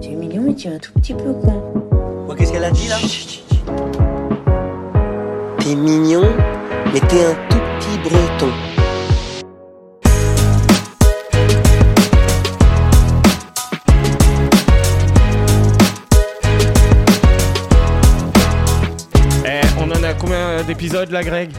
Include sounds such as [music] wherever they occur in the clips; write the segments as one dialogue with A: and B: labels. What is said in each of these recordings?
A: t'es mignon, mais tu es un tout petit peu con.
B: Quoi, qu'est-ce qu'elle a dit là T'es mignon, mais t'es un tout petit breton.
C: Eh, on en a combien d'épisodes là, Greg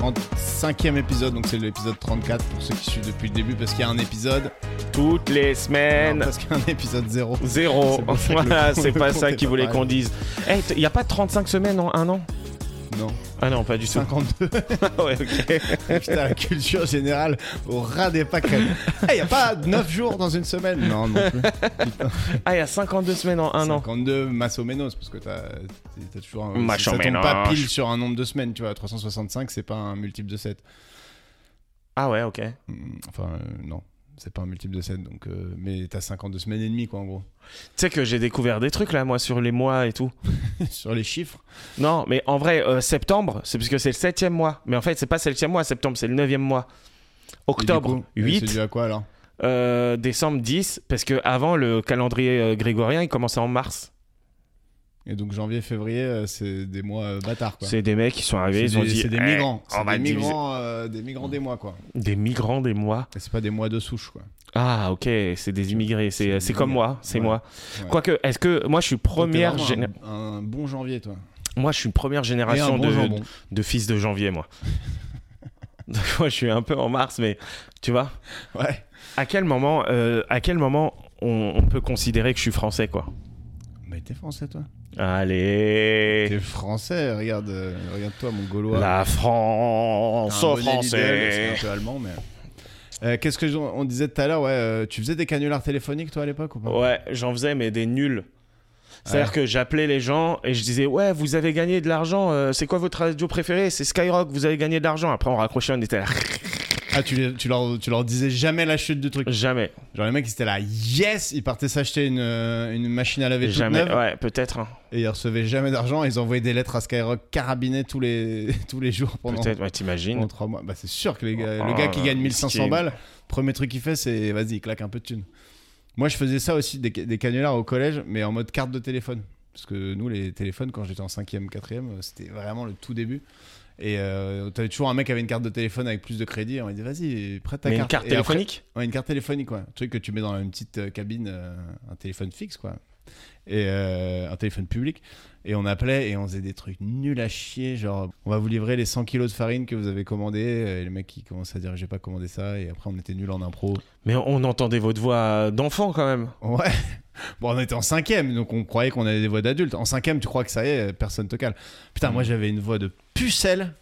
D: 35e épisode, donc c'est l'épisode 34 pour ceux qui suivent depuis le début, parce qu'il y a un épisode.
C: Toutes les
D: Non,
C: semaines.
D: parce qu'il y a un épisode 0.
C: Zéro.
D: C'est pour ça que le
C: Voilà,
D: compte-
C: c'est
D: le
C: pas
D: compte
C: ça
D: est
C: qu'ils
D: pas
C: voulaient
D: pareil.
C: qu'on dise. Eh, il n'y a pas 35 semaines en un an
D: Non,
C: Ah non, pas du [laughs] tout.
D: 52.
C: Ouais, ok.
D: Putain, la culture générale au ras des pâquerettes. Il n'y a pas 9 jours dans une semaine. Non, non plus.
C: Ah, il y a 52 semaines en un an.
D: 52 masso menos, parce que t'as t'as toujours un.
C: Macho
D: ça tombe
C: menos.
D: pas pile sur un nombre de semaines, tu vois. 365, c'est pas un multiple de 7.
C: Ah ouais, ok.
D: Hmm, Enfin, euh, non, c'est pas un multiple de 7, donc. euh, mais t'as 52 semaines et demie, quoi, en gros. [laughs]
C: Tu sais que j'ai découvert des trucs là, moi, sur les mois et tout.
D: sur les chiffres.
C: Non, mais en vrai, euh, septembre, c'est parce que c'est le septième mois. Mais en fait, c'est pas le septième mois, septembre, c'est le neuvième mois.
D: Et du
C: Octobre,
D: coup, C'est
C: 8.
D: dû à quoi alors
C: euh, décembre, 10. Parce que avant, le calendrier euh, grégorien, il commençait en mars.
D: Et donc janvier, février, euh, c'est des mois euh, bâtards, quoi.
C: C'est des mecs qui sont
D: C'est
C: arrivés, ils ont
D: des,
C: dit.
D: c'est des
C: eh,
D: migrants,
C: on
D: c'est
C: va
D: des
C: diviser-
D: migrants, euh, des migrants des mois quoi.
C: Des migrants des mois.
D: Et c'est pas des mois de souche quoi.
C: Ah, ok, c'est des immigrés,
D: C'est
C: c'est
D: des
C: c'est comme
D: immigrés.
C: moi, c'est
D: Ouais.
C: moi.
D: Ouais.
C: Quoique, est-ce que moi je suis première
D: Donc, t'es
C: géné-
D: vraiment un, un bon janvier toi.
C: moi je suis première
D: Et un
C: génération
D: bon
C: de,
D: jambon.
C: de fils de janvier [laughs] moi. Donc moi je suis un peu en mars, mais tu vois.
D: Ouais.
C: À quel moment, euh, à quel moment on, on peut considérer que je suis français quoi
D: Mais t'es français toi.
C: Allez,
D: T'es français, regarde, euh, regarde-toi mon gaulois.
C: la
D: T'as un
C: France, aux
D: bonnet d'idole, c'est
C: français.
D: un peu allemand mais. Euh, Qu'est-ce que j'en- on disait tout à l'heure ouais, euh, tu faisais des canulars téléphoniques toi à l'époque ou pas
C: Ouais, j'en faisais mais des nuls. C'est-à-dire que j'appelais les gens et je disais ouais vous avez gagné de l'argent euh, c'est quoi votre radio préférée c'est Skyrock vous avez gagné de l'argent après on raccrochait on était là [laughs]
D: Ah tu, les- tu leur tu leur disais jamais la chute du truc.
C: jamais
D: Genre les mecs ils étaient là yes, ils partaient s'acheter une, euh, une machine à laver toute
C: jamais
D: neuve.
C: ouais peut-être hein.
D: Et ils recevaient jamais d'argent, ils envoyaient des lettres à Skyrock carabinées tous les, [laughs] tous les jours pendant,
C: peut-être ouais, t'imagines
D: pendant 3 mois. Bah, c'est sûr que les gars,
C: Oh,
D: le gars qui gagne 1500
C: miskin.
D: balles, premier truc qu'il fait, c'est vas-y, il claque un peu de thunes. Moi, je faisais ça aussi, des, des canulars au collège, mais en mode carte de téléphone. Parce que nous, les téléphones, quand j'étais en 5e, 4e, euh, c'était vraiment le tout début. Et euh, t'avais toujours un mec qui avait une carte de téléphone avec plus de crédit. On lui dit vas-y, prête ta
C: mais une
D: carte.
C: carte
D: Et après-
C: téléphonique
D: Ouais, une carte téléphonique, quoi. Un truc que tu mets dans une petite euh, cabine, euh, un téléphone fixe, quoi. Et euh, un téléphone public. Et on appelait et on faisait des trucs nuls à chier. Genre, on va vous livrer les 100 kilos de farine que vous avez commandé. Et le mec, qui commençait à dire, j'ai pas commandé ça. Et après, on était nuls en impro.
C: mais on entendait votre voix euh, d'enfant quand même
D: Ouais. [laughs] Bon, on était en cinquième, donc on croyait qu'on avait des voix d'adultes. En cinquième, tu crois que ça y est, personne te cale. Putain, moi j'avais une voix de pucelle.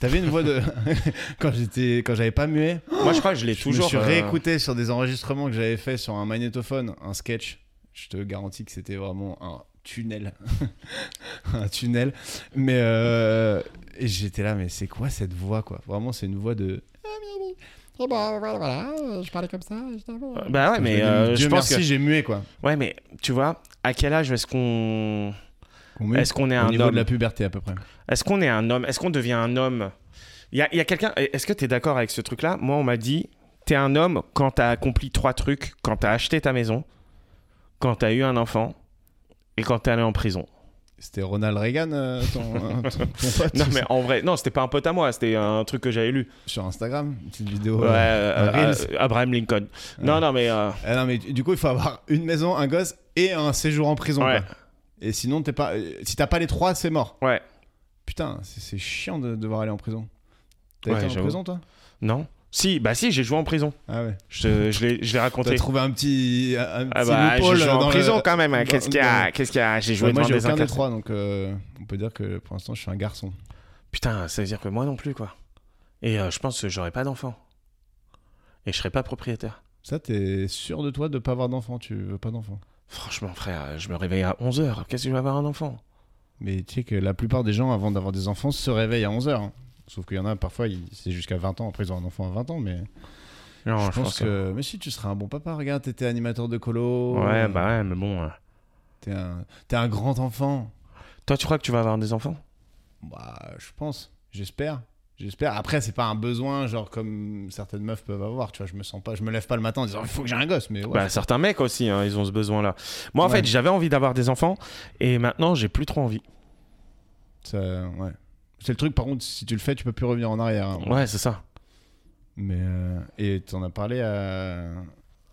D: T'avais une voix de. [laughs] quand j'étais, quand j'avais pas muet.
C: moi je crois que je l'ai
D: Je
C: toujours
D: me suis
C: euh,
D: réécouté sur des enregistrements que j'avais fait sur un magnétophone, un sketch. Je te garantis que c'était vraiment un tunnel. [laughs] un tunnel. Mais euh, et j'étais là, mais c'est quoi cette voix, quoi Vraiment, c'est une voix de.
E: Et ben voilà, voilà, euh, je parlais comme ça, et je t'avoue. euh,
C: bah ouais mais euh,
D: Dieu
C: je pense
D: merci, j'ai mué, quoi.
C: que ouais mais tu vois à quel âge est-ce qu'on
D: On mue.
C: est-ce qu'on est
D: Au
C: un
D: niveau de la
C: homme
D: puberté, à peu près.
C: est-ce qu'on est un homme est-ce qu'on devient un homme il y a, il y a quelqu'un est-ce que t'es d'accord avec ce truc là moi on m'a dit t'es un homme quand t'as accompli trois trucs quand t'as acheté ta maison quand t'as eu un enfant et quand t'es allé en
D: [laughs]
C: prison
D: C'était Ronald Reagan, euh,
C: [laughs]
D: ton, euh, ton- ton pote,
C: non mais en vrai non c'était pas un pote à moi c'était un truc que j'avais lu
D: sur Instagram, une petite vidéo.
C: Ouais,
D: euh.
C: euh,
D: un
C: euh,
D: Reels.
C: euh, Abraham Lincoln. Non, non, mais euh,
D: Ah non, mais du du coup, il faut avoir une maison, un gosse et un séjour en prison.
C: Ouais.
D: quoi. Et sinon, t'es pas. euh, Si t'as pas les trois, c'est mort.
C: ouais,
D: Putain, c'est c'est chiant de devoir aller en prison. T'as
C: Ouais,
D: été en
C: j'avoue.
D: prison, toi
C: non. Si, bah si, j'ai joué en prison.
D: Ah ouais.
C: Je, te- je l'ai, je l'ai
D: T'as
C: raconté.
D: trouvé un petit, un petit
C: Ah bah, j'ai
D: loophole
C: joué
D: euh, dans
C: en
D: le-
C: prison quand même. hein.
D: dans-
C: Qu'est-ce qu'il y a, qu'est-ce qu'il y a J'ai joué
D: moi,
C: devant
D: j'ai
C: des
D: aucun des
C: incarcérés.
D: trois, donc euh, on peut dire que pour l'instant, je suis un garçon.
C: Putain, ça veut dire que moi non plus, quoi. Et euh, je pense que j'aurais pas d'enfant. Et je serais pas propriétaire.
D: Ça, t'es sûr de toi de pas avoir d'enfant Tu veux pas d'enfant
C: Franchement, frère, je me réveille à 11h. Qu'est-ce que je vais avoir un enfant
D: Mais tu sais que la plupart des gens, avant d'avoir des enfants, se réveillent à 11h. Sauf qu'il y en a parfois, ils- c'est jusqu'à 20 ans. Après, ils ont un enfant à 20 ans, mais
C: Non,
D: je, pense que... Mais si, tu seras un bon papa. Regarde, t'étais animateur de colo.
C: Ouais, bah ouais, mais bon. euh.
D: T'es un... t'es un grand enfant.
C: Toi, tu crois que tu vas avoir des enfants
D: Bah, je pense. J'espère. J'espère. Après, c'est pas un besoin, genre comme certaines meufs peuvent avoir. Tu vois, je me sens pas, je me lève pas le matin en disant il faut que j'ai un gosse, mais ouais.
C: Bah, certains mecs aussi, hein, ils ont ce besoin-là. Moi, en
D: Ouais.
C: fait, j'avais envie d'avoir des enfants et maintenant, j'ai plus trop envie.
D: ça- ouais. C'est le truc, par contre, si tu le fais, tu peux plus revenir en arrière. hein.
C: Ouais, c'est ça.
D: Mais euh, et t'en as parlé à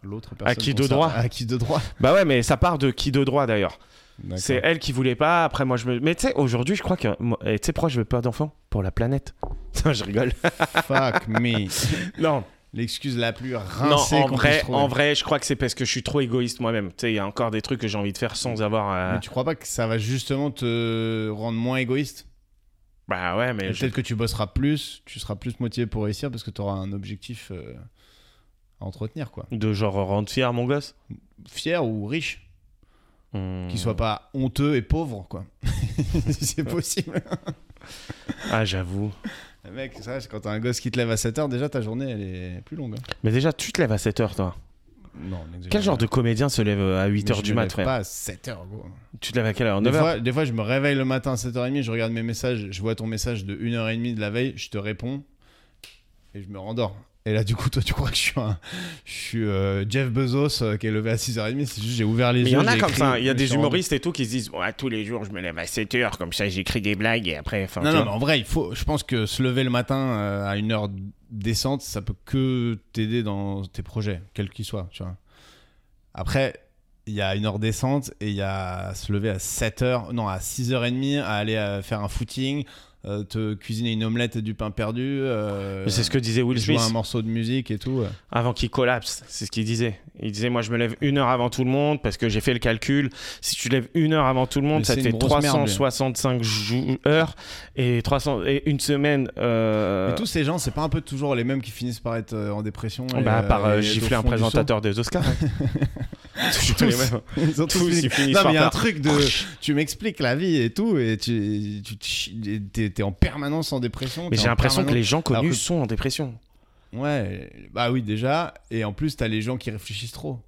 D: l'autre personne.
C: À qui de
D: concernée-
C: droit
D: À qui de droit
C: Bah ouais, mais ça part de qui de droit d'ailleurs.
D: D'accord.
C: C'est elle qui voulait pas, après moi je me. Mais tu sais, aujourd'hui, je crois que. moi- et Tu sais, pourquoi je veux pas d'enfants Pour la planète. [laughs] Non, je rigole.
D: Fuck me.
C: [laughs] Non,
D: L'excuse la plus
C: non
D: rincée
C: en,
D: qu'on puisse
C: vrai,
D: trouver.
C: en vrai, je crois que c'est parce que je suis trop égoïste moi-même. Tu sais, il y a encore des trucs que j'ai envie de faire sans avoir. euh,
D: Mais tu crois pas que ça va justement te rendre moins égoïste
C: Bah ouais, mais.
D: Et
C: je-
D: Peut-être que tu bosseras plus, tu seras plus motivé pour réussir parce que tu auras un objectif euh, à entretenir, quoi.
C: De genre rendre fier mon gosse.
D: Fier ou riche,
C: Hmm.
D: qu'il soit pas honteux et pauvre, quoi. [laughs] si c'est possible.
C: Ah, j'avoue.
D: Eh Mec, c'est vrai, quand t'as un gosse qui te lève à 7h, déjà ta journée elle est plus longue. hein.
C: Mais déjà, tu te lèves à 7h, toi.
D: Non, on exagère.
C: Quel genre de comédien se lève euh, à
D: Mais
C: 8h
D: je
C: du
D: me
C: mat,
D: lève
C: frère
D: pas à 7h, gros.
C: Tu te lèves à quelle heure
D: Des
C: 9h
D: fois, des fois, je me réveille le matin à 7h30, je regarde mes messages, je vois ton message de 1h30 de la veille, je te réponds et je me rendors. Et là, du coup, toi, tu crois que je suis, un- je suis euh, Jeff Bezos euh, qui est levé à 6h30, c'est juste j'ai ouvert les
C: Mais il y
D: yeux.
C: en a
D: j'ai
C: comme
D: écrit,
C: ça, il y a
D: je
C: des
D: suis rendu.
C: humoristes et tout qui se disent Ouais, tous les jours je me lève à 7h, comme ça j'écris des blagues et après. enfin,
D: Non,
C: tu
D: non,
C: vois.
D: mais en vrai, il faut, je pense que se lever le matin euh, à une heure décente, ça peut que t'aider dans tes projets, quels qu'ils soient, tu vois. Après, il y a une heure décente et il y a se lever à 7h, non, à 6h30, à aller euh, faire un footing, euh, te cuisiner une omelette et du pain perdu, euh,
C: Mais C'est ce que disait Will
D: jouer
C: Smith
D: un morceau de musique et tout. euh.
C: avant qu'il collapse. C'est ce qu'il disait. Il disait Moi, je me lève une heure avant tout le monde parce que j'ai fait le calcul. Si tu lèves une heure avant tout le monde,
D: Mais
C: ça te
D: c'est
C: fait
D: une grosse merde, lui.
C: 365 jou- heures et, 300... et une semaine. euh,
D: Mais tous ces gens, c'est pas un peu toujours les mêmes qui finissent par être euh, en dépression et,
C: bah, à part euh,
D: et
C: gifler
D: au
C: un
D: fond du seau.
C: présentateur des Oscars. [laughs] Toujours
D: Tous.
C: les
D: [laughs]
C: mêmes.
D: Ils ont tous
C: Tous,
D: fini.
C: ils finissent
D: Non, mais
C: par
D: il y a un
C: faire-
D: truc de. [laughs] Tu m'expliques la vie et tout, et tu, tu te chi- t'es, t'es en permanence en dépression.
C: Mais
D: t'es
C: j'ai
D: en
C: l'impression que les
D: permanence-
C: gens connus
D: Alors que-
C: sont en dépression.
D: Ouais, bah oui, déjà. Et en plus, t'as les gens qui réfléchissent trop.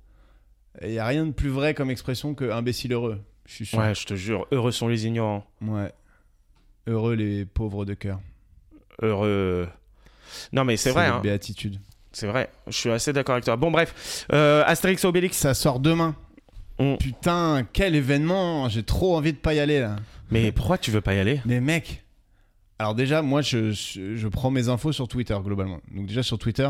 D: Il y a rien de plus vrai comme expression que imbécile heureux. Je suis sûr.
C: Ouais, je te jure, heureux sont les ignorants.
D: Ouais. Heureux les pauvres de cœur.
C: Heureux. Non, mais c'est vrai,
D: notre
C: hein.
D: Béatitude.
C: c'est vrai. Je suis assez d'accord avec toi. Bon, bref, euh, Astérix et Obélix.
D: Ça sort demain.
C: On-
D: Putain, quel événement J'ai trop envie de pas y aller là.
C: Mais pourquoi tu veux pas y aller
D: Mais mec, alors déjà, moi, je, je, je prends mes infos sur Twitter, globalement. Donc déjà, sur Twitter,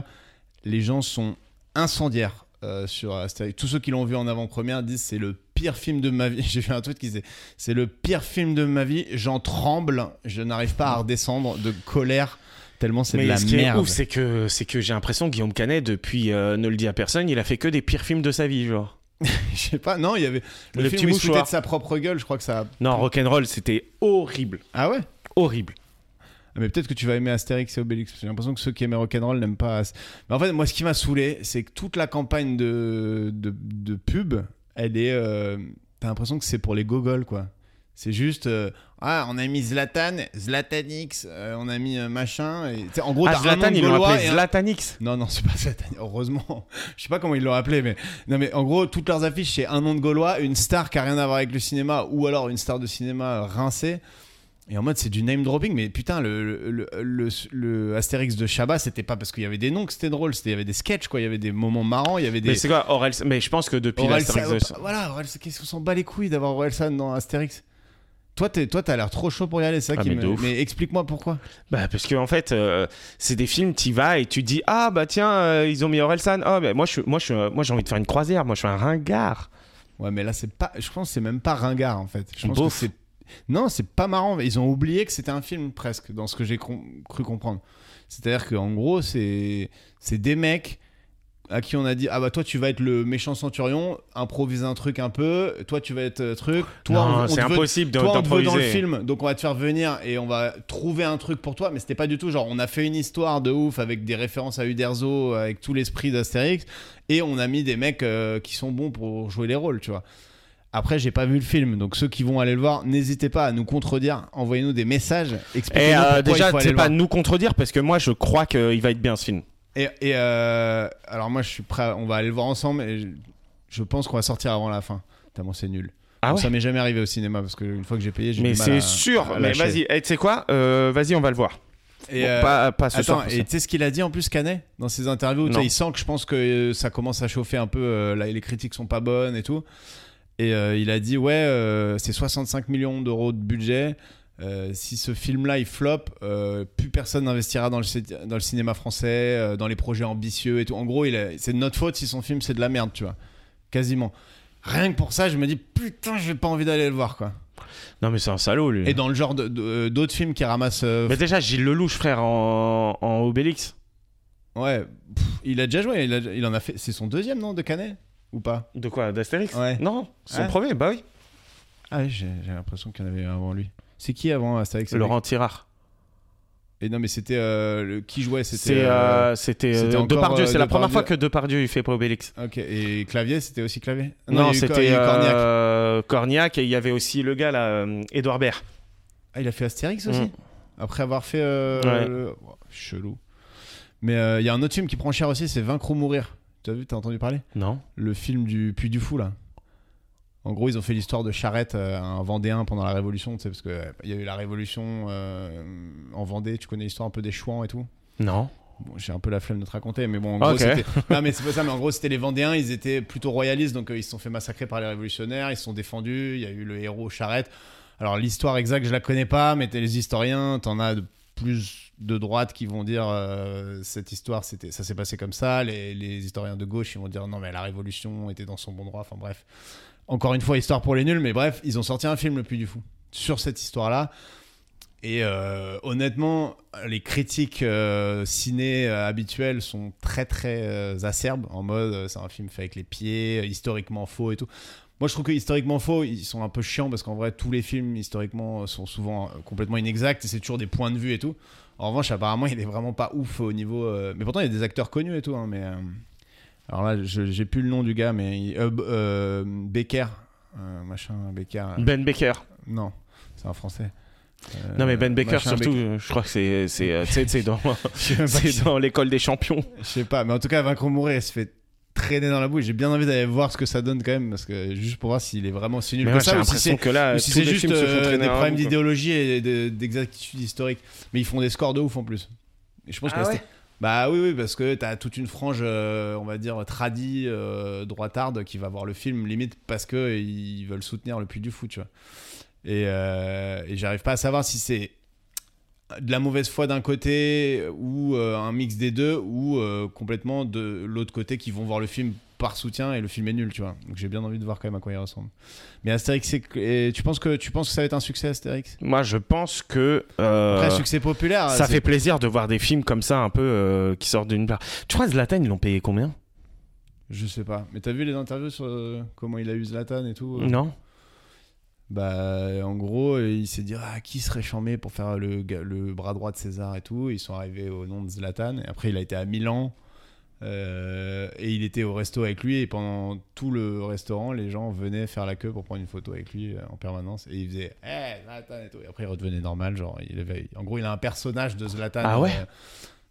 D: les gens sont incendiaires euh, sur Astérix. Tous ceux qui l'ont vu en avant-première disent c'est le pire film de ma vie. [laughs] J'ai fait un tweet qui disait c'est le pire film de ma vie, j'en tremble, je n'arrive pas à redescendre de colère tellement c'est de
C: Mais
D: la
C: ce qui est
D: merde.
C: ouf, c'est que, c'est que j'ai l'impression que Guillaume Canet, depuis euh, Ne le dit à personne, il a fait que des pires films de sa vie, genre.
D: [laughs] Je sais pas, non, il y avait le,
C: Le
D: film
C: petit
D: où il se foutait
C: mouchoir.
D: de sa propre gueule, je crois que ça.
C: Non, Rock'n'Roll, c'était horrible.
D: Ah ouais
C: Horrible.
D: Ah, Mais peut-être que tu vas aimer Astérix et Obélix. parce que J'ai l'impression que ceux qui aimaient Rock'n'Roll n'aiment pas. As- Mais en fait, moi, ce qui m'a saoulé, c'est que toute la campagne de, de, de pub, elle est. euh, T'as l'impression que c'est pour les gogoles, quoi. C'est juste. euh, ah, on a mis Zlatan, Zlatanix, euh, on a mis euh, machin. Et, t'sais, en gros,
C: Ah,
D: t'as un nom
C: Zlatan,
D: de
C: ils l'ont
D: Gaulois
C: appelé
D: et un-
C: Zlatanix.
D: Non, non, c'est pas Zlatan, heureusement. Je sais pas comment ils l'ont appelé, mais. Non, mais en gros, toutes leurs affiches, c'est un nom de Gaulois, une star qui a rien à voir avec le cinéma, ou alors une star de cinéma rincée. Et en mode, c'est du name dropping, mais putain, le, le, le, le- le Astérix de Chabat, c'était pas parce qu'il y avait des noms que c'était drôle, c'était il y avait des sketchs, quoi, il y avait des moments marrants, il y avait des.
C: Mais c'est quoi, Aurel Mais je pense que depuis
D: Orelsan-
C: l'Astérix de-
D: Voilà, Orelsan, qu'est-ce qu'on s'en bat les couilles d'avoir Orelsan dans Astérix Toi, t'es- toi, t'as l'air trop chaud pour y aller, c'est ça
C: Ah,
D: qui
C: mais
D: me-
C: de ouf.
D: Mais explique-moi pourquoi.
C: Bah, parce que en fait, euh, c'est des films, t'y vas et tu dis Ah, bah tiens, euh, ils ont mis Orelsan. Oh, mais moi, je, suis- moi, je, suis, euh, moi, j'ai envie de faire une croisière. Moi, je suis un ringard.
D: Ouais, mais là, c'est pas. Je pense que c'est même pas ringard en fait. Je pense
C: Beauf.
D: que c'est. Non, c'est pas marrant. Ils ont oublié que c'était un film presque, dans ce que j'ai com- cru comprendre. C'est-à-dire qu'en gros, c'est c'est des mecs à qui on a dit ah bah toi tu vas être le méchant centurion, improvise un truc un peu, toi tu vas être euh, truc, toi
C: Non,
D: on- on,
C: c'est
D: te veut-
C: impossible de-
D: toi, on te veut dans le
C: d'improviser.
D: film, donc on va te faire venir et on va trouver un truc pour toi. Mais c'était pas du tout genre on a fait une histoire de ouf avec des références à Uderzo, avec tout l'esprit d'Astérix, et on a mis des mecs euh, qui sont bons pour jouer les rôles, tu vois. Après, j'ai pas vu le film, donc ceux qui vont aller le voir, n'hésitez pas à nous contredire, envoyez-nous des messages,
C: Et
D: expliquez-nous
C: euh,
D: pourquoi il
C: déjà,
D: faut aller
C: c'est
D: le
C: pas
D: voir.
C: nous contredire parce que moi, je crois qu'il va être bien ce film.
D: Et, et, euh, alors moi, je suis prêt, à- on va aller le voir ensemble, et je, je pense qu'on va sortir avant la fin. Tellement c'est nul.
C: Ah
D: Bon,
C: ouais
D: Ça m'est jamais arrivé au cinéma parce que une fois que j'ai payé, j'ai
C: Mais
D: du mal
C: c'est
D: à-
C: sûr.
D: à
C: mais
D: lâcher.
C: vas-y, Eh, tu sais quoi Euh, Vas-y, on va le voir.
D: Et,
C: Bon,
D: euh,
C: pas, pas ce
D: Attends,
C: soir.
D: et tu sais ce qu'il a dit en plus Canet dans ses interviews tu sais,
C: Non.
D: Il sent que je pense que euh, ça commence à chauffer un peu, euh, là, les critiques sont pas bonnes et tout. Et euh, il a dit ouais, euh, c'est 65 millions d'euros de budget. Euh, si ce film-là il flop, euh, plus personne n'investira dans le, cin- dans le cinéma français, euh, dans les projets ambitieux et tout. En gros, il a- c'est de notre faute si son film c'est de la merde, tu vois. Quasiment. Rien que pour ça, je me dis putain, j'ai pas envie d'aller le voir quoi.
C: Non, mais c'est un salaud, lui.
D: Et dans le genre de- de- d'autres films qui ramassent euh,
C: Mais déjà, Gilles Lelouch, frère, en, en Obélix.
D: Ouais, pff, il a déjà joué, il, a- il en a fait. C'est son deuxième, non, de Canet Ou pas
C: De quoi D'Astérix
D: Ouais.
C: Non, son
D: Ouais.
C: premier, bah oui.
D: Ah oui, j'ai j'ai l'impression qu'il y en avait un avant lui. C'est qui avant Astérix et
C: Laurent Tirard.
D: Luc Et non, mais c'était. euh, le- qui jouait C'était.
C: C'est,
D: euh,
C: euh, C'était
D: c'était
C: euh,
D: encore,
C: Depardieu.
D: euh,
C: C'est la première
D: Depardieu.
C: fois que Depardieu il fait pas Obélix.
D: Ok, et Clavier, c'était aussi Clavier
C: euh,
D: Ah
C: Non,
D: il y a eu Cor- il y
C: c'était
D: a eu Cornillac.
C: euh, Cornillac et il y avait aussi le gars là, euh, Édouard Baird.
D: Ah, il a fait Astérix aussi
C: Mm.
D: Après avoir fait. euh,
C: Ouais.
D: le- oh, chelou. Mais euh, il y a un autre film qui prend cher aussi, c'est Vaincre ou Mourir. Tu as vu, t'as entendu parler
C: Non.
D: le film du Puy du Fou là. En gros, ils ont fait l'histoire de Charrette, euh, un Vendéen pendant la Révolution, tu sais, parce qu'il y a eu la Révolution euh, en Vendée, tu connais l'histoire un peu des Chouans et tout.
C: Non.
D: Bon, j'ai un peu la flemme de te raconter, mais bon, en gros,
C: Ok.
D: c'était... Non, mais c'est pas ça, mais en gros, c'était les Vendéens, ils étaient plutôt royalistes, donc euh, ils se sont fait massacrer par les révolutionnaires, ils se sont défendus, il y a eu le héros Charrette. Alors, l'histoire exacte, je la connais pas, mais t'es les historiens, t'en as de plus de droite qui vont dire euh, cette histoire, c'était, ça s'est passé comme ça, les, les historiens de gauche, ils vont dire non, mais la révolution était dans son bon droit, enfin bref. Encore une fois, histoire pour les nuls, mais bref, ils ont sorti un film, Le Puy du Fou, sur cette histoire-là. Et euh, honnêtement, les critiques euh, ciné euh, habituelles sont très très euh, acerbes, en mode euh, c'est un film fait avec les pieds, euh, historiquement faux et tout. Moi je trouve que historiquement faux, ils sont un peu chiants parce qu'en vrai tous les films historiquement euh, sont souvent euh, complètement inexacts et c'est toujours des points de vue et tout. En revanche apparemment il est vraiment pas ouf au niveau... euh, Mais pourtant il y a des acteurs connus et tout. hein, mais euh, Alors là je- j'ai plus le nom du gars mais... il- euh, B- euh, Becker, euh, machin, Becker. euh,
C: Ben Baker.
D: Non, c'est un français. Euh,
C: non mais Ben Baker
D: machin,
C: surtout, euh, je crois que c'est c'est euh, tu sais- tu sais, dans [laughs]
D: [laughs]
C: c'est dans l'école des champions.
D: Je sais pas, mais en tout cas, Vaincre ou Mourir, il se fait traîner dans la boue. J'ai bien envie d'aller voir ce que ça donne quand même, parce que juste pour voir s'il est vraiment si nul
C: Mais
D: que
C: ouais, j'ai
D: ça, ou si
C: l'impression
D: c'est
C: que là
D: ou si
C: tous
D: c'est
C: les
D: juste
C: films se font
D: euh,
C: traîner
D: des
C: un
D: problèmes
C: bout, quoi.
D: d'idéologie et de- d'exactitude historique. Mais ils font des scores de ouf en plus. Et je pense
C: Ah
D: que
C: ouais
D: c'était- Bah oui, oui, parce que t'as toute une frange, euh, on va dire, tradie, euh, droitarde, qui va voir le film, limite, parce que ils veulent soutenir le puits du fou, tu vois. Et, euh, et j'arrive pas à savoir si c'est de la mauvaise foi d'un côté ou euh, un mix des deux ou euh, complètement de l'autre côté qui vont voir le film par soutien et le film est nul, tu vois. Donc j'ai bien envie de voir quand même à quoi il ressemble. Mais Astérix, c'est- et tu penses que tu penses que ça va être un succès Astérix
C: Moi je pense que euh,
D: Après succès populaire,
C: ça
D: c'est-
C: fait plaisir de voir des films comme ça un peu euh, qui sortent d'une part. Tu crois Zlatan ils l'ont payé combien
D: je sais pas. Mais t'as vu les interviews sur euh, comment il a eu Zlatan et tout euh
C: Non.
D: Bah en gros, euh, il s'est dit ah qui serait charmé pour faire le ga- le bras droit de César et tout. Ils sont arrivés au nom de Zlatan. Et après il a été à Milan. euh, et il était au resto avec lui et pendant tout le restaurant, les gens venaient faire la queue pour prendre une photo avec lui euh, en permanence et il faisait Eh, Zlatan et tout. Et après il redevenait normal, genre il avait, en gros il a un personnage de Zlatan,
C: Ah ouais
D: euh,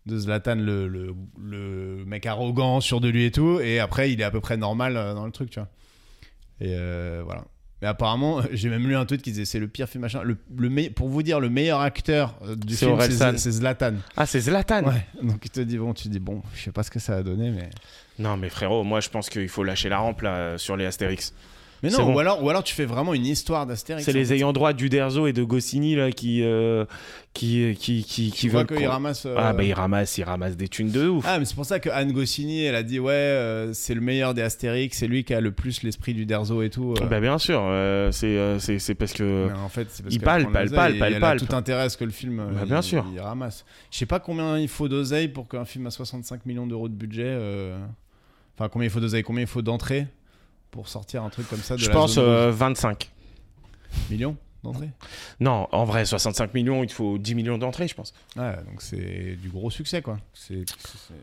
D: de Zlatan le, le, le mec arrogant sûr de lui et tout et après il est à peu près normal euh, dans le truc, tu vois. Et euh, voilà. Mais apparemment, [laughs] j'ai même lu un tweet qui disait c'est le pire film machin. Le, le me- pour vous dire, le meilleur acteur euh, du
C: C'est
D: film, c'est
C: Orelsan.
D: Z- c'est Zlatan.
C: Ah c'est Zlatan.
D: Ouais. Donc il te dit bon, tu dis bon, je sais pas ce que ça a donné, mais.
C: Non mais frérot, moi je pense qu'il faut lâcher la rampe là euh, sur les Astérix.
D: Mais
C: C'est
D: non,
C: bon.
D: ou alors, ou alors tu fais vraiment une histoire d'Astérix. hein.
C: C'est les ayants droit d'Uderzo et de Goscinny là qui euh, qui qui qui, qui
D: Tu vois
C: veulent
D: qu'ils
C: qu'on-
D: ramassent. euh,
C: Ah bah ils ramassent, ils ramassent des thunes de ouf.
D: Ah, mais c'est pour ça que Anne Goscinny, elle a dit ouais, euh, c'est le meilleur des Astérix, c'est lui qui a le plus l'esprit du Derzo et tout. euh.
C: Bah bien sûr, euh, c'est euh, c'est c'est parce que
D: Mais en fait, c'est parce
C: il
D: qu'elle
C: palpe,
D: prend de
C: elle
D: l'oseille
C: palpe,
D: et
C: elle
D: elle
C: palpe.
D: a tout intérêt à ce que le film euh,
C: Bah, bien
D: il-
C: sûr.
D: il ramasse. Je sais pas combien il faut d'oseille pour qu'un film à 65 millions d'euros de budget. euh, Enfin, combien il faut d'oseille, combien il faut d'entrée pour sortir un truc comme ça de
C: je
D: la
C: pense
D: zone
C: euh, 25.
D: rouge millions d'entrées.
C: Non, en vrai 65 millions, il faut 10 millions d'entrées, je pense.
D: Ouais, donc c'est du gros succès quoi. C'est. c'est-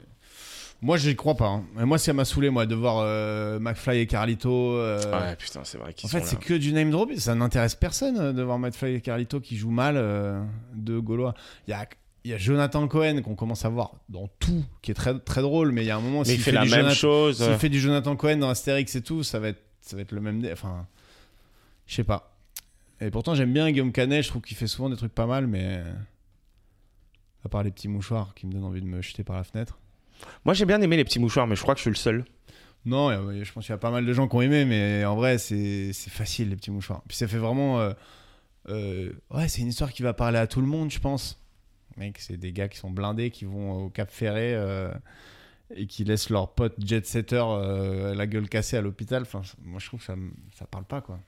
D: Moi, je n'y crois pas. hein. Et Moi, ça m'a saoulé, moi, de voir euh, McFly et Carlito. euh,
C: Ouais, putain, c'est vrai qu'ils
D: En fait,
C: sont
D: c'est
C: là.
D: que du name drop et ça n'intéresse personne euh, de voir McFly et Carlito qui jouent mal euh, de Gaulois. Il y a, il y a Jonathan Cohen qu'on commence à voir dans tout, qui est très, très drôle, mais il y a un moment,
C: Mais il
D: s'il
C: fait la
D: du
C: même
D: Jonathan-
C: chose. euh.
D: s'il fait du Jonathan Cohen dans Astérix et tout, ça va être, ça va être le même. dé- Enfin, je sais pas. Et pourtant, j'aime bien Guillaume Canet, je trouve qu'il fait souvent des trucs pas mal, mais. À part les petits mouchoirs qui me donnent envie de me jeter par la fenêtre.
C: Moi, j'ai bien aimé les petits mouchoirs, mais je crois que je suis le seul.
D: Non, euh, je pense qu'il y a pas mal de gens qui ont aimé, mais en vrai, c'est c'est facile, les petits mouchoirs. Puis ça fait vraiment. euh, euh, ouais, c'est une histoire qui va parler à tout le monde, je pense. Mec, c'est des gars qui sont blindés, qui vont au Cap Ferré euh, et qui laissent leur pote jet setter euh, la gueule cassée à l'hôpital. Enfin, ça- moi, je trouve que ça, me- ça parle pas, quoi.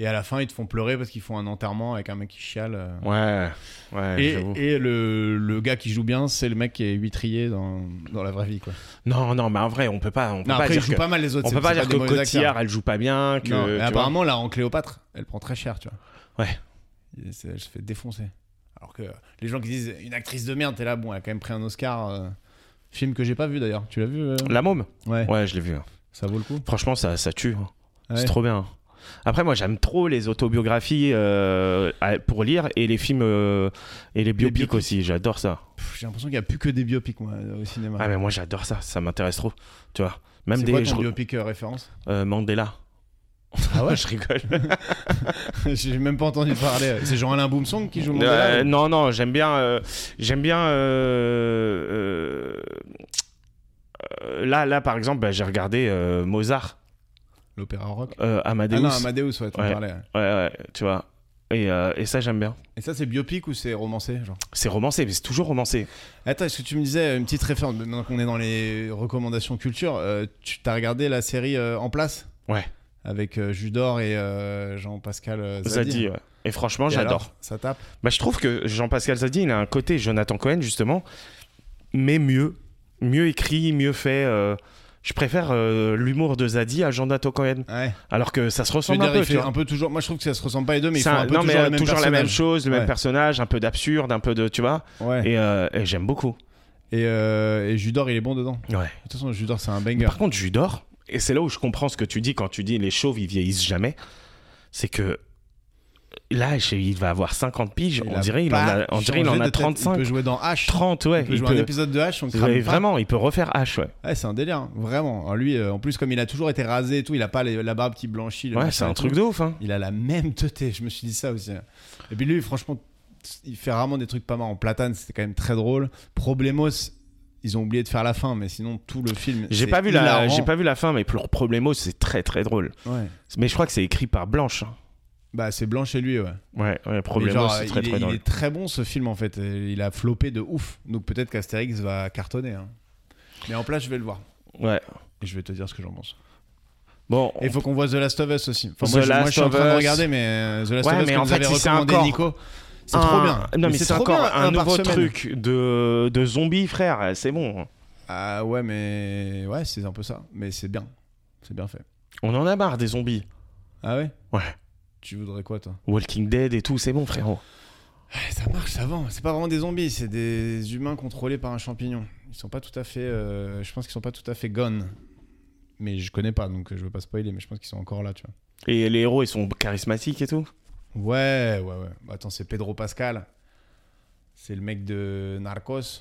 D: Et à la fin, ils te font pleurer parce qu'ils font un enterrement avec un mec qui chiale. euh.
C: Ouais, ouais,
D: Et,
C: j'avoue.
D: et le, le gars qui joue bien, c'est le mec qui est huitrier dans, dans la vraie vie. Quoi.
C: Non, non, mais en vrai, on peut pas, on peut
D: Non,
C: pas
D: après, il
C: dire
D: joue
C: que,
D: pas mal les autres.
C: on
D: c'est-
C: peut pas
D: c'est
C: dire
D: des
C: que
D: mauvais acteurs.
C: Cotillard, elle joue pas bien, que
D: Non,
C: tu
D: et
C: vois.
D: apparemment, là, en Cléopâtre, elle prend très cher, tu vois.
C: Ouais.
D: Et c'est- Elle se fait défoncer. Alors que euh, les gens qui disent une actrice de merde, t'es là, bon, elle a quand même pris un Oscar. euh, film que j'ai pas vu d'ailleurs. Tu l'as vu euh
C: La môme
D: ouais.
C: Ouais, je l'ai vu. hein.
D: Ça vaut le coup.
C: Franchement, ça, ça tue. hein.
D: Ouais.
C: C'est trop bien. Après, moi, j'aime trop les autobiographies euh, à- pour lire et les films euh, et les biopics,
D: biopics.
C: aussi. J'adore ça.
D: Pff, J'ai l'impression qu'il n'y a plus que des biopics, moi, euh, au cinéma.
C: Ah, mais moi, j'adore ça. Ça m'intéresse trop. Tu vois. Même
D: C'est
C: des
D: quoi ton
C: je-
D: biopic euh, référence [laughs]
C: euh, Mandela.
D: Ah
C: [laughs]
D: ouais
C: je rigole.
D: J'ai même pas entendu parler. C'est Jean-Alain Boumsong qui joue mon
C: Euh,
D: gars
C: non, non, j'aime bien, euh, j'aime bien. euh, euh, là, là, par exemple, bah, j'ai regardé euh, Mozart,
D: L'opéra rock.
C: euh, Amadeus.
D: Ah non, Amadeus, ouais, tu
C: Ouais.
D: me parlais. ouais.
C: Ouais, ouais, tu vois. Et, euh, et ça, j'aime bien.
D: Et ça, c'est biopic ou c'est romancé genre
C: C'est romancé, mais c'est toujours romancé.
D: Attends, est-ce que tu me disais euh, une petite référence Maintenant qu'on est dans les recommandations culture, euh, tu t'as regardé la série euh, En Place
C: Ouais.
D: Avec euh, Judor et euh, Jean-Pascal euh, Zadi.
C: Zadie. ouais. Et franchement,
D: Et
C: j'adore.
D: alors, Ça tape
C: Bah, je trouve que Jean-Pascal Zadie, il a un côté Jonathan Cohen, justement, mais mieux. Mieux écrit, mieux fait. euh, je préfère euh, l'humour de Zadie à Jonathan Cohen.
D: Ouais.
C: Alors que ça se
D: Je veux
C: ressemble
D: dire,
C: un peu.
D: il
C: tu
D: fait
C: vois.
D: un peu toujours. Moi, je trouve que ça se ressemble pas les deux, mais ils
C: C'est
D: font
C: un-
D: un peu
C: non, mais
D: toujours,
C: euh,
D: le même
C: toujours la même
D: personnage.
C: chose, le
D: Ouais.
C: même personnage, un peu d'absurde, un peu de, tu vois.
D: Ouais.
C: Et, euh, et j'aime beaucoup.
D: Et, euh, et Judor, il est bon dedans.
C: Ouais.
D: De toute façon, Judor, c'est un
C: Mais
D: banger.
C: Par contre, Judor, et c'est là où je comprends ce que tu dis quand tu dis les chauves ils vieillissent jamais, c'est que là je- il va avoir 50 piges, on
D: a
C: dirait il en
D: pas
C: a, on dirait, il
D: changé
C: en
D: de
C: a
D: tête. Il
C: 35,
D: peut jouer dans H.
C: 30 ouais,
D: Il peut
C: il
D: jouer
C: peut-
D: un épisode de H, on crame
C: Ouais,
D: pas.
C: vraiment, il peut refaire H, ouais.
D: Ouais, c'est un délire, hein. vraiment. Lui, euh, en plus, comme il a toujours été rasé et tout, il a pas les- la barbe qui blanchit. le
C: Ouais,
D: machin
C: c'est
D: et
C: un
D: tout.
C: truc de ouf, hein.
D: Il a la même teuté, je me suis dit ça aussi. hein. Et puis lui, franchement, il fait rarement des trucs pas marrants. Platane, c'était quand même très drôle. Problemos, ils ont oublié de faire la fin, mais sinon, tout le film.
C: J'ai
D: c'est
C: pas vu la,
D: hilarant.
C: j'ai pas vu la fin, mais pour Problemo, c'est très très drôle.
D: Ouais.
C: Mais je crois que c'est écrit par Blanche. hein.
D: Bah, c'est blanc chez lui, ouais. Mais
C: Ouais, ouais Problemo,
D: genre,
C: c'est très
D: il, est-
C: très
D: il
C: drôle.
D: est très bon ce film en fait. Et Il a floppé de ouf. Donc peut-être qu'Astérix va cartonner. hein. Mais en place, je vais le voir.
C: Ouais.
D: Et je vais te dire ce que j'en pense.
C: Bon,
D: Et il faut qu'on voit The Last of Us aussi. Enfin,
C: The
D: moi, je, moi,
C: Last
D: je suis en
C: of
D: train de
C: Us.
D: regarder, mais euh, The Last
C: Ouais,
D: of Us,
C: mais
D: que
C: en
D: vous
C: fait,
D: avez
C: si c'est
D: recommandé,
C: encore-
D: Nico. C'est trop
C: un-
D: bien.
C: Non, mais, c'est
D: trop
C: encore
D: bien,
C: un,
D: par
C: nouveau
D: semaine.
C: truc de, de zombies, frère. C'est bon.
D: Ah ouais, mais ouais, c'est un peu ça. Mais c'est bien. C'est bien fait.
C: On en a marre des zombies.
D: Ah ouais
C: Ouais.
D: Tu voudrais quoi, toi
C: Walking Dead et tout, c'est bon, frérot.
D: Ça marche, ça va. C'est pas vraiment des zombies, c'est des humains contrôlés par un champignon. Ils sont pas tout à fait. euh, je pense qu'ils sont pas tout à fait gone. Mais je connais pas, donc euh, je veux pas spoiler, mais je pense qu'ils sont encore là, tu vois.
C: Et les héros, ils sont charismatiques et tout.
D: Ouais, ouais, ouais. Bah, Attends, c'est Pedro Pascal. C'est le mec de Narcos.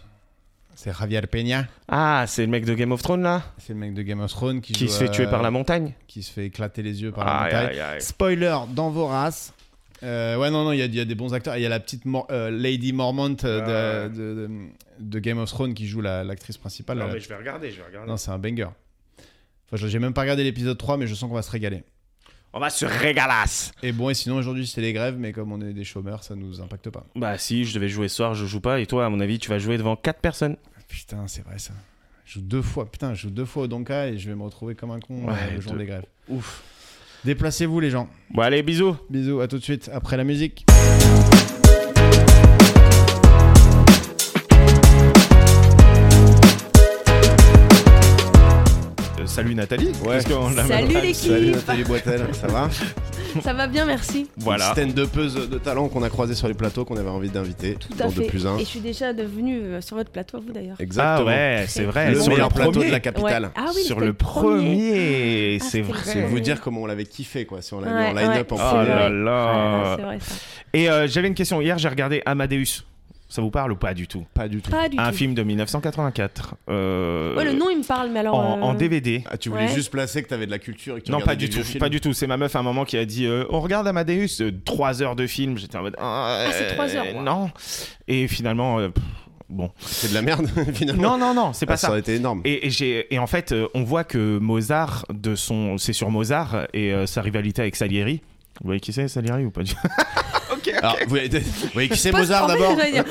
D: C'est Javier Peña.
C: Ah, c'est le mec de Game of Thrones là
D: C'est le mec de Game of Thrones qui,
C: Qui
D: joue,
C: se fait tuer
D: euh,
C: par la montagne
D: Qui se fait éclater les yeux par la
C: Aïe,
D: montagne.
C: aïe, aïe.
D: Spoiler dans vos races. Euh, ouais, non, non, il y, a- il y a des bons acteurs. Il y a la petite Mor- euh, Lady Mormont euh, de, de- de- de Game of Thrones qui joue la- l'actrice principale.
C: Ah. Non,
D: là.
C: mais je vais regarder, je vais regarder.
D: Non, c'est un banger. Enfin, je- j'ai même pas regardé l'épisode 3, mais je sens qu'on va se régaler.
C: On va se régalasse
D: Et bon, et sinon, aujourd'hui, c'était les grèves, mais comme on est des chômeurs, ça nous impacte pas.
C: Bah, si, je devais jouer ce soir, je joue pas. Et toi, à mon avis, tu vas jouer devant 4 personnes.
D: Putain, c'est vrai ça. Je joue deux fois, putain, je joue deux fois au Donka et je vais me retrouver comme un con
C: Ouais,
D: euh, le jour
C: deux.
D: des grèves.
C: Ouf.
D: Déplacez-vous, les gens.
C: Bon, allez, bisous.
D: Bisous, à tout de suite après la musique.
C: Euh, salut Nathalie.
D: Ouais.
C: Parce qu'on l'a-
F: Salut l'équipe
G: Salut Nathalie Boitel, ça va
F: Ça va bien, merci.
C: Voilà.
G: Une de
D: euh,
G: peuses de talent qu'on a croisé sur les plateaux qu'on avait envie d'inviter.
F: Tout à
G: dans
F: fait.
G: De plus un.
F: Et je suis déjà devenue euh, sur votre plateau, à vous d'ailleurs.
C: Ah
G: Exactement.
C: ouais, c'est vrai.
G: Le
C: sur
G: meilleur
C: le
G: plateau
C: premier.
G: de la capitale.
F: Ouais. Ah oui,
C: sur
F: c'était
C: le premier,
F: Ah,
C: c'est
F: c'était le
C: vrai.
G: C'est
F: Ouais.
G: vous dire comment on l'avait kiffé quoi, si on l'a mis
F: Ouais,
G: en line-up en
F: ouais, c'est
C: Oh
G: premier.
C: là euh,
F: vrai.
C: là.
F: Ah, c'est vrai ça.
C: Et euh, j'avais une question. Hier, j'ai regardé Amadeus. Ça vous parle ou pas du tout
D: Pas du tout.
F: Pas du
C: Un
F: tout.
C: film de 1984. euh,
F: Ouais, le nom, il me parle, mais alors.
C: en,
F: euh,
C: en DVD.
D: Ah, tu voulais
F: Ouais.
D: juste placer que t'avais de la culture et que tu
C: Non,
D: regardais
C: pas du
D: des
C: tout,
D: vieux films.
C: pas du tout. C'est ma meuf à un moment qui a dit euh, On regarde Amadeus, euh, trois heures de film. J'étais en mode Ah,
F: c'est
C: euh,
F: trois heures, moi.
C: Non. Et finalement, euh, pff,
D: [laughs]
C: bon.
D: C'est de la merde, [laughs]
C: Non,
D: finalement.
C: non, non, c'est
D: Ah,
C: pas
D: ça
C: ça.
D: aurait été énorme.
C: Et, et j'ai- et en fait, euh, on voit que Mozart, de son, c'est sur Mozart et euh, sa rivalité avec Salieri. Vous voyez qui c'est, Salieri ou pas du
D: Ah,
H: Alors, vous
C: [laughs]
H: voyez, vous voyez qui c'est
F: pose-
H: Mozart
F: [laughs] en fait,
H: d'abord
F: j'allais dire,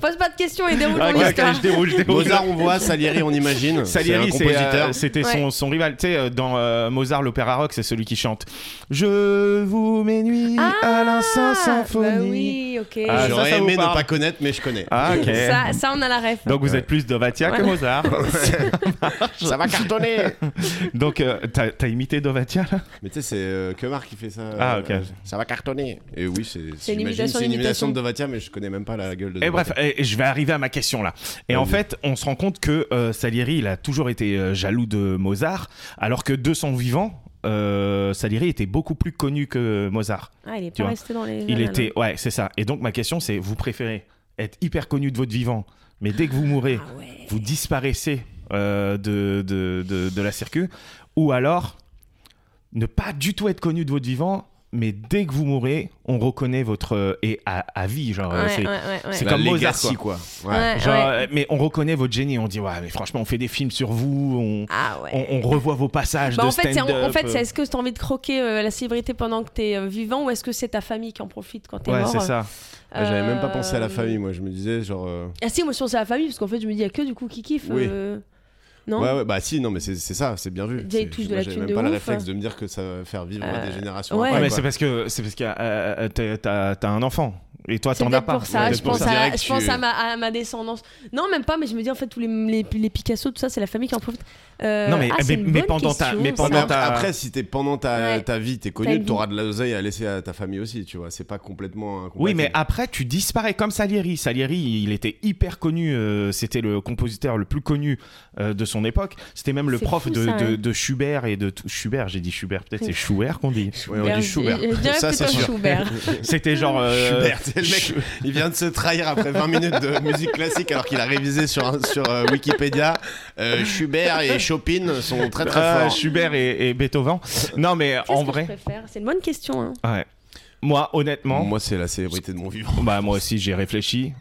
F: Pose pas de questions et déroule
C: Ah,
F: ton
C: ouais,
F: histoire.
C: je déroule, je déroule.
D: Mozart, on voit, Salieri, on imagine.
C: Salieri,
D: c'est un
C: c'est, euh,
D: compositeur.
C: c'était son, son rival. Tu sais, euh, dans euh, Mozart, l'opéra rock, c'est celui qui chante Je vous mets nuit à l'instant symphonie.
F: Ah, Bah oui, ok.
C: Ah, ça,
D: J'aurais
C: ça vous
D: aimé ne
C: parle.
D: pas connaître, mais je connais.
C: Ah, ok.
F: ça, ça, on a la ref.
C: Donc vous êtes plus Dovatia que
F: Ouais.
D: [laughs]
C: Mozart.
D: Ça va cartonner
C: Donc euh, t'as, t'as imité Dovatia là
D: Mais tu sais, c'est euh, que Marc qui fait ça.
C: Ah,
D: euh,
C: ok.
D: ça va cartonner. Et oui, c'est
F: C'est
D: j'imagine,
F: une imitation
D: c'est une
F: d'imitation.
D: imitation de Dovatia, mais je connais même pas la gueule de
C: Et
D: Dovatia.
C: Eh, bref, et- et je vais arriver à ma question là. Et en
D: Vas-y.
C: fait, on se rend compte que euh, Salieri, il a toujours été euh, jaloux de Mozart, alors que de son vivant, euh, Salieri était beaucoup plus connu que Mozart.
F: Ah, il est
C: Tu
F: pas
C: vois,
F: resté dans les.
C: Il
F: annales.
C: était, ouais, c'est ça. Et donc ma question, c'est, vous préférez être hyper connu de votre vivant, mais dès que vous mourrez,
F: Ah ouais.
C: vous disparaissez euh, de, de, de- de la circu, ou alors ne pas du tout être connu de votre vivant, mais dès que vous mourrez, on reconnaît votre euh, et à, à vie, genre euh,
F: Ouais,
C: c'est-
F: ouais, ouais, ouais.
C: c'est
D: La
C: comme Mozart,
D: legacy, quoi. Ouais.
F: Ouais,
C: genre,
F: ouais.
C: euh, mais on reconnaît votre génie, on dit ouais, mais franchement, on fait des films sur vous, on,
F: Ah ouais.
C: on- on revoit vos passages
F: Bah,
C: de
F: en fait, c'est
C: stand-up.
F: en fait, c'est
C: euh.
F: est-ce que tu as envie de croquer euh, la célébrité pendant que tu es vivant ou est-ce que c'est ta famille qui en profite quand tu es
C: Ouais,
F: mort
C: c'est ça.
D: Ah, J'avais même pas
F: Euh,
D: pensé à la famille, moi. Je me disais, genre. euh,
F: Ah si, moi je pense à la famille parce qu'en fait, je me dis il y a que du coup qui kiffe.
D: Oui.
F: euh, Non
D: Ouais, ouais, bah si, non, mais c'est c'est ça, c'est bien vu.
F: Déjà, ils
D: C'est-
F: touchent de
D: moi,
F: la
D: J'avais
F: thune
D: même
F: de
D: pas le
F: ouf. hein.
D: réflexe de me dire que ça va faire vivre
F: Euh,
D: des générations
F: ouais.
D: après.
C: Ouais, mais
D: quoi.
C: c'est parce que c'est parce que euh, t'as- t'as t'as un enfant et toi
D: Ah,
F: C'est
C: t'en as
F: peut-être
C: pas.
F: pour ça,
D: Ouais,
F: je
D: c'est pour
F: pense,
D: ça.
F: à,
D: Direct,
F: je pense
D: tu-
F: à, ma, à ma descendance. Non, même pas, mais je me dis en fait, tous les, les, les Picasso, tout ça, c'est la famille qui en profite. Euh,
C: Non, mais-
F: ah,
C: mais-
F: c'est une
C: mais
F: bonne
C: pendant ta-
F: question,
C: mais
F: ça.
D: Ouais, mais
C: pendant
D: après,
C: ta-
D: après, si t'es pendant ta,
F: Ouais.
D: ta vie, t'es
F: Ta
D: connu,
F: vie.
D: t'auras de l'oseille à laisser à ta famille aussi, tu vois. C'est pas complètement.
C: Oui,
D: incompatible.
C: mais après, tu disparais comme Salieri. Salieri, il était hyper connu. euh, C'était le compositeur le plus connu euh, de son époque. C'était même le
F: C'est
C: prof
F: fou,
C: de,
F: ça,
C: de,
F: ouais.
C: de Schubert et de tout. Schubert, j'ai dit Schubert, peut-être c'est Schubert qu'on dit.
D: Ouais, on dit Schubert.
F: Je dirais
D: Ça, c'est
F: plutôt
D: sûr.
F: Schubert. [laughs]
C: C'était genre. euh,
D: Schubert, c'est le mec, il vient de se trahir après 20 minutes de musique classique alors qu'il a révisé sur, un- sur euh, Wikipédia. Euh, Schubert et Chopin sont très très
C: euh,
D: forts.
C: Schubert et, et Beethoven. Non, mais
F: Qu'est-ce
C: en
F: que je
C: vrai.
F: préfère C'est une bonne question. hein.
C: Ouais. Moi, honnêtement,
D: Moi, c'est la célébrité de mon vivant.
C: bah, moi aussi, j'ai réfléchi.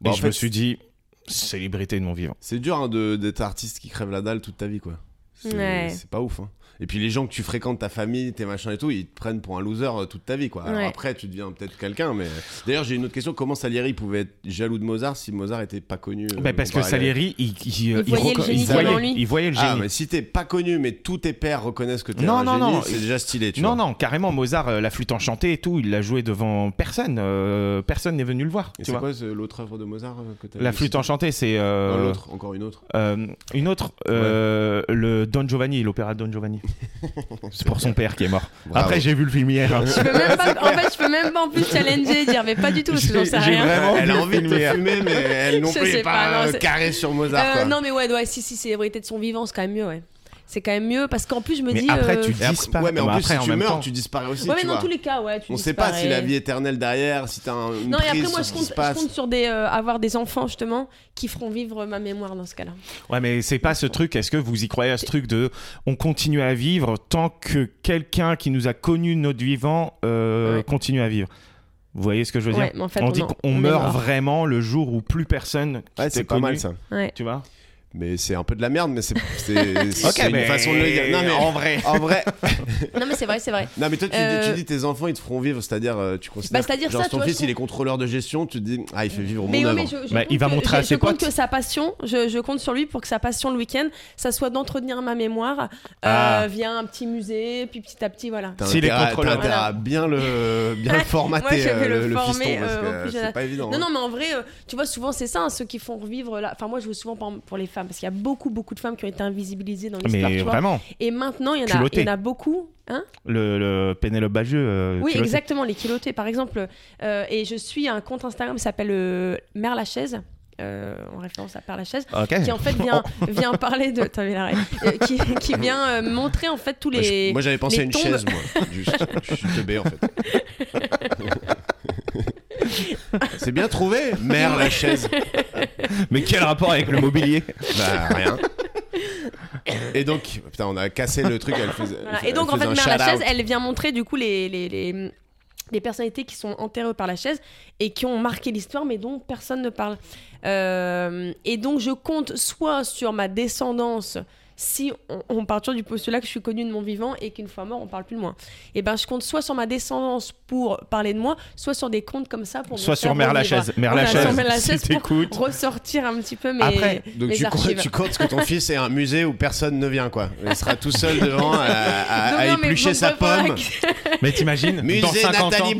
D: Bah,
C: et
D: en
C: je
D: fait,
C: me suis dit, célébrité de mon vivant.
D: C'est dur hein, de- d'être artiste qui crève la dalle toute ta vie, quoi. C'est
F: Ouais.
D: c'est pas ouf. hein. Et puis les gens que tu fréquentes, ta famille, tes machins et tout, ils te prennent pour un loser euh, toute ta vie, quoi. Alors
F: Ouais.
D: après, tu deviens peut-être quelqu'un, mais. D'ailleurs, j'ai une autre question. Comment Salieri pouvait être jaloux de Mozart si Mozart était pas connu euh,
C: Bah, parce
D: en
C: que
D: parallèle
C: Salieri, il, il- il
F: voyait le
C: reco-
F: génie
C: il
D: qu'il y avait
C: voyait-
F: en lui.
C: il voyait le
D: Ah,
C: génie.
D: mais si t'es pas connu, mais tous tes pères reconnaissent que t'es
C: Non,
D: un
C: non,
D: génie,
C: non.
D: c'est déjà stylé, tu
C: Non,
D: vois.
C: non, carrément, Mozart, euh, la flûte enchantée et tout, il l'a joué devant personne. euh, personne n'est venu le voir.
D: Et
C: tu
D: c'est
C: vois.
D: quoi ce- l'autre œuvre de Mozart euh, que t'as
C: La
D: vu
C: flûte enchantée, c'est
D: Non,
C: euh,
D: l'autre, encore une autre.
C: euh, une autre, euh, le Don Giovanni, l'opéra Don
D: [laughs]
C: Giovanni. c'est pour son père qui est mort.
D: Bravo.
C: Après, j'ai vu le film hier. hein.
F: Je
D: [laughs]
F: peux même pas, en fait, je peux même pas en plus challenger et dire, mais pas du tout, parce que j'en sais
C: J'ai- j'ai
F: rien.
C: vraiment-
D: Euh, elle a
C: vu
D: envie de te
C: filmer.
D: fumer, mais elle non
F: Je
D: plus
F: sais
D: est
F: pas,
D: pas,
F: non,
D: euh,
F: c'est-
D: carrée sur Mozart,
F: Euh,
D: quoi.
F: non mais ouais, ouais, si si célébrité de son vivant c'est quand même mieux ouais. C'est quand même mieux parce qu'en plus je me
C: Mais
F: dis
C: après,
F: euh,
C: tu
D: Et après-
C: disparais.
D: ouais, mais en
C: Bah,
D: plus,
C: après,
D: si
C: en
D: tu
C: même
D: meurs,
C: temps-
D: tu disparais aussi,
F: Ouais mais
D: tu
F: dans
D: vois.
F: tous les cas ouais, tu
D: On sait pas si la
F: disparais.
D: vie éternelle derrière, si t'as un, une
F: Non et
D: prise
F: après moi
D: sur
F: je
D: ce qui
F: compte,
D: se
F: je
D: passe.
F: compte sur des euh, avoir des enfants justement qui feront vivre ma mémoire dans ce cas-là.
C: Ouais, mais c'est pas ce truc. Est-ce que vous y croyez à ce truc de on continue à vivre tant que quelqu'un qui nous a connu notre vivant euh,
F: Ouais.
C: continue à vivre Vous voyez ce que je veux dire
F: Ouais, mais en fait,
C: On
F: on
C: dit
F: en-
C: qu'on
F: on est
C: meurt
F: mort.
C: vraiment le jour où plus personne. qui
D: Ouais, c'est
C: t'est
D: pas
C: connu,
D: mal ça.
F: Ouais.
C: Tu vois
D: Mais c'est un peu de la merde, mais c'est
C: [laughs]
D: c'est- c'est
C: Ok,
D: une
C: mais-
D: façon de le dire. Non, mais
C: en
D: en,
C: vrai.
D: vrai.
F: Non mais c'est vrai, c'est vrai.
D: Non, mais toi, tu, dis-
F: Euh,
D: tu dis tes enfants, ils te feront vivre, c'est-à-dire, euh, tu considères.
F: Bah, c'est-à-dire
D: genre,
F: ça,
D: ton
F: tu vois,
D: fils,
F: je
D: il est contrôleur de gestion, tu te dis, ah, il fait vivre
F: Mais,
D: mon
F: ouais,
D: œuvre.
F: mais je, je
C: Bah,
F: compte
C: il va
F: que-
C: montrer à
F: je-
C: ses
F: je compte
C: potes.
F: que sa passion, je, je compte sur lui pour que sa passion le week-end, ça soit d'entretenir ma mémoire euh,
C: Ah.
F: via un petit musée, puis petit à petit voilà.
D: T'as
C: S'il est
D: intérêt à-
C: contrôleur.
D: t'as intérêt à
F: Voilà.
D: bien
F: [laughs]
D: le, bien le formater,
F: Moi, je vais
D: euh,
F: le
D: le, le
F: former,
D: fiston, parce
F: euh, au
D: que
F: plus jeune
D: c'est
F: âge.
D: pas évident.
F: Non,
D: hein.
F: non, mais en vrai, euh, tu vois, souvent c'est ça, hein, ceux qui font revivre. la- Enfin, moi, je joue souvent par exemple, pour les femmes, parce qu'il y a beaucoup, beaucoup de femmes qui ont été invisibilisées dans l'histoire.
C: Mais
F: tu vois.
C: vraiment,
F: Et maintenant, il y, en a,
C: Culottées.
F: il y en a beaucoup. Hein
C: le, le Pénélope Bagieux. euh,
F: oui,
C: tu le sais.
F: exactement, les culottés, par exemple. euh, et je suis un compte Instagram qui s'appelle euh, Mère Lachaise, euh, en référence à Père Lachaise.
C: Ok.
F: Qui en fait
D: [laughs]
F: vient, vient parler de. T'as vu la règle Euh, qui, qui vient euh, montrer en fait tous
D: Moi, je-
F: les.
D: Moi, j'avais pensé
F: les
D: à une
F: tombes.
D: chaise,
F: [laughs]
D: moi. Juste, je suis teubé, en fait. C'est bien trouvé, mère la chaise.
H: Mais quel rapport avec le mobilier
D: Bah rien.
F: [laughs]
D: Et donc, putain, on a cassé le truc. Elle faisait,
F: Voilà.
D: elle
F: Et donc, en
D: Euh, faisait
F: fait,
D: un
F: Mère Lachaise,
D: shout-out.
F: elle vient montrer du coup les, les, les, les personnalités qui sont enterrées par la chaise et qui ont marqué l'histoire, mais dont personne ne parle. Euh, et donc, je compte soit sur ma descendance. Si on, on part toujours du postulat que je suis connue de mon vivant et qu'une fois mort, on parle plus de moi, et ben je compte soit sur ma descendance pour parler de moi, soit sur des comptes comme ça pour me
C: Soit
F: faire
C: sur Mère
F: revivre.
C: Lachaise. Mère
F: Voilà, sur
C: Lachaise,
F: Mère
C: si
F: Lachaise pour
C: t'écoutes.
F: [laughs] ressortir un petit peu mes,
C: Après,
D: Donc
F: mes
D: tu comptes,
F: archives.
D: tu comptes que ton fils est un musée où personne ne vient quoi. Il sera tout seul devant à, à-
F: Donc,
D: à
F: non, mais
D: éplucher
F: bon,
D: sa
F: voilà,
D: pomme.
C: Mais t'imagines
D: Musée
C: Dans 50
D: Nathalie
C: ans.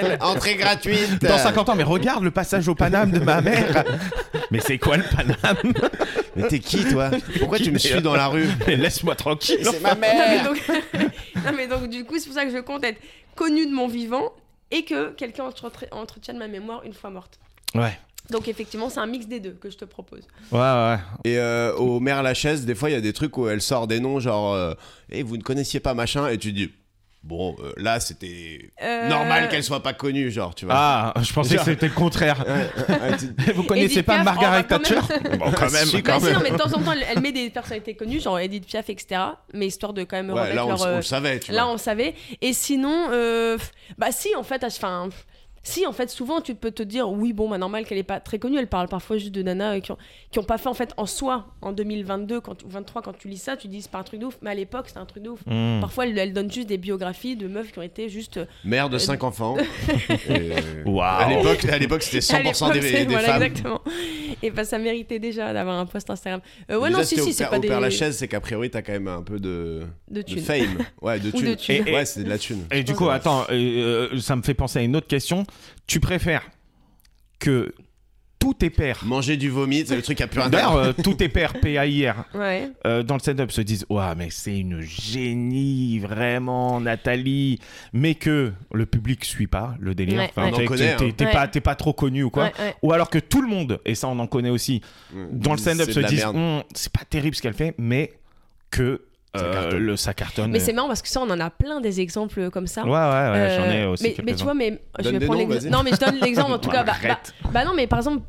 D: Boitel, entrée gratuite.
C: Dans 50 ans, mais regarde le passage au Paname de ma mère. [laughs] mais c'est quoi le Paname
D: Mais t'es qui toi Pourquoi tu me suis dans la rue
C: Mais Laisse-moi tranquille. hein.
D: C'est ma
F: Non
D: [laughs]
F: mais,
D: mère.
F: donc... [laughs] non, mais donc, du coup, c'est pour ça que je compte être connue de mon vivant et que quelqu'un entre- entretienne ma mémoire une fois morte.
C: Ouais.
F: Donc, effectivement, c'est un mix des deux que je te propose.
C: Ouais, ouais.
D: Et euh, au maire Lachaise, des fois, il y a des trucs où elle sort des noms genre euh, Eh, vous ne connaissiez pas machin, et tu dis Bon, euh, là, c'était
F: Euh,
D: normal qu'elle soit pas connue, genre, tu vois.
C: Ah, je pensais que c'était le contraire.
F: [laughs]
C: [laughs] Vous connaissez
F: Edith
C: pas
F: Piaf,
C: Margaret
F: oh, bah, quand
C: Thatcher
D: Bon, quand même,
C: Si,
F: Bah
D: quand
F: si, non,
D: même.
F: mais de temps en temps, elle,
D: [laughs]
F: elle met des personnalités connues, genre Edith Piaf, etc. Mais histoire de quand même
D: Ouais,
F: remettre
D: là, on,
F: leur.
D: le- on
F: euh,
D: le savait, tu
F: Là,
D: vois.
F: on savait. Et sinon, euh, pff, bah si, en fait, ah, je- enfin, pff, si, en fait, souvent, tu peux te dire, oui, bon, bah normal qu'elle est pas très connue. Elle parle parfois juste de nanas euh, qui ont, qui ont pas fait, en fait, en soi, en 2022 quand, ou 23, quand tu lis ça, tu dis, c'est pas un truc de ouf. Mais à l'époque, c'était un truc de
D: Mm.
F: ouf.
C: [laughs] Hmm.
F: Parfois, elle, elle donne juste des biographies de meufs qui ont été juste. euh,
D: Mère de 5
F: [laughs]
D: enfants. Et, euh, À
C: Waouh.
D: l'époque, à l'époque, c'était
F: à
D: 100% des,
F: l'époque, c'est-
D: des
F: voilà,
D: femmes.
F: exactement. Et bah, ça méritait déjà d'avoir un post Instagram. Euh, ouais,
D: Déjà,
F: non, si,
D: c'était au
F: si, c'est
D: Père-
F: pas
D: au
F: des.
D: Père Lachaise, c'est qu'a priori, t'as quand même un peu de,
F: De
D: de
F: thunes. [laughs]
D: fame. Ouais, de
F: Ou
D: thune.
F: de thunes.
C: Et- et-
D: Ouais, c'est de la thune.
C: Et du
F: pense
C: coup,
F: que-
C: attends, euh, euh, ça me fait penser à une autre question. Tu préfères que tous tes pères,
D: Manger du vomi, c'est le truc à plus
C: d'ailleurs,
D: d'heure.
C: euh, tous tes pères, PAIR,
F: Ouais.
C: euh, dans le stand-up se disent Ouah, mais c'est une génie, vraiment, Nathalie, mais que le public suit pas le délire.
F: Ouais, ouais.
C: t'es-
D: On en connaît,
C: t'es- t'es-
D: hein.
C: t'es pas, t'es pas trop connu ou quoi.
F: ouais, ouais.
C: Ou alors que tout le monde, et ça on en connaît aussi, dans le stand-up se disent Hum, c'est pas terrible ce qu'elle fait, mais que
D: Ça
C: euh,
D: cartonne.
C: le, ça cartonne.
F: Mais c'est marrant parce que ça, on en a plein des exemples comme ça.
C: Ouais, ouais, ouais,
F: Euh,
C: j'en ai aussi.
F: Mais, mais tu vois, mais je
D: Donne
F: vais
D: des
F: prendre
D: noms,
F: l'exemple.
D: vas-y.
F: Non, mais je donne
C: [laughs]
F: l'exemple en tout cas. bah- bah,
C: Arrête.
F: bah non, mais par exemple,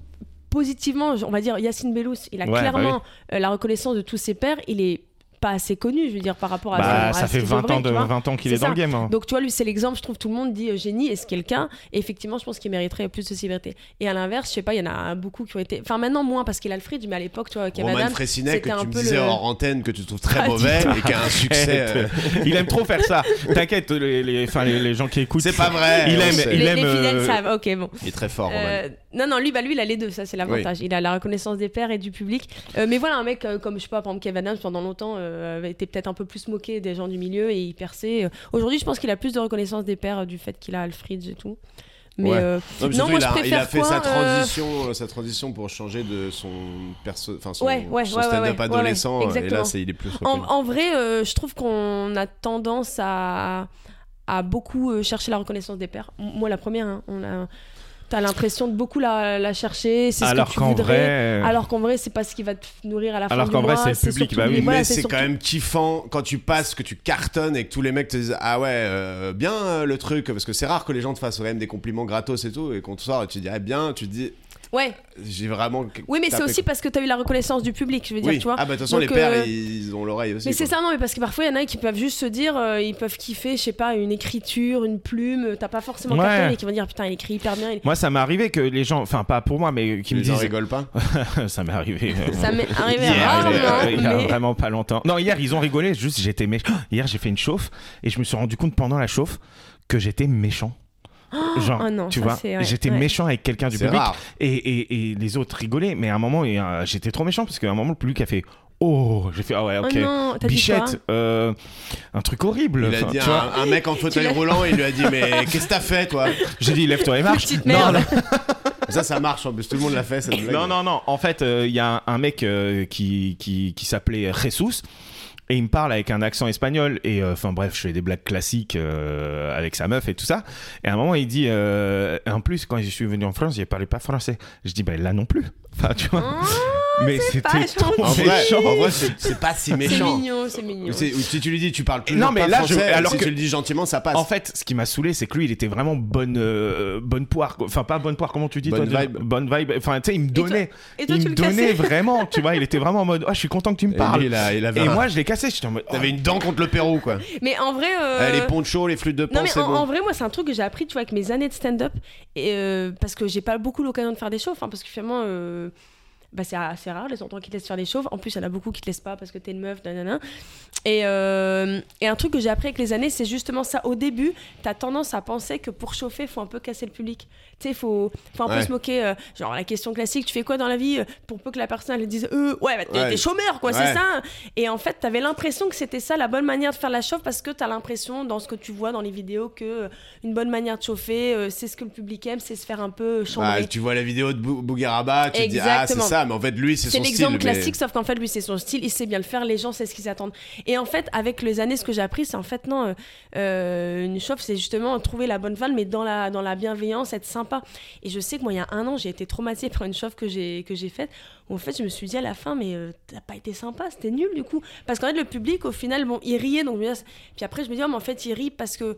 F: positivement, on va dire Yacine Bellous, il a
C: Ouais, bah
F: clairement euh, la reconnaissance de tous ses pairs. Il est pas assez connu, je veux dire, par rapport à.
C: Bah,
F: à
C: ça
F: ce
C: fait
F: qu'il
C: 20
F: devrait,
C: ans, de,
F: tu vois.
C: 20 ans qu'il est,
F: C'est
C: dans
F: ça.
C: le game. hein.
F: Donc, tu vois, lui, c'est l'exemple. Je trouve tout le monde dit euh, génie, est-ce quelqu'un Et effectivement, je pense qu'il mériterait plus de célébrité. Et à l'inverse, je sais pas, il y en a beaucoup qui ont été. Enfin, maintenant, moins parce qu'il a le fridge, mais à l'époque, tu vois, Kev
D: Roman
F: Adams,
D: Fressinet,
F: c'était
D: que
F: un
D: tu me
F: peu
D: disais
F: le-
D: hors antenne que tu trouves très
F: Ah,
D: mauvais
C: dis-toi.
D: et qui a un succès. euh,
C: Eh, [laughs] Il aime trop faire ça. T'inquiète, les, les, enfin, les, les gens qui écoutent.
D: C'est pas vrai.
C: Il
D: on
C: aime-
D: sait.
F: les, les
C: euh,
F: fidèles savent. Ok, bon.
D: Il est très fort, Roman.
F: Euh, non, non, lui, bah, lui, il a les deux, ça c'est l'avantage. Il a la reconnaissance des pairs et du public. Euh, mais voilà, un mec euh, comme, je sais pas, par exemple, Kevin Adams, pendant longtemps, euh, avait été peut-être un peu plus moqué des gens du milieu et il perçait. Euh, Aujourd'hui, je pense qu'il a plus de reconnaissance des pairs euh, du fait qu'il a Alfred et tout. Mais
D: Ouais.
F: euh,
D: Non, mais
F: non,
D: surtout,
F: moi,
D: il,
F: je
D: a, il
F: préfère
D: a fait
F: quoi,
D: sa
F: euh,
D: transition, euh, sa transition pour changer de son perso, enfin son,
F: Ouais, ouais,
D: son
F: ouais, ouais,
D: stand-up
F: ouais,
D: adolescent.
F: ouais,
D: euh, et
F: exactement.
D: là, c'est- il est plus.
F: en,
D: reconnu.
F: en vrai, euh, je trouve qu'on a tendance à, à beaucoup euh, chercher la reconnaissance des pairs. M- Moi, la première, hein, on a. T'as l'impression de beaucoup la, la chercher, c'est ce
C: Alors
F: que tu
C: qu'en
F: voudrais.
C: vrai. euh,
F: Alors qu'en vrai, c'est pas ce qui va te nourrir à la fin
C: Alors
F: du
C: qu'en vrai,
F: mois,
C: c'est le public,
F: surtout
C: bah oui.
F: les-
D: Ah Mais
F: voilà,
D: c'est
F: surtout-
D: quand même kiffant quand tu passes, que tu cartonnes et que tous les mecs te disent Ah ouais, euh, bien euh, le truc, parce que c'est rare que les gens te fassent quand même des compliments gratos et tout, et qu'on te sort et tu dis Ah bien, tu te dis
F: Ouais.
D: J'ai vraiment.
F: Oui, mais c'est
D: tapé,
F: aussi
D: quoi.
F: parce que t'as eu la reconnaissance du public, je veux dire,
D: Oui.
F: tu vois.
D: Ah bah de toute façon,
F: Donc,
D: les pères,
F: euh,
D: ils ont l'oreille aussi.
F: Mais c'est
D: quoi.
F: ça, non, mais parce que parfois, il y en a qui peuvent juste se dire, euh, ils peuvent kiffer, je sais pas, une écriture, une plume, t'as pas forcément
C: Ouais.
F: quelqu'un et qui vont dire, putain, il écrit hyper bien. il-
C: Moi, ça m'est arrivé que les gens, enfin pas pour moi, mais qui me Ah,
D: Les gens
C: disent,
D: rigolent pas.
C: [laughs] ça m'est arrivé. euh,
F: Ça m'est arrivé
C: Hier, il y a-
F: rarement, hein,
C: il y a
F: mais-
C: vraiment pas longtemps. Non, hier, ils ont rigolé, juste j'étais méchant. [gasps] Hier, j'ai fait une chauffe et je me suis rendu compte pendant la chauffe que j'étais méchant. Genre,
F: oh non,
C: tu
F: ça,
C: vois,
F: c'est- ouais,
C: j'étais
F: ouais.
C: méchant avec quelqu'un du
D: C'est
C: public
D: rare.
C: et, et- et les autres rigolaient, mais à un moment, et, euh, j'étais trop méchant parce qu'à un moment, le public a fait Oh, j'ai fait Ah ouais, ok.
F: Oh non, t'as dit quoi
C: Bichette, euh, un truc horrible.
D: Il a
C: Enfin,
D: dit
C: tu vois,
D: un, un mec en
F: [laughs]
D: fauteuil
F: l'as-
D: roulant, il lui a dit Mais qu'est-ce que t'as fait, toi
C: j'ai dit
F: [laughs]
C: lève-toi et marche.
F: Petite
C: Non,
F: merde.
D: Ça, ça marche en plus, tout le monde l'a fait cette blague.
C: Eh, Non, non, non. En fait, il y a un, un mec euh, qui, qui, qui s'appelait Jesus. Et il me parle avec un accent espagnol. Et euh, enfin, bref, je fais des blagues classiques euh, avec sa meuf et tout ça. Et à un moment, il dit euh, En plus, quand je suis venu en France, je parlais pas français. Je dis Ben là non plus. Enfin, tu vois.
F: Ah,
C: mais
F: pas
C: c'était
F: gentil.
C: trop
D: En vrai,
C: méchant.
D: en vrai, c'est c'est pas si
F: C'est
D: méchant.
F: mignon, c'est mignon.
D: Ou c'est- ou si tu lui dis, tu parles plus
C: Non, mais
D: pas
C: là, je-
D: français,
C: alors
D: si
C: que-
D: tu le dis gentiment, ça passe.
C: En fait, ce qui m'a saoulé, c'est que lui, il était vraiment bonne, euh, bonne poire. quoi. Enfin, pas bonne poire, comment tu dis toi,
D: Bonne
C: déjà
D: vibe.
C: Bonne vibe. Enfin, tu sais, il me
F: toi-
C: donnait.
F: Et toi,
C: il
F: tu
C: me
F: le
C: donnait
F: cassais.
C: vraiment, tu vois. Il était vraiment en mode, oh, je suis content que tu me
D: Et lui,
C: parles.
D: il a- il avait
C: Et
D: un-
C: moi, je l'ai cassé. J'étais en mode, oh,
D: Ah, T'avais une dent contre le Pérou, quoi.
F: [laughs] Mais en vrai. euh,
D: Eh, les ponchos, les flûtes de
F: Non
D: pan,
F: mais
D: c'est
F: en, en
D: bon.
F: vrai moi c'est un truc que j'ai appris tu vois avec mes années de stand-up et, euh, parce que j'ai pas beaucoup l'occasion de faire des shows enfin parce que finalement euh, bah, c'est assez rare les endroits qui te laissent faire des shows en plus il y en a beaucoup qui te laissent pas parce que t'es une meuf nanana et, euh, et un truc que j'ai appris avec les années c'est justement ça au début t'as tendance à penser que pour chauffer faut un peu casser le public tu sais faut, faut un
D: Ouais.
F: peu se moquer euh, genre la question classique tu fais quoi dans la vie euh, pour peu que la personne elle dise euh, ouais bah, t'es
D: Ouais.
F: t'es chômeur quoi
D: Ouais.
F: c'est ça et en fait, t'avais l'impression que c'était ça la bonne manière de faire la chauffe parce que t'as l'impression, dans ce que tu vois dans les vidéos, que euh, une bonne manière de chauffer, euh, c'est ce que le public aime, c'est se faire un peu
D: Bah,
F: chambrer.
D: tu vois la vidéo de Bou- Bougueraba, tu te dis, ah, c'est
F: Exactement.
D: ça, mais en fait, lui, c'est
F: c'est
D: son style.
F: l'exemple
D: mais-
F: classique, sauf qu'en fait, lui, c'est son style, il sait bien le faire, les gens, c'est ce qu'ils attendent. Et en fait, avec les années, ce que j'ai appris, c'est en fait, non, euh, euh, une chauffe, c'est justement trouver la bonne vanne, mais dans la, dans la bienveillance, être sympa. Et je sais que moi, il y a un an, j'ai été traumatisée [laughs] par une chauffe que j'ai que j'ai faite, où en fait, je me suis dit à la fin, mais euh, t'as pas été sympa, c'était nul du coup. Parce qu'en fait, le public, au final, bon, il riait, donc je me disais- puis après, je me dis, ah, mais en fait, il rit parce que.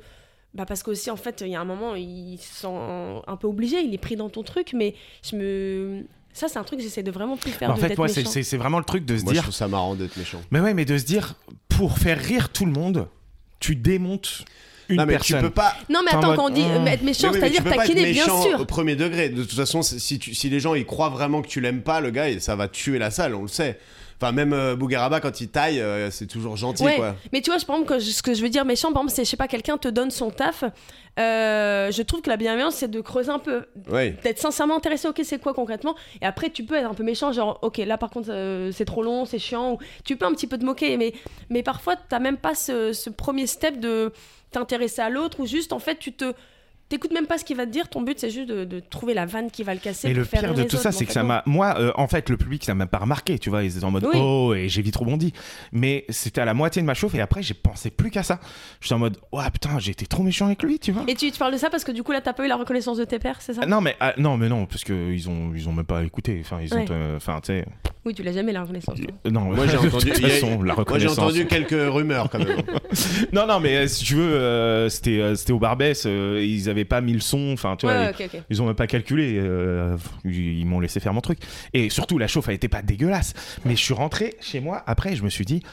F: Bah parce qu'aussi, en fait, il y a un moment, il se sent un peu obligé, il est pris dans ton truc, mais je me. Ça, c'est un truc que j'essaie de vraiment plus
D: Bah,
F: faire.
C: En
F: de
C: fait,
F: d'être
C: moi, c'est-
F: méchant.
C: c'est c'est vraiment le truc de se
D: Moi, je
C: dire,
D: trouve ça marrant d'être méchant.
C: Mais ouais, mais de se dire, pour faire rire tout le monde, tu démontes une
D: Non, mais tu
C: personne.
D: peux pas.
F: Non, mais
C: T'es en
F: attends,
C: mode,
F: quand on dit euh,
C: hmm.
F: être méchant,
D: Non, mais- mais
F: c'est-à-dire
D: tu peux pas
F: taquiner,
D: être
F: bien
D: méchant
F: sûr.
D: Au premier degré. De toute façon, si, tu- si les gens ils croient vraiment que tu l'aimes pas, le gars, ça va tuer la salle, on le sait. Enfin, même euh, Bougueraba, quand il taille, euh, c'est toujours gentil,
F: Ouais.
D: quoi.
F: Mais tu vois, je, par exemple, que je- ce que je veux dire méchant, par exemple, c'est, je sais pas, quelqu'un te donne son taf. euh, je trouve que la bienveillance, c'est de creuser un peu,
D: Oui.
F: d'être sincèrement intéressé, ok, c'est quoi concrètement Et après, tu peux être un peu méchant, genre, ok, là par contre, euh, c'est trop long, c'est chiant, ou tu peux un petit peu te moquer, mais, mais parfois, t'as même pas ce, ce premier step de t'intéresser à l'autre, ou juste, en fait, tu te. T'écoutes même pas ce qu'il va te dire, ton but c'est juste de, de trouver la vanne qui va le casser.
C: Et
F: pour
C: le
F: faire
C: pire
F: rire
C: de
F: les
C: tout
F: autres,
C: ça,
F: mais en
C: c'est que
F: fait,
C: ça
F: non.
C: m'a. Moi, euh, en fait, le public, ça m'a pas remarqué, tu vois. Ils étaient en mode
F: Oui.
C: Oh, et j'ai vite rebondi. Mais c'était à la moitié de ma chauffe, et après, j'ai pensé plus qu'à ça. J'étais en mode Ouais, putain, j'ai été trop méchant avec lui, tu vois.
F: Et tu, tu parles de ça parce que du coup là t'as pas eu la reconnaissance de tes pairs, c'est ça
C: Ah, Non mais ah, non mais non parce que ils ont ils ont même pas écouté enfin ils ont
F: Ouais.
C: euh, enfin tu sais
F: Oui, tu l'as jamais la reconnaissance. toi.
C: euh, non [laughs]
D: Moi, j'ai entendu-
C: de toute
D: il y a-
C: façon la
D: Moi, j'ai
C: reconnaissance
D: entendu quelques rumeurs quand même.
C: non non mais euh, si tu veux euh, c'était euh, c'était au Barbès euh, ils avaient pas mis le son enfin tu vois
F: Ouais, ok, ok.
C: Ils ont même pas calculé, euh, ils ils m'ont laissé faire mon truc. Et surtout, la chauffe, elle était pas dégueulasse. Mais je suis rentré chez moi, après, je me suis dit,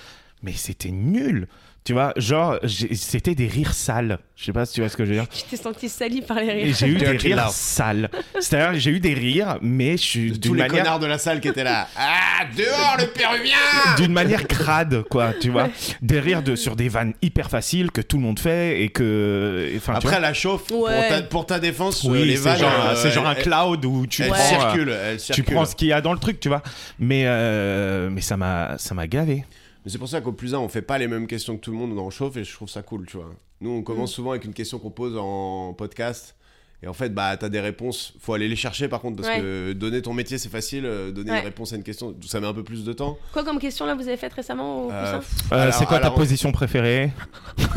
C: mais c'était nul. Tu vois, genre, j'ai- c'était des rires sales. Je sais pas si tu vois ce que je veux dire.
F: Tu t'es senti sali par les
C: Et
F: rires.
C: j'ai eu des
D: Dirty
C: rires
D: laugh.
C: sales. C'est-à-dire, j'ai eu des rires, mais je suis
D: Tous
C: [laughs] d'une
D: les
C: manière,
D: connards de la salle qui étaient là. Ah, dehors le péruvien
C: d'une manière crade, quoi, tu vois. Des rires de, sur des vannes hyper faciles que tout le monde fait et que. et Enfin, tu
D: Après
C: vois.
D: la chauffe,
F: Ouais.
D: pour, ta, pour ta défense, euh, les
C: oui, c'est
D: vannes,
C: genre,
D: euh,
C: c'est genre un
D: elles-
C: cloud où tu
D: elles
C: prends, euh,
D: circulent, elles
C: tu
D: circulent.
C: prends ce qu'il y a dans le truc, tu vois. Mais, euh, mais ça m'a ça m'a gavé.
D: Mais c'est pour ça qu'au plus un, on fait pas les mêmes questions que tout le monde, on en chauffe et je trouve ça cool, tu vois. Nous, on commence
F: Mm.
D: souvent avec une question qu'on pose en podcast. Et en fait, bah, t'as des réponses. Faut aller les chercher, par contre, parce
F: Ouais.
D: que donner ton métier, c'est facile. euh, Donner
F: Ouais.
D: une réponse à une question, ça met un peu plus de temps. [laughs]
F: Quoi comme question là vous avez faite récemment au
D: Euh,
F: coussin
D: pff,
C: Euh,
D: alors-
C: c'est quoi
D: alors,
C: ta position préférée [laughs]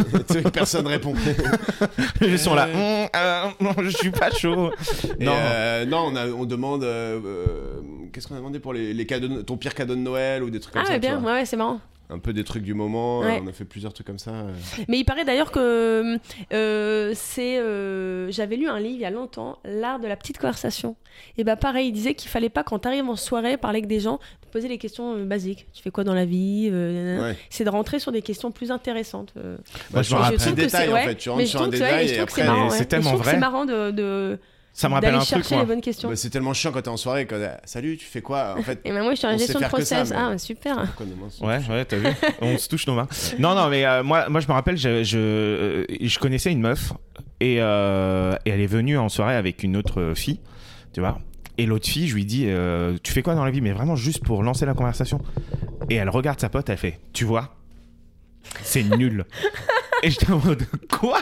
D: Personne répond.
C: Ils sont là. Hum, euh, non, [laughs] je suis pas chaud. [laughs]
D: Et,
C: non.
D: euh, non, on, a- on demande. euh, euh, Qu'est-ce qu'on a demandé pour les, les cadeaux, de- ton pire cadeau de Noël ou des trucs comme
F: Ah
D: ça
F: ouais,
D: tu
F: bien,
D: vois.
F: ouais, ouais, c'est marrant.
D: Un peu des trucs du moment.
F: Ouais.
D: euh, on a fait plusieurs trucs comme ça. euh.
F: Mais il paraît d'ailleurs que euh, c'est. euh, J'avais lu un livre il y a longtemps, L'art de la petite conversation. Et bah pareil, il disait qu'il fallait pas, quand t'arrives en soirée, parler avec des gens, te poser les questions euh, basiques. Tu fais quoi dans la vie Euh, nanana.
D: Ouais. Bah,
F: C'est de rentrer sur des questions plus intéressantes. euh.
C: Moi, je me
D: Sur un
F: Et
C: rappelle-
D: petit
F: trouve que
D: détail,
F: c'est-
D: en
F: ouais,
D: fait. Tu
F: mais
D: rentres
F: je
D: sur un
F: trouve que- ouais,
D: détail
F: je
D: et
F: trouve que
D: après.
F: c'est
D: euh,
C: marrant,
F: marrant,
C: c'est
F: ouais.
C: tellement
F: Je trouve que
C: vrai.
F: C'est marrant de- de-
C: ça me rappelle
F: d'aller
C: un truc,
F: chercher
C: moi.
F: les bonnes questions.
D: Bah, c'est tellement chiant quand t'es en soirée. Quand, euh, Salut, tu fais quoi En fait,
F: Et bah, moi, je suis en
D: On sait
F: gestion de
D: faire que ça,
F: process.
D: mais-
F: Ah, bah, super.
D: [laughs] pourquoi on demande ça
C: Ouais, ouais, t'as vu. On se touche nos mains. Non, non, mais euh, moi, moi, je me rappelle, je, je, euh, je connaissais une meuf et, euh, et elle est venue en soirée avec une autre fille, tu vois. Et l'autre fille, je lui dis, euh, tu fais quoi dans la vie Mais vraiment juste pour lancer la conversation. Et elle regarde sa pote, elle fait, tu vois, c'est
F: [laughs]
C: nul. et j'étais en mode, quoi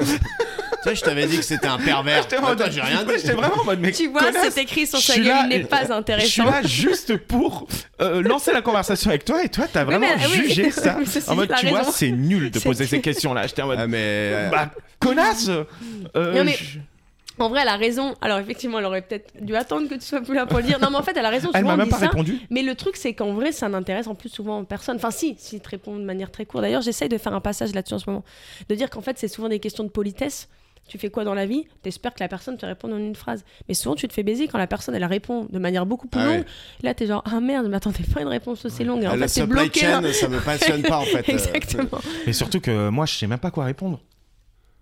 D: Tu sais, je t'avais dit que c'était un
F: [laughs]
D: pervers.
C: J'étais en mode-
D: Attends, j'ai rien dit.
C: J'étais vraiment en mode, mais
F: Tu vois,
C: connasse,
F: c'est écrit sur
C: je
F: sa
C: suis
F: gueule,
C: là
F: il
C: et-
F: n'est pas
C: Je suis
F: intéressant.
C: là juste pour euh, lancer la conversation avec toi et toi t'as
F: Oui,
C: vraiment
F: mais- ah oui.
C: jugé
F: [laughs]
C: ça
F: Mais ceci
C: en mode
F: dit, t'as
C: tu vois
F: raison.
C: c'est nul de
F: C'est
C: poser Ah,
F: que- bah,
C: ces questions là j'étais en mode
D: Ah, mais. euh,
C: bah connasse Euh,
F: Non, mais-
C: je-
F: En vrai, elle a raison. Alors, effectivement, elle aurait peut-être dû attendre que tu sois plus là pour le dire. Non, mais en fait, elle a raison.
C: Elle
F: souvent,
C: m'a
F: on
C: même
F: dit
C: pas
F: ça.
C: répondu.
F: Mais le truc, c'est qu'en vrai, ça n'intéresse en plus souvent personne. Enfin, si, si te répond de manière très courte. D'ailleurs, j'essaye de faire un passage là-dessus en ce moment. De dire qu'en fait, c'est souvent des questions de politesse. Tu fais quoi dans la vie T'espères que la personne te réponde en une phrase. Mais souvent, tu te fais baiser quand la personne, elle répond de manière beaucoup plus
D: Ah ouais.
F: longue. Là, t'es genre, ah merde, mais attends, t'es pas une réponse aussi longue. Et en
D: la
F: fait, t'es
D: supply
F: bloqué.
D: chain,
F: là.
D: ça me passionne
F: [laughs]
D: pas en fait. Euh,
F: Exactement.
C: Mais surtout que moi, je sais même pas quoi répondre.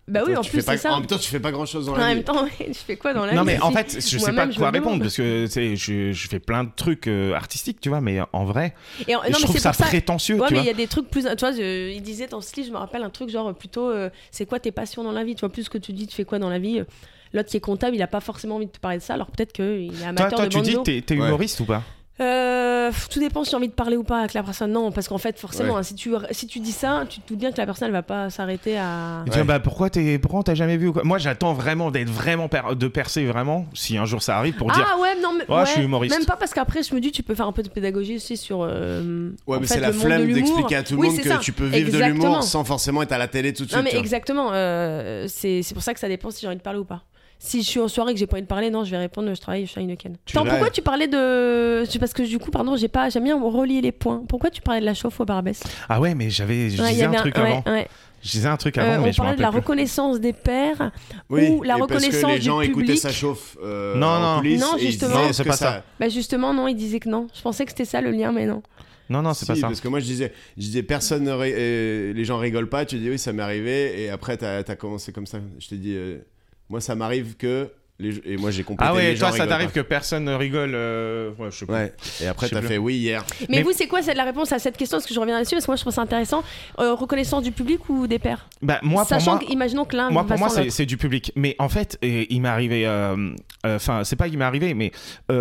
F: bah oui,
D: toi,
F: en
D: tu
F: plus,
D: fais pas-
F: c'est ça.
D: En même temps, tu fais pas grand chose dans
F: En
D: la vie.
F: même temps, tu fais quoi dans la
C: Non
F: vie
C: mais en
F: aussi
C: fait, je sais
F: Moi-même,
C: pas
F: je
C: quoi
F: me demande.
C: répondre parce que tu sais, je, je fais plein de trucs euh, artistiques, tu vois, mais en vrai,
F: Et en- Ah, non, mais
C: je trouve
F: c'est
C: ça,
F: pour ça
C: prétentieux,
F: Ouais,
C: tu
F: mais
C: vois.
F: il y a des trucs plus. Tu vois, je- il disait dans ce livre, je me rappelle un truc genre euh, plutôt euh, c'est quoi tes passions dans la vie Tu vois, plus que tu dis, tu fais quoi dans la vie euh, L'autre qui est comptable, il a pas forcément envie de te parler de ça, alors peut-être qu'il est
C: Toi,
F: amateur
C: toi
F: de
C: tu
F: bande
C: dis
F: d'eau.
C: t'es t'es
D: Ouais.
C: humoriste ou pas
F: Euh, pff, tout dépend si j'ai envie de parler ou pas avec la personne. Non, parce qu'en fait, forcément,
D: Ouais.
F: hein, si, tu, si tu dis ça, tu te doutes bien que la personne, elle va pas s'arrêter à.
C: Il dit, bah pourquoi t'es pourquoi t'as jamais vu ou quoi Moi, j'attends vraiment d'être vraiment per- de percer vraiment si un jour ça arrive pour dire
F: ah ouais, non, mais.
C: Ouais, je suis
F: ouais,
C: humoriste.
F: Même pas parce qu'après, je me dis, tu peux faire un peu de pédagogie aussi sur. euh,
D: Ouais,
F: en
D: mais
F: fait,
D: c'est la
F: le monde de
D: flemme
F: l'humour.
D: d'expliquer à tout le
F: Oui,
D: monde
F: c'est
D: que
F: ça.
D: tu peux vivre de
F: Exactement.
D: l'humour sans forcément être à la télé tout de suite.
F: Non, mais
D: tu vois.
F: exactement. euh, c'est c'est pour ça que ça dépend si j'ai envie de parler ou pas. Si je suis en soirée et que j'ai pas envie de parler, non, je vais répondre, je travaille chez Heineken.
D: Tu
F: Attends,
D: l'as-
F: pourquoi tu parlais de. c'est Parce que du coup, pardon, j'ai pas. J'aime bien relier les points. Pourquoi tu parlais de la chauffe au Barbès
C: ah ouais, mais j'avais je
F: Ouais, il y
C: disais un
F: avait
C: truc
F: ouais,
C: avant.
F: ouais.
C: Je disais un truc
F: Euh,
C: avant, mais
F: on
C: je me
F: parlait de la
C: rappelle plus.
F: reconnaissance des pères.
D: Oui,
F: Ou la
D: et parce que
F: reconnaissance
D: les
F: du
D: gens écoutaient
F: public.
D: ça chauffe. euh,
C: Non,
D: en
C: non.
D: coulisses,
F: Non,
D: et ils
F: justement.
D: disaient
C: Non, c'est
D: que
C: pas ça.
F: Bah justement, non, il disait que non. Je pensais que c'était ça le lien, mais non.
C: Non non, c'est
D: Si,
C: pas ça.
D: Parce que moi, je disais, je disais personne, ne ri- euh, les gens rigolent pas. Tu dis oui, ça m'est arrivé. Et après, t'as as commencé comme ça. Je t'ai dit, euh, moi, ça m'arrive que. Les... Et moi, j'ai compris.
C: Ah ouais, toi ça t'arrive que personne ne rigole euh, ouais, je sais pas.
D: Ouais. Et après,
C: Je sais
D: t'as
C: plus.
D: fait oui hier.
F: Mais,
C: Mais-
F: vous, c'est quoi c'est la réponse à cette question Parce que je reviens là-dessus, parce que moi, je trouve ça intéressant. Euh, reconnaissance du public ou des pères
C: Bah moi pour
F: Sachant
C: moi
F: que- imaginons que l'un
C: moi
F: va
C: pour moi
F: sans
C: c'est,
F: l'autre.
C: c'est du public mais en fait et- il m'est arrivé euh, euh, enfin c'est pas qu'il m'est arrivé mais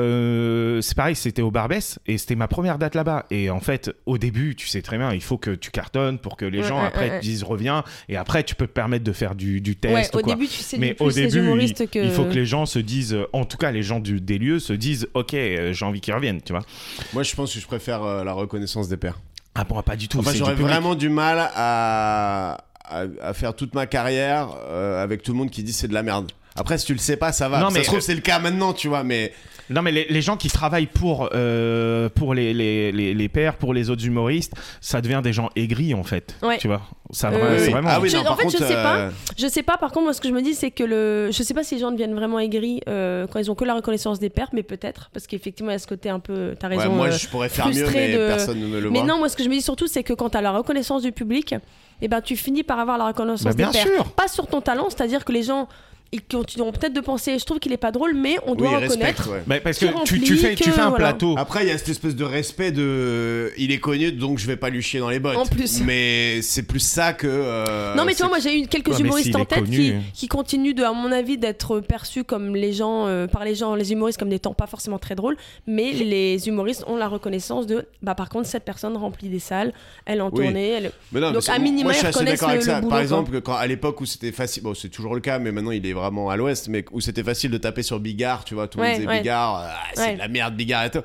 C: euh, c'est pareil c'était au Barbès et c'était ma première date là-bas et en fait au début tu sais très bien il faut que tu cartonnes pour que les
F: Ouais,
C: gens
F: ouais,
C: après
F: ouais, ouais.
C: te disent reviens et après tu peux te permettre de faire du, du test
F: Ouais,
C: ou
F: au
C: quoi.
F: début, tu sais,
C: mais
F: du
C: au
F: plus, les
C: début il,
F: humoristes que.
C: il faut que les gens se disent euh, en tout cas les gens du, des lieux se disent ok euh, j'ai envie qu'ils reviennent tu vois
D: Moi, je pense que je préfère euh, la reconnaissance des pères.
C: ah bon pas du tout
D: Enfin,
C: c'est du
D: j'aurais
C: public.
D: vraiment du mal à, à, à faire toute ma carrière euh, avec tout le monde qui dit c'est de la merde. Après, si tu le sais pas, ça va.
C: Non,
D: ça
C: mais- euh,
D: se trouve, c'est le cas maintenant, tu vois. Mais
C: Non, mais les, les gens qui travaillent pour, euh, pour les, les, les, les pairs, pour les autres humoristes, ça devient des gens aigris en fait.
F: Ouais.
C: Tu vois ça,
F: Euh,
C: vra- c'est
F: oui.
C: vraiment.
D: Ah oui,
F: Je-
D: non,
F: en
D: par
F: fait, je
D: contre,
F: sais pas.
D: euh,
F: Je sais pas, par contre, moi, ce que je me dis, c'est que le. Je sais pas si les gens deviennent vraiment aigris euh, quand ils ont que la reconnaissance des pères, mais peut-être, parce qu'effectivement, il y a ce côté un peu. T'as
D: ouais,
F: raison.
D: moi,
F: euh,
D: je pourrais faire mieux,
F: frustré
D: mais
F: de-
D: personne ne me le
F: Mais
D: voit.
F: non, moi, ce que je me dis surtout, c'est que quand t'as la reconnaissance du public, eh ben, tu finis par avoir la reconnaissance
C: Bah,
F: des
C: bien
F: pères.
C: sûr.
F: Pas sur ton talent, c'est-à-dire que les gens, ils continueront peut-être de penser, je trouve qu'il est pas drôle, mais on
D: oui,
F: doit
D: ils
F: reconnaître.
D: respectent, ouais.
C: Mais Bah, parce
F: Qui
C: que tu, tu
F: remplit
C: fais, tu
F: que,
C: fais un
F: voilà.
C: plateau.
D: Après, il y a cette espèce de respect de. Il est connu, donc je vais pas lui chier dans les bottes.
F: En plus.
D: Mais c'est plus ça que. euh,
F: Non mais tu
D: c'est-
F: vois moi j'ai eu quelques
C: Ouais, mais
F: humoristes
C: s'il
F: en
C: est
F: tête
C: connu,
F: qui,
C: hein.
F: qui continuent de à mon avis d'être perçus comme les gens euh, par les gens les humoristes comme des temps pas forcément très drôles mais les humoristes ont la reconnaissance de bah par contre cette personne remplit des salles elle est en
D: Oui.
F: tournée elle...
D: Mais non,
F: Donc,
D: mais c'est-
F: à minima,
D: moi, je suis
F: ils
D: assez
F: reconnaissent
D: d'accord avec
F: le-
D: ça.
F: le boulot,
D: Par
F: quoi.
D: exemple, que quand, à l'époque où c'était facile, bon, c'est toujours le cas, mais maintenant il est vraiment à l'ouest, mais où c'était facile de taper sur Bigard, tu vois, tout le
F: Ouais,
D: monde disait
F: ouais.
D: Bigard, ah, c'est
F: Ouais.
D: de la merde, Bigard et tout.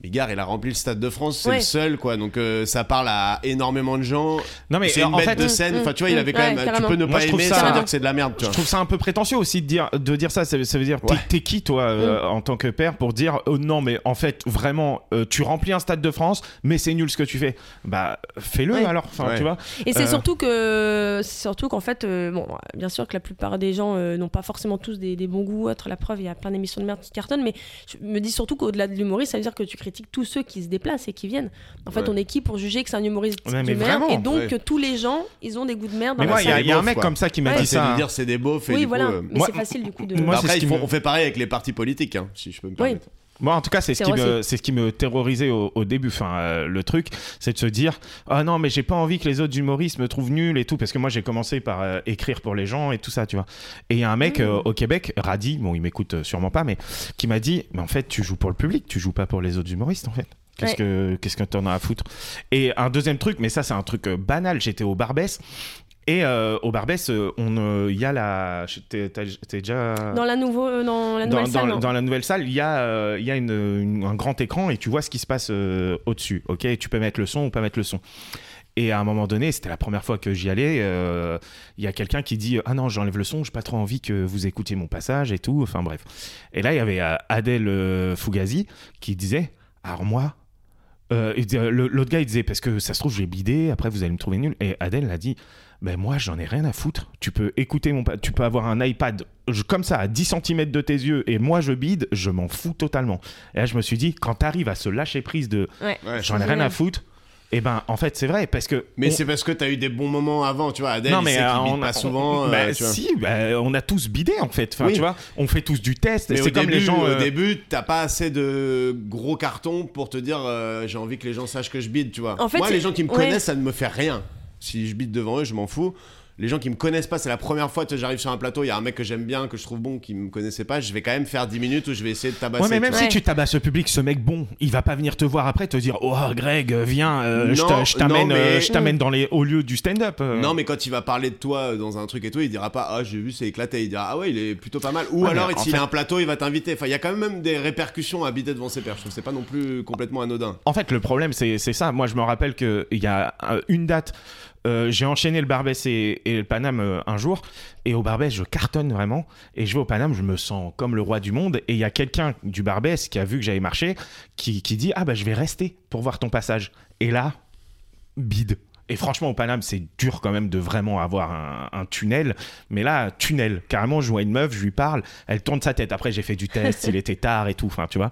D: Bigard, il a rempli le stade de France, c'est
F: Ouais.
D: le seul, quoi. Donc euh, ça parle à énormément de gens.
C: Non, mais
D: C'est
C: euh,
D: une
C: en
D: bête
C: fait.
D: de scène.
F: Mm,
D: Enfin, tu vois,
F: mm,
D: il avait quand
F: ouais,
D: même. Tu
F: carrément.
D: peux ne
C: Moi,
D: pas
C: je trouve
D: aimer
C: ça-
D: sans dire que c'est de la merde, tu
C: Je
D: vois.
C: trouve ça un peu prétentieux aussi de dire, de dire ça. Ça, ça veut dire, t'es-
D: Ouais.
C: t'es qui toi euh,
F: Mm.
C: en tant que père pour dire, oh non, mais en fait, vraiment, euh, tu remplis un stade de France, mais c'est nul ce que tu fais. Bah, fais-le
F: Ouais.
C: alors. Enfin,
D: Ouais.
C: tu vois.
F: et c'est
C: Euh.
F: surtout que c'est surtout qu'en fait euh, bon bien sûr que la plupart des gens euh, n'ont pas forcément tous des, des bons goûts ou autres la preuve il y a plein d'émissions de merde qui cartonnent mais je me dis surtout qu'au-delà de l'humoriste ça veut dire que tu critiques tous ceux qui se déplacent et qui viennent en fait
D: Ouais.
F: on est qui pour juger que c'est un humoriste
C: Ouais, mais
F: de merde
C: vraiment,
F: et donc
D: ouais.
F: que tous les gens ils ont des goûts de merde
C: Mais
F: dans
C: moi,
F: la
C: il y a-
F: salle.
C: il y a un
D: beaufs,
C: mec
D: quoi.
C: comme ça qui m'a
F: Ouais.
C: dit
D: C'est de
C: ça. hein.
D: dire c'est des beaufs et
F: oui
D: du coup,
F: voilà
D: euh,
F: mais
C: moi-
F: c'est facile du coup de
C: moi, c'est ce
D: Bah, Après,
C: qui
D: ils font-
C: me-
D: on fait pareil avec les partis politiques, hein, si je peux me
F: Oui.
D: permettre.
C: Moi, en tout cas, c'est ce,
F: C'est
C: qui
F: vrai,
C: me- c'est ce qui me terrorisait au, au début. Enfin, euh, le truc, c'est de se dire Ah non, mais j'ai pas envie que les autres humoristes me trouvent nul et tout. Parce que moi, j'ai commencé par euh, écrire pour les gens et tout ça, tu vois. Et il y a un mec
F: Mm.
C: euh, au Québec, Radi, bon, il m'écoute euh, sûrement pas, mais qui m'a dit Mais en fait, tu joues pour le public, tu joues pas pour les autres humoristes, en fait. Qu'est-ce
F: Ouais.
C: que qu'est-ce que t'en as à foutre Et un deuxième truc, mais ça, c'est un truc euh, banal. J'étais au Barbès. Et euh, au Barbès, euh, on, euh, il y a la. T'es t'as- t'es déjà.
F: Dans la, nouveau, euh, dans la
C: dans,
F: nouvelle salle.
C: dans-
F: non.
C: dans la nouvelle salle, il y a, euh, il y a une- une- un grand écran et tu vois ce qui se passe euh, au-dessus. Ok, tu peux mettre le son ou pas mettre le son. Et à un moment donné, c'était la première fois que j'y allais, euh, il y a quelqu'un qui dit Ah non, j'enlève le son, j'ai pas trop envie que vous écoutiez mon passage et tout. Enfin bref. Et là, il y avait euh, Adèle euh, Fugazi qui disait Alors moi, euh, il disait- le- l'autre gars il disait Parce que ça se trouve, je vais bider, après vous allez me trouver nul. Et Adèle a dit Ben moi, j'en ai rien à foutre. Tu peux écouter mon. pa- Tu peux avoir un iPad je- comme ça, à 10 cm de tes yeux, et moi je bide, je m'en fous totalement. Et là, je me suis dit Quand t'arrives à se lâcher prise de
D: Ouais.
C: J'en ai rien à foutre. Et ben, en fait, c'est vrai, parce que.
D: Mais
C: on-
D: c'est parce que t'as eu des bons moments avant, tu vois. Adèle, il sait
C: euh,
D: qu'il bite
C: on-
D: pas
C: on-
D: souvent. euh,
C: bah,
D: tu vois.
C: si, bah, on a tous bidé en fait. Enfin,
D: Oui.
C: tu vois, on fait tous du test.
D: Mais au
C: C'est comme
D: début,
C: les gens.
D: au
C: euh,
D: début, t'as pas assez de gros cartons pour te dire euh, j'ai envie que les gens sachent que je bide, tu vois.
F: En fait,
D: Moi,
F: c'est-
D: les gens qui me
F: ouais.
D: connaissent, ça ne me fait rien. Si je bide devant eux, je m'en fous. Les gens qui me connaissent pas, c'est la première fois que j'arrive sur un plateau, il y a un mec que j'aime bien, que je trouve bon, qui me connaissait pas, je vais quand même faire 10 minutes où je vais essayer de tabasser.
C: Ouais, mais
D: tu
C: même
D: vois.
C: si
F: Ouais.
C: tu tabasses le public, ce mec bon, il va pas venir te voir après te dire Oh, Greg, viens, euh, je
D: Non,
C: t'a- je t'amène
D: non, mais-
C: euh, je t'amène dans les hauts lieux du stand-up. euh.
D: Non, mais quand il va parler de toi euh, dans un truc et tout, il dira pas Ah, j'ai vu, c'est éclaté. Il dira Ah, ouais, il est plutôt pas mal. Ou
C: Ouais,
D: alors,
C: mais en
D: s'il
C: fait-
D: a un plateau, il va t'inviter. Enfin, il y a quand même des répercussions à habiter devant ses pairs. Je trouve que c'est pas non plus complètement anodin.
C: En fait, le problème, c'est c'est ça. Moi, je me rappelle qu'il y a euh, une date, euh, j'ai enchaîné le Barbès et, et le Paname euh, un jour, et au Barbès, je cartonne vraiment, et je vais au Paname, je me sens comme le roi du monde, et il y a quelqu'un du Barbès qui a vu que j'avais marché, qui, qui dit « Ah bah, je vais rester pour voir ton passage ». Et là, bide. Et franchement, au Paname, c'est dur quand même de vraiment avoir un, un tunnel. Mais là, tunnel. Carrément, je vois une meuf, je lui parle, elle tourne sa tête. Après, j'ai fait du test, il était tard et tout. Enfin, tu vois.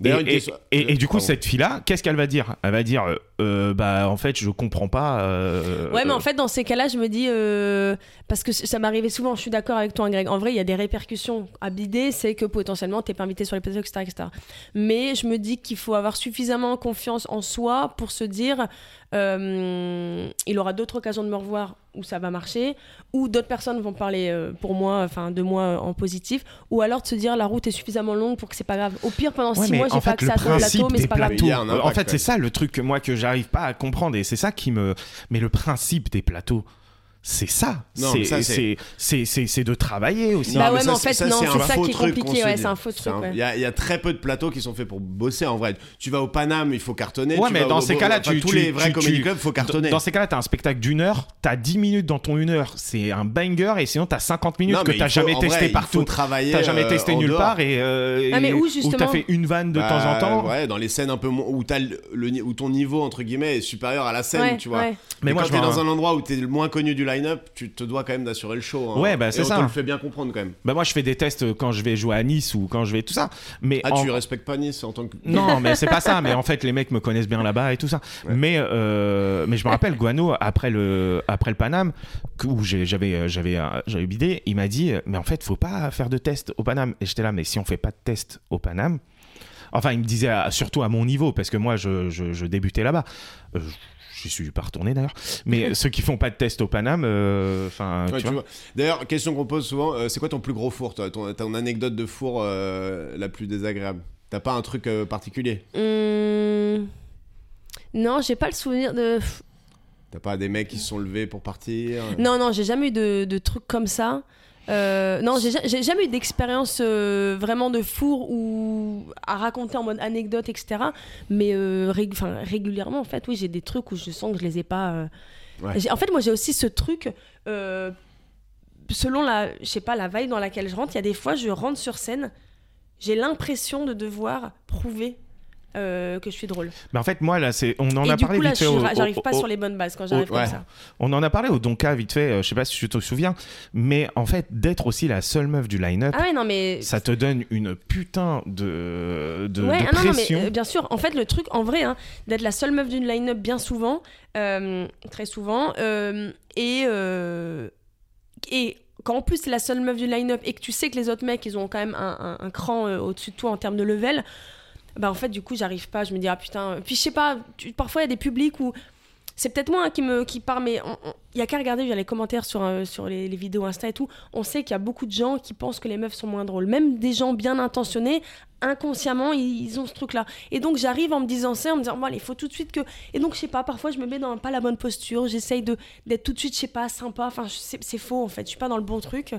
C: Et,
D: D'ailleurs, une
C: et-
D: question-
C: et- et du coup,
D: Pardon.
C: cette fille-là, qu'est-ce qu'elle va dire Elle va dire, euh, euh, bah en fait, je comprends pas. euh,
F: Ouais, mais en
C: euh,
F: fait, dans ces cas-là, je me dis. euh, parce que c- ça m'arrivait souvent, je suis d'accord avec toi, hein, Greg. En vrai, il y a des répercussions à bider, c'est que potentiellement, t'es pas invité sur les plateaux, etc., etc. Mais je me dis qu'il faut avoir suffisamment confiance en soi pour se dire euh, il aura d'autres occasions de me revoir où ça va marcher, ou d'autres personnes vont parler euh, pour moi, enfin, de moi euh, en positif, ou alors de se dire la route est suffisamment longue pour que c'est pas grave. Au pire, pendant
C: ouais,
F: six
C: mais
F: mois,
C: en
F: j'ai pas
C: fait,
F: accès
C: le
F: à toi au
C: principe
F: plateau, mais
C: des
F: c'est pas grave.
C: plateaux.
D: Il y a un impact,
C: en fait,
D: ouais.
C: c'est ça le truc que moi que j'arrive pas à comprendre et c'est ça qui me. Mais le principe des plateaux, c'est ça.
D: Non,
C: C'est
D: mais ça,
C: c'est
D: c'est-
C: c'est c'est- c'est de travailler aussi.
F: Bah
D: Non,
F: ouais, mais en
D: c'est-
F: fait, non,
D: un
F: c'est ça
D: faux
F: qui est
D: truc qu'on
F: compliqué,
D: se
F: ouais,
D: dit.
F: c'est un faux truc, ouais.
D: Il y, a- il y a très peu de plateaux qui sont faits pour bosser en vrai. Tu vas au Paname, il faut cartonner.
C: Ouais,
D: tu
C: mais
D: vas
C: dans
D: au-
C: ces
D: au-
C: cas-là,
D: enfin,
C: tu-
D: tous
C: tu-
D: les vrais
C: tu-
D: comedy
C: tu-
D: clubs, faut cartonner.
C: Dans ces cas-là, t'as un spectacle d'une heure, t'as 10 minutes dans ton une heure, c'est un banger et sinon t'as 50 minutes
D: Non,
C: que
D: mais
C: t'as
D: il faut-
C: jamais
D: en
C: testé
D: vrai, il faut
C: partout.
D: travailler,
C: T'as jamais
D: euh,
C: testé
D: en
C: nulle
D: dehors.
C: part et, euh,
F: Ah, mais
C: et-
F: où,
C: ou t'as
F: justement
C: fait une vanne de temps en
D: Bah,
C: temps.
D: Ouais, dans les scènes un peu moins- où, t'as le- le ni- où ton niveau, entre guillemets, est supérieur à la scène,
F: Ouais,
D: tu vois.
F: ouais.
C: Mais
D: Mais
C: moi,
D: quand
C: je
D: t'es
C: m'en-
D: dans un endroit où t'es le moins connu du line-up, tu te dois quand même d'assurer le show. hein.
C: Ouais, bah,
D: Et
C: c'est
D: on
C: ça.
D: te le fait bien comprendre quand même.
C: Bah moi je fais des tests quand je vais jouer à Nice ou quand je vais tout ça. Mais
D: Ah,
C: en-
D: tu respectes pas Nice en tant que.
C: [laughs] Non, mais c'est pas ça. Mais en fait, les mecs me connaissent bien là-bas et tout ça. Mais, euh, mais je me rappelle, Guano, après le, après le Paname, que- où j'ai- j'avais euh, j'avais euh, j'avais bidé, il m'a dit euh, Mais en fait, faut pas faire de test au Paname. Et j'étais là, mais si on fait pas de test au Paname. Enfin, il me disait ah, surtout à mon niveau, parce que moi, je, je- je débutais là-bas. Euh, je- J'y suis pas retourné d'ailleurs.
F: [laughs]
C: Mais ceux qui font pas de test au Paname, euh, enfin,
D: Ouais,
C: tu
D: tu
C: vois.
D: vois. D'ailleurs, question qu'on pose souvent, euh, c'est quoi ton plus gros four, toi ton, ton anecdote de four euh, la plus désagréable T'as pas un truc euh, particulier
F: Hum, Non, j'ai pas le souvenir de.
D: T'as pas des mecs qui se sont levés pour partir
F: Non, non, j'ai jamais eu de, de trucs comme ça. Euh, non, j'ai ja- j'ai jamais eu d'expérience euh, vraiment de four ou à raconter en mode anecdote, etc. Mais euh, rég- enfin, régulièrement, en fait, oui, j'ai des trucs où je sens que je les ai pas. euh.
D: Ouais.
F: J'ai- En fait, moi, j'ai aussi ce truc. euh, selon la, je sais pas, la veille dans laquelle je rentre, il y a des fois, je rentre sur scène, j'ai l'impression de devoir prouver euh, que je suis drôle.
C: Mais en fait, moi, là, c'est, on en
F: Et
C: a
F: du
C: parlé
F: coup, là,
C: vite
F: je
C: fait au-
F: suis ra- j'arrive
C: au-
F: pas
C: au-
F: sur les bonnes bases quand j'arrive
D: ouais.
F: comme ça.
C: On en a parlé au Donka vite fait, euh, je sais pas si tu te souviens, mais en fait, d'être aussi la seule meuf du line-up,
F: Ah ouais, non, mais.
C: ça te donne une putain de, de,
F: ouais,
C: de
F: ah non, non, mais
C: pression.
F: euh, bien sûr. En fait, le truc, en vrai, hein, d'être la seule meuf d'une line-up bien souvent, euh, très souvent, euh, et, euh, et quand en plus t'es la seule meuf d'une line-up et que tu sais que les autres mecs, ils ont quand même un, un- un cran euh, au-dessus de toi en termes de level, bah en fait, du coup, j'arrive pas. Je me dis, ah putain. Puis je sais pas, tu- parfois il y a des publics où. C'est peut-être moi hein, qui me qui part, mais on- on- il y a qu'à regarder il y a les commentaires sur, euh, sur les, les vidéos Insta et tout. On sait qu'il y a beaucoup de gens qui pensent que les meufs sont moins drôles. Même des gens bien intentionnés, inconsciemment, ils, ils ont ce truc-là. Et donc j'arrive en me disant ça, en me disant, bon, allez, il faut tout de suite que. Et donc, je sais pas, parfois je me mets dans pas la bonne posture, j'essaye de- d'être tout de suite, je sais pas, sympa. Enfin, je- c'est c'est faux en fait, je suis pas dans le bon truc.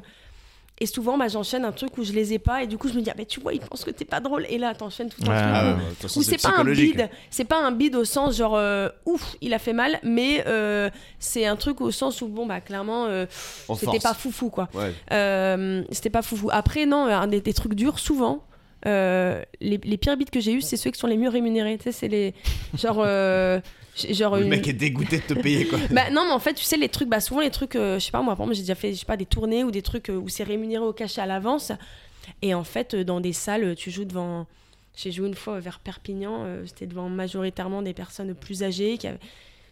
F: Et souvent, bah, j'enchaîne un truc où je les ai pas. Et du coup, je me dis, ah, mais tu vois, ils pensent que t'es pas drôle. Et là, t'enchaînes tout un
C: Ouais.
F: truc.
D: Ah
F: où-
D: ouais, de toute façon,
F: Ou c'est pas un
D: psychologique.
F: bide, c'est pas un bide au sens genre euh, ouf, il a fait mal, mais euh, c'est un truc au sens où bon bah clairement euh,
D: On
F: c'était
D: force.
F: pas foufou quoi.
D: Ouais.
F: Euh, c'était pas foufou. Après non, euh, un des, des trucs durs souvent. euh, les, les pires bides que j'ai eu c'est ceux qui sont les mieux rémunérés. Tu sais, c'est les genre euh, j- genre
D: Le
F: une-
D: mec est dégoûté de te payer quoi.
F: [laughs] bah non mais en fait tu sais les trucs bah souvent les trucs euh, je sais pas moi par exemple j'ai déjà fait je sais pas des tournées ou des trucs euh, où c'est rémunéré au cachet à l'avance et en fait euh, dans des salles euh, tu joues devant j'ai joué une fois euh, vers Perpignan euh, c'était devant majoritairement des personnes plus âgées qui avaient...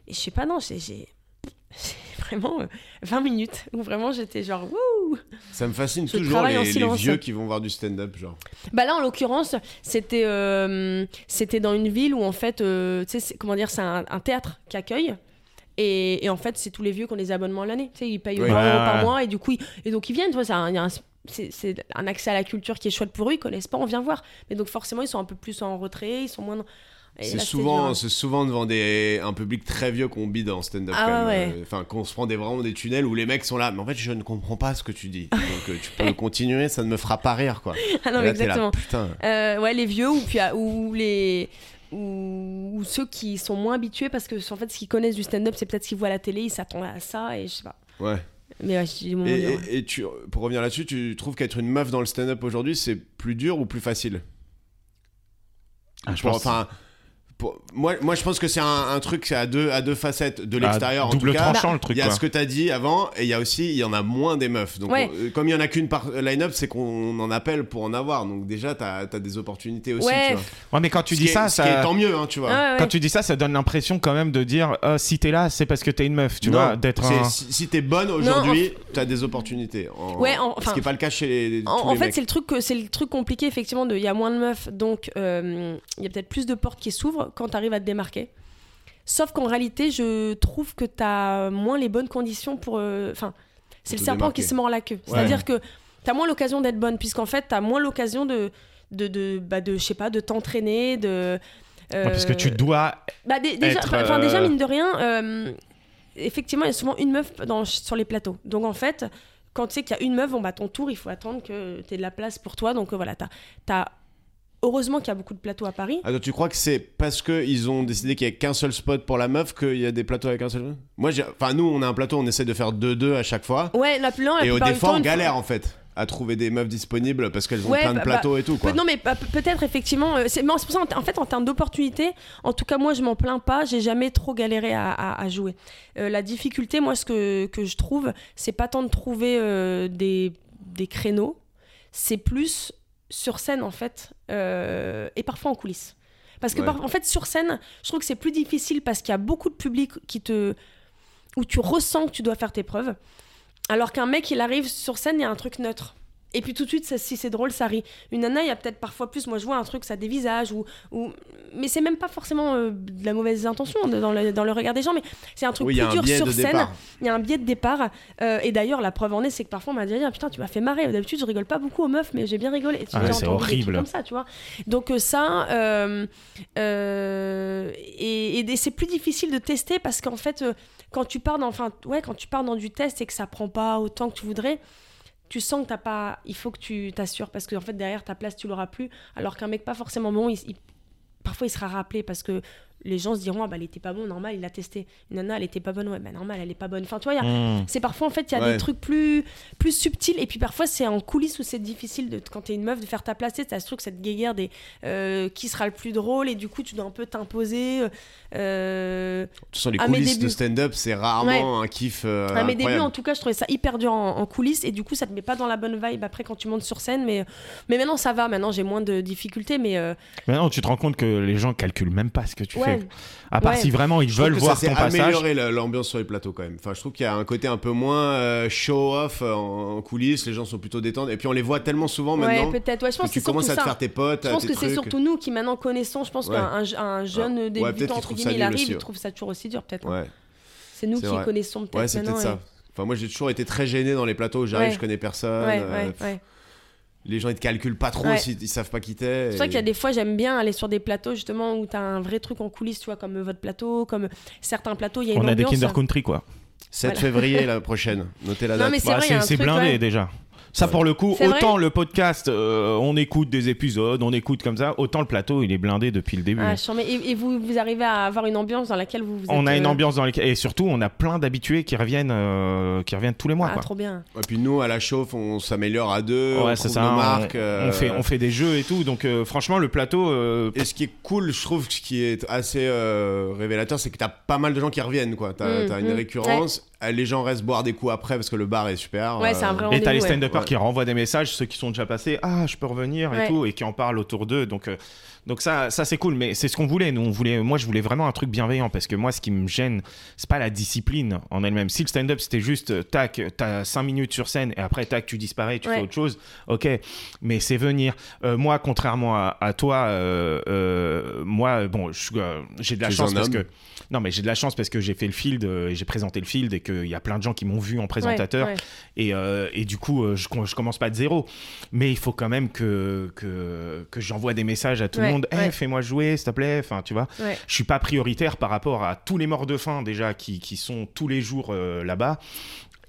F: et je sais pas non j'ai j'ai [laughs] j'ai vraiment euh, 20 minutes où vraiment j'étais genre wouh
D: Ça me fascine
F: Je
D: toujours
F: travaille en
D: les, les
F: silence.
D: vieux qui vont voir du stand-up genre.
F: Bah là, en l'occurrence, c'était euh, c'était dans une ville où en fait, euh, tu sais, c'est- comment dire, c'est un, un théâtre qui accueille. Et, et en fait, c'est tous les vieux qui ont des abonnements l'année. Tu sais, ils payent
D: Oui.
F: 20
C: Ouais,
F: euros
C: ouais.
F: par mois et du coup, ils, et donc ils viennent. Tu vois, c'est un- il y a un- c'est c'est un accès à la culture qui est chouette pour eux. Ils connaissent pas, on vient voir. Mais donc forcément, ils sont un peu plus en retrait, ils sont moins. dans- et
D: C'est
F: là,
D: souvent,
F: dur. hein.
D: c'est souvent devant des, un public très vieux qu'on bide en stand-up.
F: Ah
D: quand même.
F: ouais,
D: Euh, Enfin, qu'on se prend des, vraiment des tunnels où les mecs sont là. Mais en fait, je ne comprends pas ce que tu dis. Donc, euh, tu
F: [laughs]
D: peux continuer, ça ne me fera pas rire quoi.
F: [laughs] Ah non,
D: Et
F: mais
D: là, t'es là,
F: exactement.
D: putain.
F: Euh, ouais, les vieux ou, puis, ah, ou les ou, ou ceux qui sont moins habitués parce que en fait, ce qu'ils connaissent du stand-up, c'est peut-être ce qu'ils voient à la télé, ils s'attendent à ça et je sais pas.
D: Ouais.
F: Mais ouais, j'ai des moments
D: Et,
F: durs, ouais.
D: et- et tu, pour revenir là-dessus, tu trouves qu'être une meuf dans le stand-up aujourd'hui, c'est plus dur ou plus facile
C: Ah, je
D: Pour-
C: pense-
D: Enfin, pour- moi, moi, je pense que c'est un, un truc à deux, à deux facettes de l'extérieur.
C: Ah,
D: en
C: double
D: tout cas,
C: tranchant le truc.
D: Il y a
C: quoi.
D: ce que t'as dit avant, et il y a aussi, il y en a moins des meufs. Donc,
F: Ouais.
D: on- euh, comme il y en a qu'une par line-up, c'est qu'on en appelle pour en avoir. Donc, déjà, t'as as des opportunités aussi.
F: Ouais.
D: tu vois.
C: Ouais, mais quand tu
D: Ce
C: dis
D: qui est-
C: ça,
D: ce
C: ça-
D: qui est tant mieux, hein, tu vois.
F: Ah ouais,
C: quand
F: ouais.
C: tu dis ça, ça donne l'impression quand même de dire Ah, si t'es là, c'est parce que t'es une meuf, tu
D: Non,
C: vois, d'être
D: c'est-
C: un-
D: Si, si t'es bonne aujourd'hui,
F: Non,
D: t'as des opportunités. En-
F: Ouais, en-
D: ce
F: enfin-
D: qui est pas le cas chez les, tous
F: En, en
D: les
F: fait,
D: mecs.
F: c'est le truc, que- c'est le truc compliqué effectivement. de- Il y a moins de meufs, donc euh, il y a peut-être plus de portes qui s'ouvrent quand t'arrives à te démarquer. Sauf qu'en réalité, je trouve que t'as moins les bonnes conditions pour. euh, Enfin,
D: Pour
F: c'est le
D: te
F: serpent
D: démarquer.
F: qui se mord la queue. C'est-à-dire que t'as moins l'occasion d'être bonne, puisqu'en fait, t'as moins l'occasion de de de bah, de je sais pas de t'entraîner de. euh,
C: Ouais, parce que tu dois.
F: Bah, dé- déjà,
C: être,
F: enfin, enfin,
C: euh,
F: déjà, mine de rien, euh, effectivement, il y a souvent une meuf dans, sur les plateaux. Donc, en fait, quand tu sais qu'il y a une meuf, bon, bah, ton tour, il faut attendre que tu aies de la place pour toi. Donc, euh, voilà, t'as, t'as... heureusement qu'il y a beaucoup de plateaux à Paris.
D: Attends, tu crois que c'est parce qu'ils ont décidé qu'il y a qu'un seul spot pour la meuf qu'il y a des plateaux avec un seul Moi, j'ai- enfin, nous, on a un plateau, on essaie de faire 2-2 à chaque fois.
F: Ouais, la, non, la
D: et au
F: plupart
D: des
F: du
D: fois,
F: temps,
D: on
F: une fois-
D: galère en fait à trouver des meufs disponibles parce qu'elles ont
F: Ouais,
D: plein de
F: bah,
D: plateaux et tout quoi.
F: Peut- Non, mais bah, pe- peut-être effectivement. euh, C'est mais c'est pour ça, en t- en fait, en termes d'opportunités, en tout cas, moi, je m'en plains pas. J'ai jamais trop galéré à, à- à jouer. Euh, la difficulté, moi, ce que, que je trouve, c'est pas tant de trouver euh, des, des créneaux, c'est plus sur scène, en fait, euh, et parfois en coulisses. Parce que,
D: Ouais.
F: par- en fait, sur scène, je trouve que c'est plus difficile parce qu'il y a beaucoup de public qui te. où tu ressens que tu dois faire tes preuves. Alors qu'un mec, il arrive sur scène, il y a un truc neutre. Et puis tout de suite, ça- si c'est drôle, ça rit. Une nana, il y a peut-être parfois plus. Moi, je vois un truc, ça dévisage. Ou, ou... Mais c'est même pas forcément euh, de la mauvaise intention de- dans le, dans le regard des gens. Mais c'est un truc
D: oui, il y
F: plus
D: a un
F: dur
D: biais
F: sur
D: de
F: scène.
D: départ.
F: Il y a un biais de départ. Euh, et d'ailleurs, la preuve en est, c'est que parfois on m'a dit Ah, Putain, tu m'as fait marrer. D'habitude, je rigole pas beaucoup aux meufs, mais j'ai bien rigolé. Et tu-
C: Ah ouais,
F: j'ai
C: c'est
F: entendu des trucs
C: horrible.
F: Comme ça, tu vois. Donc, euh, ça. euh, euh, et et c'est plus difficile de tester parce qu'en fait, euh, quand tu pars dans, enfin, ouais, quand tu pars dans du test et que ça prend pas autant que tu voudrais, tu sens que t'as pas, il faut que tu t'assures parce que en fait derrière ta place tu l'auras plus, alors qu'un mec pas forcément bon, il- il- parfois il sera rappelé parce que les gens se diront ah bah il était pas bon, normal il l'a testé, Une nana elle était pas bonne, ouais bah normal elle est pas bonne, enfin tu vois, il y a-
C: Hmm.
F: c'est parfois en fait il y a
D: Ouais.
F: des trucs plus plus subtils et puis parfois c'est en coulisses où c'est difficile de quand t'es une meuf de faire ta place, tu sais, ça se trouve que cette guéguerre des euh, qui sera le plus drôle et du coup tu dois un peu t'imposer. euh, euh,
D: De toute façon, les
F: À mes
D: coulisses de
F: débuts.
D: stand-up, c'est rarement un kiff. euh,
F: à mes
D: incroyable.
F: débuts, en tout cas, je trouvais ça hyper dur en, en coulisses et du coup, ça te met pas dans la bonne vibe après quand tu montes sur scène. Mais, mais maintenant, ça va. Maintenant, j'ai moins de difficultés. Mais euh,
C: Mais non, tu te rends compte que les gens calculent même pas ce que tu
F: ouais,
C: fais. À part
F: Ouais.
C: si vraiment ils
D: Je trouve
C: veulent
D: que
C: voir
D: ça s'est
C: ton passage.
D: amélioré la- l'ambiance sur les plateaux quand même. Enfin, je trouve qu'il y a un côté un peu moins euh, show-off euh, en, en coulisses. Les gens sont plutôt détendus. Et puis on les voit tellement souvent
F: ouais
D: maintenant
F: peut-être. Ouais, je pense
D: que tu
F: que c'est surtout
D: commences à te
F: ça.
D: faire tes potes.
F: je
D: à
F: pense
D: tes
F: que
D: trucs.
F: c'est surtout nous qui maintenant connaissons. Je pense
D: Ouais.
F: qu'un un- un jeune
D: Ouais,
F: débutant,
D: peut-être qu'il
F: entre
D: trouve ça
F: guillemets, il
D: nul
F: arrive,
D: aussi,
F: il
D: ouais.
F: trouve ça toujours aussi dur peut-être.
D: Ouais.
F: C'est nous
D: C'est
F: qui
D: vrai.
F: connaissons peut-être
D: Ouais, c'est
F: maintenant.
D: peut-être
F: et-
D: ça. Enfin, moi, j'ai toujours été très gêné dans les plateaux où j'arrive,
F: Ouais.
D: je connais personne.
F: Ouais,
D: euh,
F: ouais,
D: pff,
F: ouais.
D: Les gens, ils te calculent pas trop
F: Ouais.
D: s'ils ils savent pas qui t'es.
F: C'est pour ça
D: et-
F: qu'il y a des fois, j'aime bien aller sur des plateaux justement où t'as un vrai truc en coulisses, tu vois, comme votre plateau, comme certains plateaux, il y a une
C: On a des
F: ambiance. hein.
C: Kinder Country, quoi.
F: [laughs]
D: 7 février la prochaine. Notez la
F: Non,
D: date.
F: mais c'est
C: Bah,
F: vrai, il y a un
C: c'est
F: truc,
C: blindé
F: ouais.
C: déjà. Ça, pour le coup,
F: C'est vrai
C: autant le podcast, euh, on écoute des épisodes, on écoute comme ça, autant le plateau, il est blindé depuis le début.
F: Ah, chambé. et, et vous, vous arrivez à avoir une ambiance dans laquelle vous vous
C: on
F: êtes,
C: a une
F: euh,
C: ambiance dans laquelle. Et surtout, on a plein d'habitués qui reviennent, euh, qui reviennent tous les mois.
F: Ah,
C: quoi.
F: trop bien.
D: Et puis nous, à la chauffe, on s'améliore à deux, Euh, on
C: Ouais,
D: trouve
C: c'est
D: nos
C: ça. on-
D: marques.
C: on,
D: euh,
C: fait, on fait des jeux et tout. Donc, euh, franchement, le plateau. euh,
D: Et ce qui est cool, je trouve, ce qui est assez euh, révélateur, c'est que t'as pas mal de gens qui reviennent, quoi. T'as
F: Mm,
D: t'as une
F: mm,
D: récurrence. euh, Les gens restent boire des coups après parce que le bar est super. euh,
F: Ouais, c'est un vrai
C: Oh, et t'as les
F: rendez-vous, ouais.
C: stand-uppers
D: Ouais.
C: qui renvoient des messages, ceux qui sont déjà passés, ah, je peux revenir et
F: Ouais.
C: tout, et qui en parlent autour d'eux. Donc, euh, donc ça, ça c'est cool, mais c'est ce qu'on voulait. Nous, on voulait, moi, je voulais vraiment un truc bienveillant parce que moi, ce qui me gêne, c'est pas la discipline en elle-même. Si le stand-up c'était juste, euh, tac, t'as 5 minutes sur scène et après, tac, tu disparais, tu
F: Ouais.
C: fais autre chose, ok, mais c'est venir. Euh, moi, contrairement à, à toi, euh, euh, moi, bon, je suis, euh, j'ai de la
D: Tu es
C: chance
D: un
C: parce
D: homme.
C: que. Non, mais j'ai de la chance parce que j'ai fait le field euh, et j'ai présenté le field et qu'il y a plein de gens qui m'ont vu en présentateur.
F: Ouais, ouais.
C: Et, euh, et du coup, euh, je, com- je commence pas de zéro. Mais il faut quand même que, que, que j'envoie des messages à tout
F: Ouais,
C: le monde. Eh,
F: ouais.
C: fais-moi jouer, s'il te plaît. Enfin, tu vois.
F: Ouais.
C: Je suis pas prioritaire par rapport à tous les morts de faim, déjà, qui, qui sont tous les jours euh, là-bas.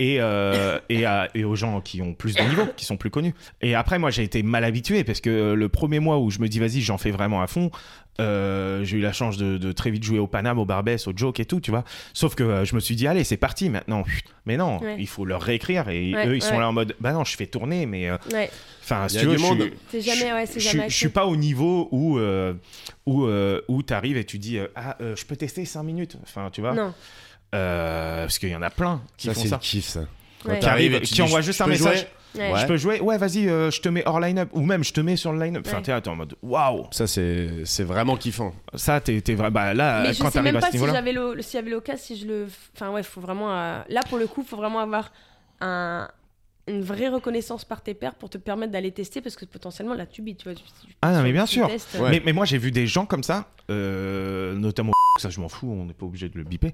C: Et, euh, et, à- et aux gens qui ont plus de niveau, qui sont plus connus. Et après, moi, j'ai été mal habitué parce que euh, le premier mois où je me dis, vas-y, j'en fais vraiment à fond, euh, j'ai eu la chance de, de très vite jouer au Paname, au Barbès, au Joke et tout, tu vois. Sauf que euh, je me suis dit, allez, c'est parti maintenant. Chut. Mais non,
F: Ouais.
C: il faut leur réécrire. Et
F: Ouais,
C: eux, ils sont
F: ouais.
C: là en mode, bah non, je fais tourner, mais. euh,
F: Ouais.
C: Enfin, si
D: y a
C: tu veux,
D: du
C: je suis-
D: monde.
F: C'est jamais, ouais, c'est
C: je,
F: jamais.
C: je suis
F: assez.
C: pas au niveau où, euh, où, euh, où tu arrives et tu dis, euh, ah, euh, je peux tester 5 minutes. Enfin, tu vois.
F: Non.
C: Euh, parce qu'il y en a plein qui
D: Ça,
C: font
D: c'est le
C: ça.
D: kiff, ça. Quand
F: Ouais.
D: t'arrives et
C: Qui
D: tu dis,
C: envoie
D: je-
C: juste
D: je
C: un
D: peux jouer
C: message.
F: Ouais.
D: Ouais.
C: Je peux jouer, ouais, vas-y, euh, je te mets hors line-up. Ou même, je te mets sur le line-up. Enfin,
F: Ouais.
C: t'es là, t'es en mode, waouh,
D: Ça, c'est c'est vraiment kiffant.
C: ça, t'es t'es vra- Bah là,
F: Mais je
C: quand
F: sais
C: t'arrives
F: même
C: à ce
F: pas si
C: niveau-là.
F: j'avais le, si j'avais l'occasion, si je le. Enfin ouais, faut vraiment. euh, Là pour le coup, faut vraiment avoir un une vraie reconnaissance par tes pairs pour te permettre d'aller tester parce que potentiellement là tu bites, tu vois. tu- tu-
C: Ah, non, mais
F: tu
C: bien sûr.
F: testes.
D: Ouais.
C: Mais, mais moi, j'ai vu des gens comme ça, euh, notamment [laughs] ça, je m'en fous, on n'est pas obligé de le biper.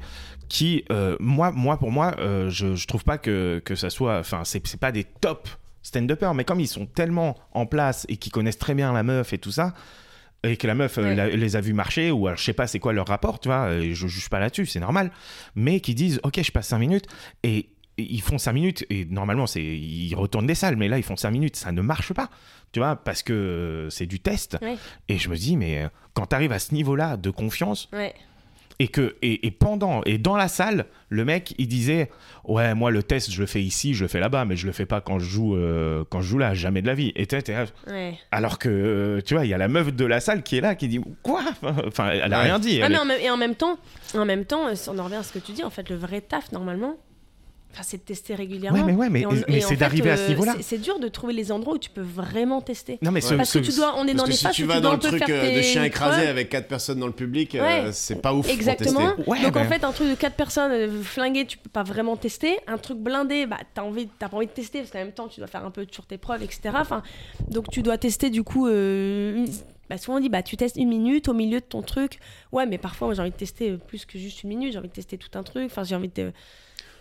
C: Qui, euh, moi, moi, pour moi, euh, je, je trouve pas que, que ça soit. Enfin, c'est c'est pas des top stand-uppers, mais comme ils sont tellement en place et qu'ils connaissent très bien la meuf et tout ça, et que la meuf euh,
F: Ouais.
C: la- les a vus marcher, ou alors, je sais pas c'est quoi leur rapport, tu vois, euh, et je juge pas là-dessus, c'est normal, mais qui disent, ok, je passe 5 minutes, et ils font 5 minutes, et normalement, c'est ils retournent des salles, mais là, ils font 5 minutes, ça ne marche pas, tu vois, parce que euh, c'est du test.
F: Ouais.
C: Et je me dis, mais euh, quand t'arrives à ce niveau-là de confiance,
F: Ouais.
C: et que et, et pendant et dans la salle le mec il disait ouais moi le test je le fais ici je le fais là-bas mais je le fais pas quand je joue euh, quand je joue là jamais de la vie et t'es- t'es-
F: Ouais.
C: alors que euh, tu vois il y a la meuf de la salle qui est là qui dit quoi enfin elle a
D: Ouais.
C: rien dit
F: Ah,
C: elle
F: mais
C: est-
F: en même, et en même temps, en même temps, euh, on en revient à ce que tu dis. En fait, le vrai taf normalement, enfin, c'est de tester régulièrement.
C: Ouais, mais ouais, mais-
F: Et on-
C: mais
F: et
C: c'est
F: en fait,
C: d'arriver à ce
F: euh,
C: niveau-là.
F: c'est- C'est dur de trouver les endroits où tu peux vraiment tester.
C: non mais ce-
F: Parce que
C: ce-
F: tu dois, on est
D: Parce
F: dans
D: que
F: les
D: si
F: phases
D: tu
F: où
D: vas dans
F: dois
D: le
F: un peu
D: truc
F: faire
D: euh, de
F: tes
D: chien écrasé
F: preuves.
D: avec quatre personnes dans le public, euh,
F: Ouais.
D: c'est pas ouf pour
F: Exactement.
D: tester. ben.
C: Ouais,
F: Donc en
C: mais-
F: fait, un truc de 4 personnes euh, flingées, tu peux pas vraiment tester. Un truc blindé, bah t'as envie, t'as pas envie de tester parce qu'en même temps, tu dois faire un peu sur tes preuves, etc. Enfin, donc tu dois tester du coup. euh, une- bah, souvent on dit bah tu testes une minute au milieu de ton truc. Ouais, mais parfois moi, j'ai envie de tester euh, plus que juste une minute. J'ai envie de tester tout un truc. Enfin, j'ai envie de.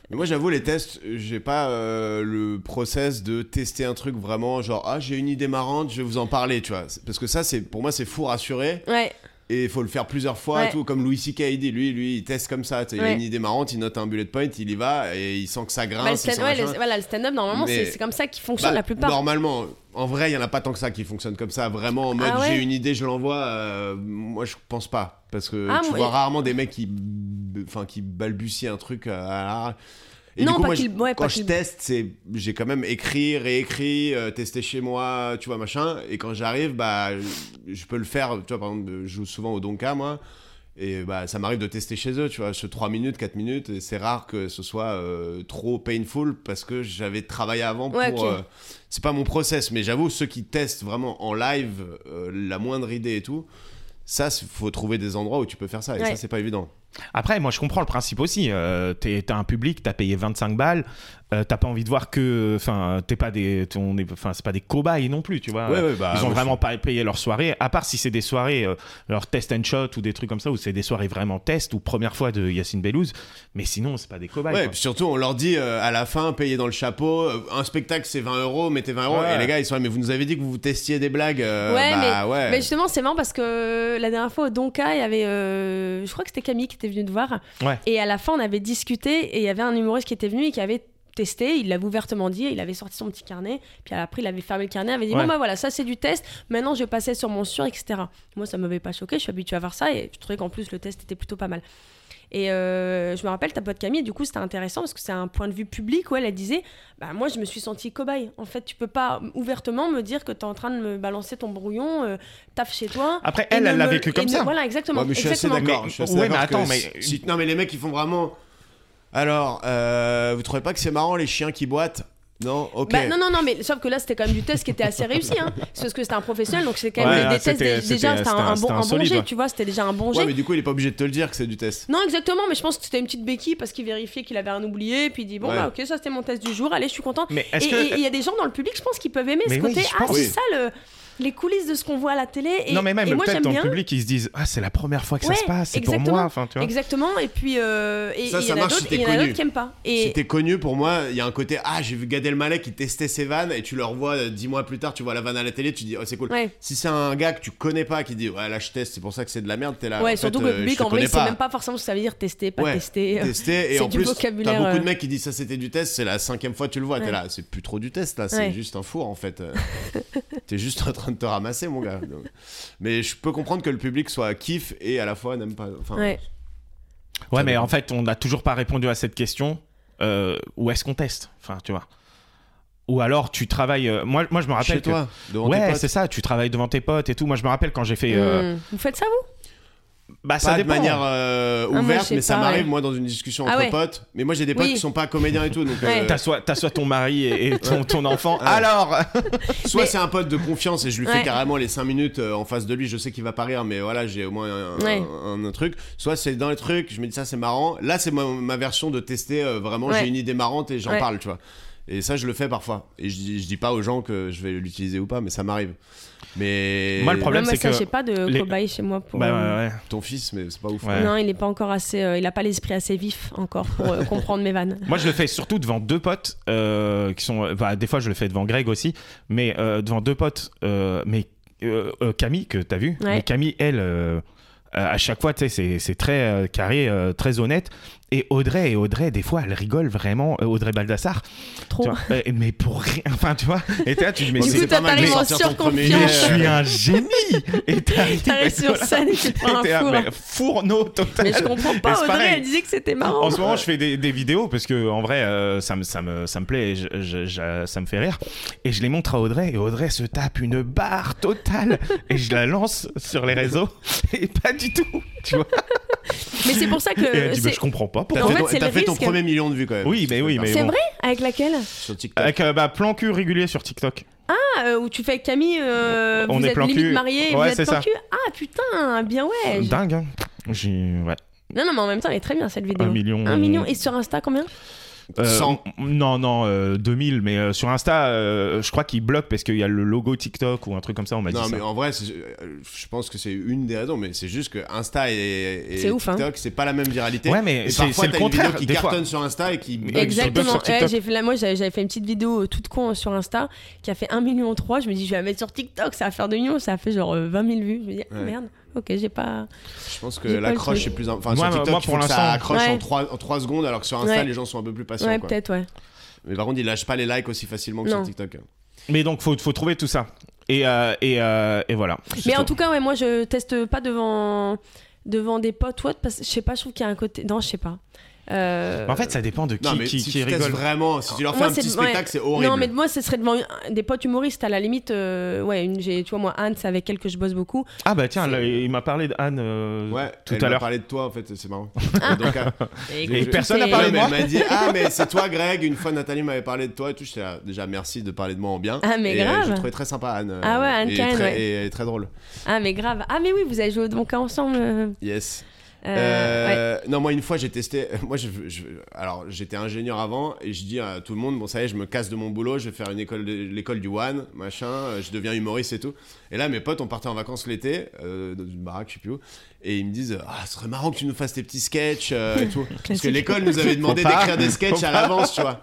D: Mais moi, j'avoue, les tests, j'ai pas euh, le process de tester un truc vraiment genre ah j'ai une idée marrante, je vais vous en parler, tu vois. C'est- Parce que ça, c'est pour moi, c'est fou rassuré
F: Ouais.
D: et il faut le faire plusieurs fois,
F: Ouais.
D: tout comme Louis C.K. il dit, lui, lui, il teste comme ça. tu sais, Il a
F: Ouais.
D: une idée marrante, il note un bullet point, il y va et il sent que Ah, ça
F: Bah, le
D: grince. il
F: stand-
D: sent
F: ouais,
D: machin.
F: le- voilà, le stand-up normalement
D: Mais-
F: c'est c'est comme ça qui fonctionne
D: Bah,
F: la plupart.
D: Normalement, en vrai, il y en a pas tant que ça qui fonctionne comme ça. Vraiment, en mode
F: Ah ouais
D: j'ai une idée, je l'envoie. euh, moi, je pense pas. Parce que
F: Ah,
D: tu
F: moi-
D: vois rarement des mecs qui, enfin, qui balbutient un truc euh, à la- Et
F: Non,
D: du coup,
F: pas
D: moi,
F: qu'ils-
D: je-
F: ouais, pas
D: quand je
F: qu'ils-
D: teste, c'est j'ai quand même écrit, réécrit, euh, testé chez moi, tu vois machin. Et quand j'arrive, bah, je peux le faire. Tu vois, par exemple, je joue souvent au Donka, moi. Et bah, ça m'arrive de tester chez eux, tu vois, ce 3 minutes, 4 minutes, et c'est rare que ce soit euh, trop painful parce que j'avais travaillé avant
F: Ouais,
D: pour.
F: ok.
D: euh, c'est pas mon process, mais j'avoue, ceux qui testent vraiment en live euh, la moindre idée et tout, ça, c'est- faut trouver des endroits où tu peux faire ça, et
F: Ouais.
D: ça, c'est pas évident.
C: Après, moi, je comprends le principe aussi. Euh, t'es- t'as un public, t'as payé 25 balles, euh, t'as pas envie de voir que. Enfin, t'es pas des. t'es- on est- Enfin, c'est pas des cobayes non plus, tu vois.
D: Ouais, ouais, bah,
C: Ah Ils ont
D: moi,
C: vraiment pas payé leur soirée, à part si c'est des soirées, euh, leur test and shot ou des trucs comme ça, où c'est des soirées vraiment test ou première fois de Yacine Bellouz. Mais sinon, c'est pas des cobayes.
D: Ouais,
C: quoi.
D: puis surtout, on leur dit euh, à la fin, payez dans le chapeau, euh, un spectacle c'est 20 euros, mettez 20 euros,
C: Ouais.
D: et les gars, ils sont là, mais vous nous avez dit que vous testiez des blagues, euh,
F: Ouais,
D: bah ouais.
F: Mais justement, c'est marrant parce que la dernière fois au Donka, il y avait. euh, je crois que c'était Camille qui était venue te voir.
C: Ouais.
F: Et à la fin, on avait discuté et il y avait un humoriste qui était venu et qui avait testé, il l'avait ouvertement dit, il avait sorti son petit carnet, puis après il avait fermé le carnet, il avait dit
C: Ouais.
F: bon bah voilà, ça c'est du test, maintenant je passais sur mon sur, etc. Moi ça m'avait pas choqué, je suis habituée à voir ça et je trouvais qu'en plus le test était plutôt pas mal. Et euh, je me rappelle ta pote Camille, du coup c'était intéressant parce que c'est un point de vue public où elle, elle disait bah moi je me suis sentie cobaye. En fait tu peux pas ouvertement me dire que t'es en train de me balancer ton brouillon, euh, taf chez toi.
C: Après,
F: et
C: Ah, elle,
F: ne
C: elle l'a
F: me-
C: vécu
F: et
C: comme
F: ne-
C: ça.
F: Voilà exactement.
D: Ouais, mais je suis assez
F: exactement.
D: d'accord.
C: Mais-
D: je suis assez
C: ouais, mais
D: d'accord que
C: attends, mais-
D: si- Non, mais les mecs, ils font vraiment. Alors, euh, vous trouvez pas que c'est marrant les chiens qui boitent Non Ok.
F: Bah, non, non, non, mais sauf que là, c'était quand même du test qui était assez réussi. Hein, c'est parce que c'était un professionnel, donc c'est quand même
C: Ouais,
F: des-
C: là,
F: des tests.
C: c'était-
F: dé- déjà,
C: c'était-
F: c'était
C: c'était
F: un,
C: un-
F: un bon,
C: c'était un
F: un bon
C: solide,
F: jet,
C: ouais.
F: tu vois, c'était déjà un bon jet.
D: Ouais, mais du coup, il est pas obligé de te le dire que c'est du test.
F: Non, exactement, mais je pense que c'était une petite béquille parce qu'il vérifiait qu'il avait un oublié, puis il dit Bon,
D: Ouais.
F: bah, ok, ça c'était mon test du jour, allez, je suis content.
C: Mais
F: Et
C: est-ce
F: et- et
C: que.
F: il y a des gens dans le public, je pense, qui peuvent aimer
C: Mais
F: ce
C: oui,
F: côté
C: je
F: Ah,
C: pense.
F: c'est
D: Oui.
F: ça le- les coulisses de ce qu'on voit à la télé. Et,
C: non, mais même
F: et moi
C: peut-être
F: j'aime
C: dans
F: bien.
C: le public, ils se disent Ah, c'est la première fois que
F: Ouais,
C: ça se passe, c'est pour
F: exactement.
C: moi. Enfin, tu vois.
F: Exactement, et puis euh, et-
D: Ça,
F: et il y
D: ça
F: en a
D: marche si
F: d'autres
D: t'es
F: il y en a
D: connu.
F: d'autres qui aiment pas.
D: Si
F: Et
D: t'es connu, pour moi, il y a un côté Ah, j'ai vu Gad Elmaleh qui testait ses vannes et tu le revois euh, dix mois plus tard, tu vois la vanne à la télé, tu dis Oh, c'est cool.
F: Ouais.
D: Si c'est un gars que tu connais pas qui dit Ouais, là, je teste, c'est pour ça que c'est de la merde,
C: Ah,
D: t'es là.
F: ouais,
D: en
F: surtout
D: fait,
F: que
D: euh,
F: le
D: je
F: public,
D: te
F: en vrai,
D: connais
F: il sait même pas forcément si ça veut dire tester, pas
D: Ouais,
F: tester. euh.
D: Testé, et
F: [laughs] c'est
D: en
F: du
D: plus, t'as
F: vocabulaire,
D: beaucoup
F: euh.
D: de mecs qui disent ça c'était du test, c'est la cinquième fois que tu le vois,
F: Ouais.
D: t'es là, c'est plus trop du test là, c'est
F: Ouais.
D: juste un four en
F: [laughs]
D: fait. euh. t'es juste en train de te ramasser mon gars. Donc, Mais je peux comprendre que le public soit kiff et à la fois n'aime pas.
C: hein.
D: Enfin,
F: Ouais.
C: Ouais, mais en fait, on n'a toujours pas répondu à cette question. euh, où est-ce qu'on teste Enfin, tu vois. Ou alors, tu travailles. euh, moi, moi, je me rappelle.
D: chez
C: que-
D: toi, devant tes
C: Ouais,
D: potes.
C: c'est ça. Tu travailles devant tes potes et tout. Moi, je me rappelle quand j'ai fait. euh,
F: Hmm. Vous faites ça, vous
C: Bah,
D: pas
C: ça
D: de
C: dépend.
D: manière euh,
F: Ah, moi,
D: ouverte,
F: je sais
D: mais ça
F: pas,
D: m'arrive
F: ouais.
D: moi dans une discussion
F: Ah
D: entre
F: ouais.
D: potes. Mais moi j'ai des potes
F: Oui.
D: qui sont pas comédiens et tout, donc
F: Ouais.
D: euh,
C: T'as soit, t'as soit ton mari et, et ton, ton enfant. Alors
D: soit
F: Mais-
D: c'est un pote de confiance et je lui
F: Ouais.
D: fais carrément les 5 minutes euh, en face de lui, je sais qu'il va pas rire, mais voilà j'ai au moins un,
F: Ouais.
D: un- un truc. Soit c'est dans les trucs, je me dis ça c'est marrant. Là c'est ma, ma version de tester euh, vraiment,
F: Ouais.
D: j'ai une idée marrante et j'en
F: Ouais.
D: parle, tu vois. Et ça je le fais parfois. Et je dis, je dis pas aux gens que je vais l'utiliser ou pas, mais ça m'arrive. Mais
C: Moi, le
F: Ouais,
C: problème,
F: Moi,
C: c'est
F: ça,
C: que
F: j'ai pas de
C: les-
F: cobaye chez moi pour.
C: Bah,
F: euh,
C: ouais, ouais.
D: ton fils, mais c'est pas ouf.
C: Ouais.
F: Non, il n'est pas encore assez. euh, il n'a pas l'esprit assez vif encore pour euh, comprendre mes vannes.
C: Moi, je le fais surtout devant deux potes euh, qui sont. bah, des fois, je le fais devant Greg aussi, mais euh, devant deux potes. euh, mais euh, euh, Camille, que t'as vu
F: Ouais.
C: mais Camille, elle, euh, à à chaque fois, tu sais, c'est- c'est très euh, carré, euh, très honnête. Et Audrey, et Audrey, des fois, elle rigole vraiment. euh, Audrey Baldassar.
F: Trop.
C: tu vois, euh, mais pour rien. [laughs] Enfin, tu vois. Et t'es là, tu te dis, mais
F: Du
C: c'est-
F: coup,
D: pas
F: toi,
D: mal de
F: t'arrives en
D: sortir ton premier,
C: mais
D: euh,
C: je
F: surconfiance.
C: suis un génie. Et t'arrives.
F: T'arrives sur
C: voilà.
F: scène et tu te prends un
C: Et t'es là,
F: four.
C: mais fourneau total.
F: Mais je comprends
C: Mais
F: pas,
C: c'est
F: Audrey,
C: pareil.
F: elle disait que c'était marrant.
C: En ce moment, je fais des, des vidéos parce que en vrai, euh, ça, me, ça, me, ça me plaît, et je- je- je- ça me fait rire. Et je les montre à Audrey et Audrey se tape une barre
F: [laughs]
C: totale et je la lance sur les réseaux et pas du tout. Tu vois
F: Mais c'est pour ça
C: Et elle
F: que.
C: dit bah,
F: c'est-
C: je comprends pas.
D: T'as
C: Pourquoi.
D: fait,
F: En fait,
D: ton-
F: c'est
D: t'as
F: le
D: fait ton
F: risque.
D: premier million de vues quand même.
C: Oui, mais oui, mais
F: C'est
C: bon.
F: vrai Avec laquelle
D: Sur TikTok.
C: Avec euh, bah, plan cul régulier sur TikTok.
F: Ah, euh, où tu fais avec Camille, euh,
C: On
F: vous
C: est
F: êtes
C: plan
F: limite
C: cul.
F: mariés, et vous
C: Ouais,
F: êtes
C: c'est
F: plan
C: ça.
F: cul. Ah putain, bien ouais. Eh, j'ai-
C: Dingue. hein. J'ai ouais,
F: Non, non, mais en même temps, elle est très bien cette vidéo.
C: un million.
F: Un million. Et sur Insta, combien
C: Euh,
D: Cent.
C: Non, non, euh, 2000. Mais euh, sur Insta, euh, je crois qu'ils bloquent parce qu'il y a le logo TikTok ou un truc comme ça. On m'a dit
D: Non,
C: ça.
D: mais en vrai, c'est- euh, je pense que c'est une des raisons, mais c'est juste que Insta et, et
F: C'est ouf, hein.
D: TikTok, c'est pas la même viralité.
C: Ouais, mais
D: Et
C: c'est-
D: parfois,
C: c'est le
D: t'as une vidéo
C: contraire,
D: qui
C: des fois.
D: cartonne sur Insta et qui. bug sur-
C: Exact.
F: Exactement.
C: sur TikTok.
F: Ouais, j'ai fait, là, moi, j'avais j'avais fait une petite vidéo euh, toute con euh, sur Insta qui a fait 1 million 3. Je me dis, je vais la mettre sur TikTok, ça va faire 2 millions. Ça a fait genre euh, 20 000 vues. Je me dis, ah,
D: Ouais.
F: merde, ok, j'ai pas.
D: Je pense que
F: J'ai pas le
D: l'accroche est
F: truc.
D: plus. im- Enfin,
C: Moi,
D: sur TikTok,
C: moi,
D: il
C: pour
D: faut que
C: l'instant.
D: ça accroche
F: Ouais.
D: en, 3, en trois secondes, alors que sur Insta,
F: Ouais.
D: les gens sont un peu plus patients.
F: Ouais,
D: quoi.
F: peut-être, ouais.
D: Mais par contre, ils lâchent pas les likes aussi facilement que
F: Non.
D: sur TikTok.
C: Mais donc, faut, faut trouver tout ça. Et, euh, et, euh, et voilà.
F: Mais en tout cas, ouais, moi, je teste pas devant, devant des potes ou autre parce que je sais pas, je trouve qu'il y a un côté. Non, je sais pas. Euh,
C: En fait, ça dépend de qui,
D: non, mais
C: qui,
D: si
C: qui
D: tu testes
C: rigole.
D: vraiment, si tu leur fais
F: Moi,
D: un petit
F: c'est- ouais.
D: spectacle, c'est horrible.
F: Non, mais moi, ce serait devant un- des potes humoristes. À la limite, euh, ouais, une, j'ai- tu vois, moi, Anne, c'est avec elle que je bosse beaucoup.
C: Ah bah tiens, là, il m'a parlé d'Anne euh,
D: Ouais,
C: tout
D: elle
C: à
D: m'a
C: l'heure.
D: parlé de toi en fait, c'est
F: [laughs]
D: marrant. Donc, euh,
C: Et personne n'a
F: Et-
C: parlé
D: non,
C: de
D: mais
C: moi.
D: Elle m'a dit Ah, mais c'est toi, Greg. Une fois, Nathalie m'avait parlé de toi et tout. J'étais là, déjà, merci de parler de moi en bien.
F: Ah, mais
D: et, euh,
F: grave.
D: Je trouvais très sympa, Anne. euh,
F: Ah ouais, Anne
D: et
F: Karen,
D: très-
F: ouais.
D: Et elle est très drôle.
F: Ah, mais grave. Ah, mais oui, vous avez joué donc ensemble. euh,
D: Yes.
F: euh, ouais.
D: Euh, Non, moi, une fois, j'ai testé. euh, Moi, je, je- alors, j'étais ingénieur avant et je dis à tout le monde Bon, ça y est, je me casse de mon boulot, je vais faire une école de- l'école du One, machin, euh, je deviens humoriste et tout. Et là, mes potes, on partait en vacances l'été, euh, dans une baraque, je sais plus où, et ils me disent Ah, ce serait marrant que tu nous fasses tes petits sketchs euh, et tout. Parce que
F: Classique.
D: l'école nous avait demandé
C: Faut pas,
D: d'écrire des sketchs
C: faut
D: à
C: pas.
D: l'avance, tu vois.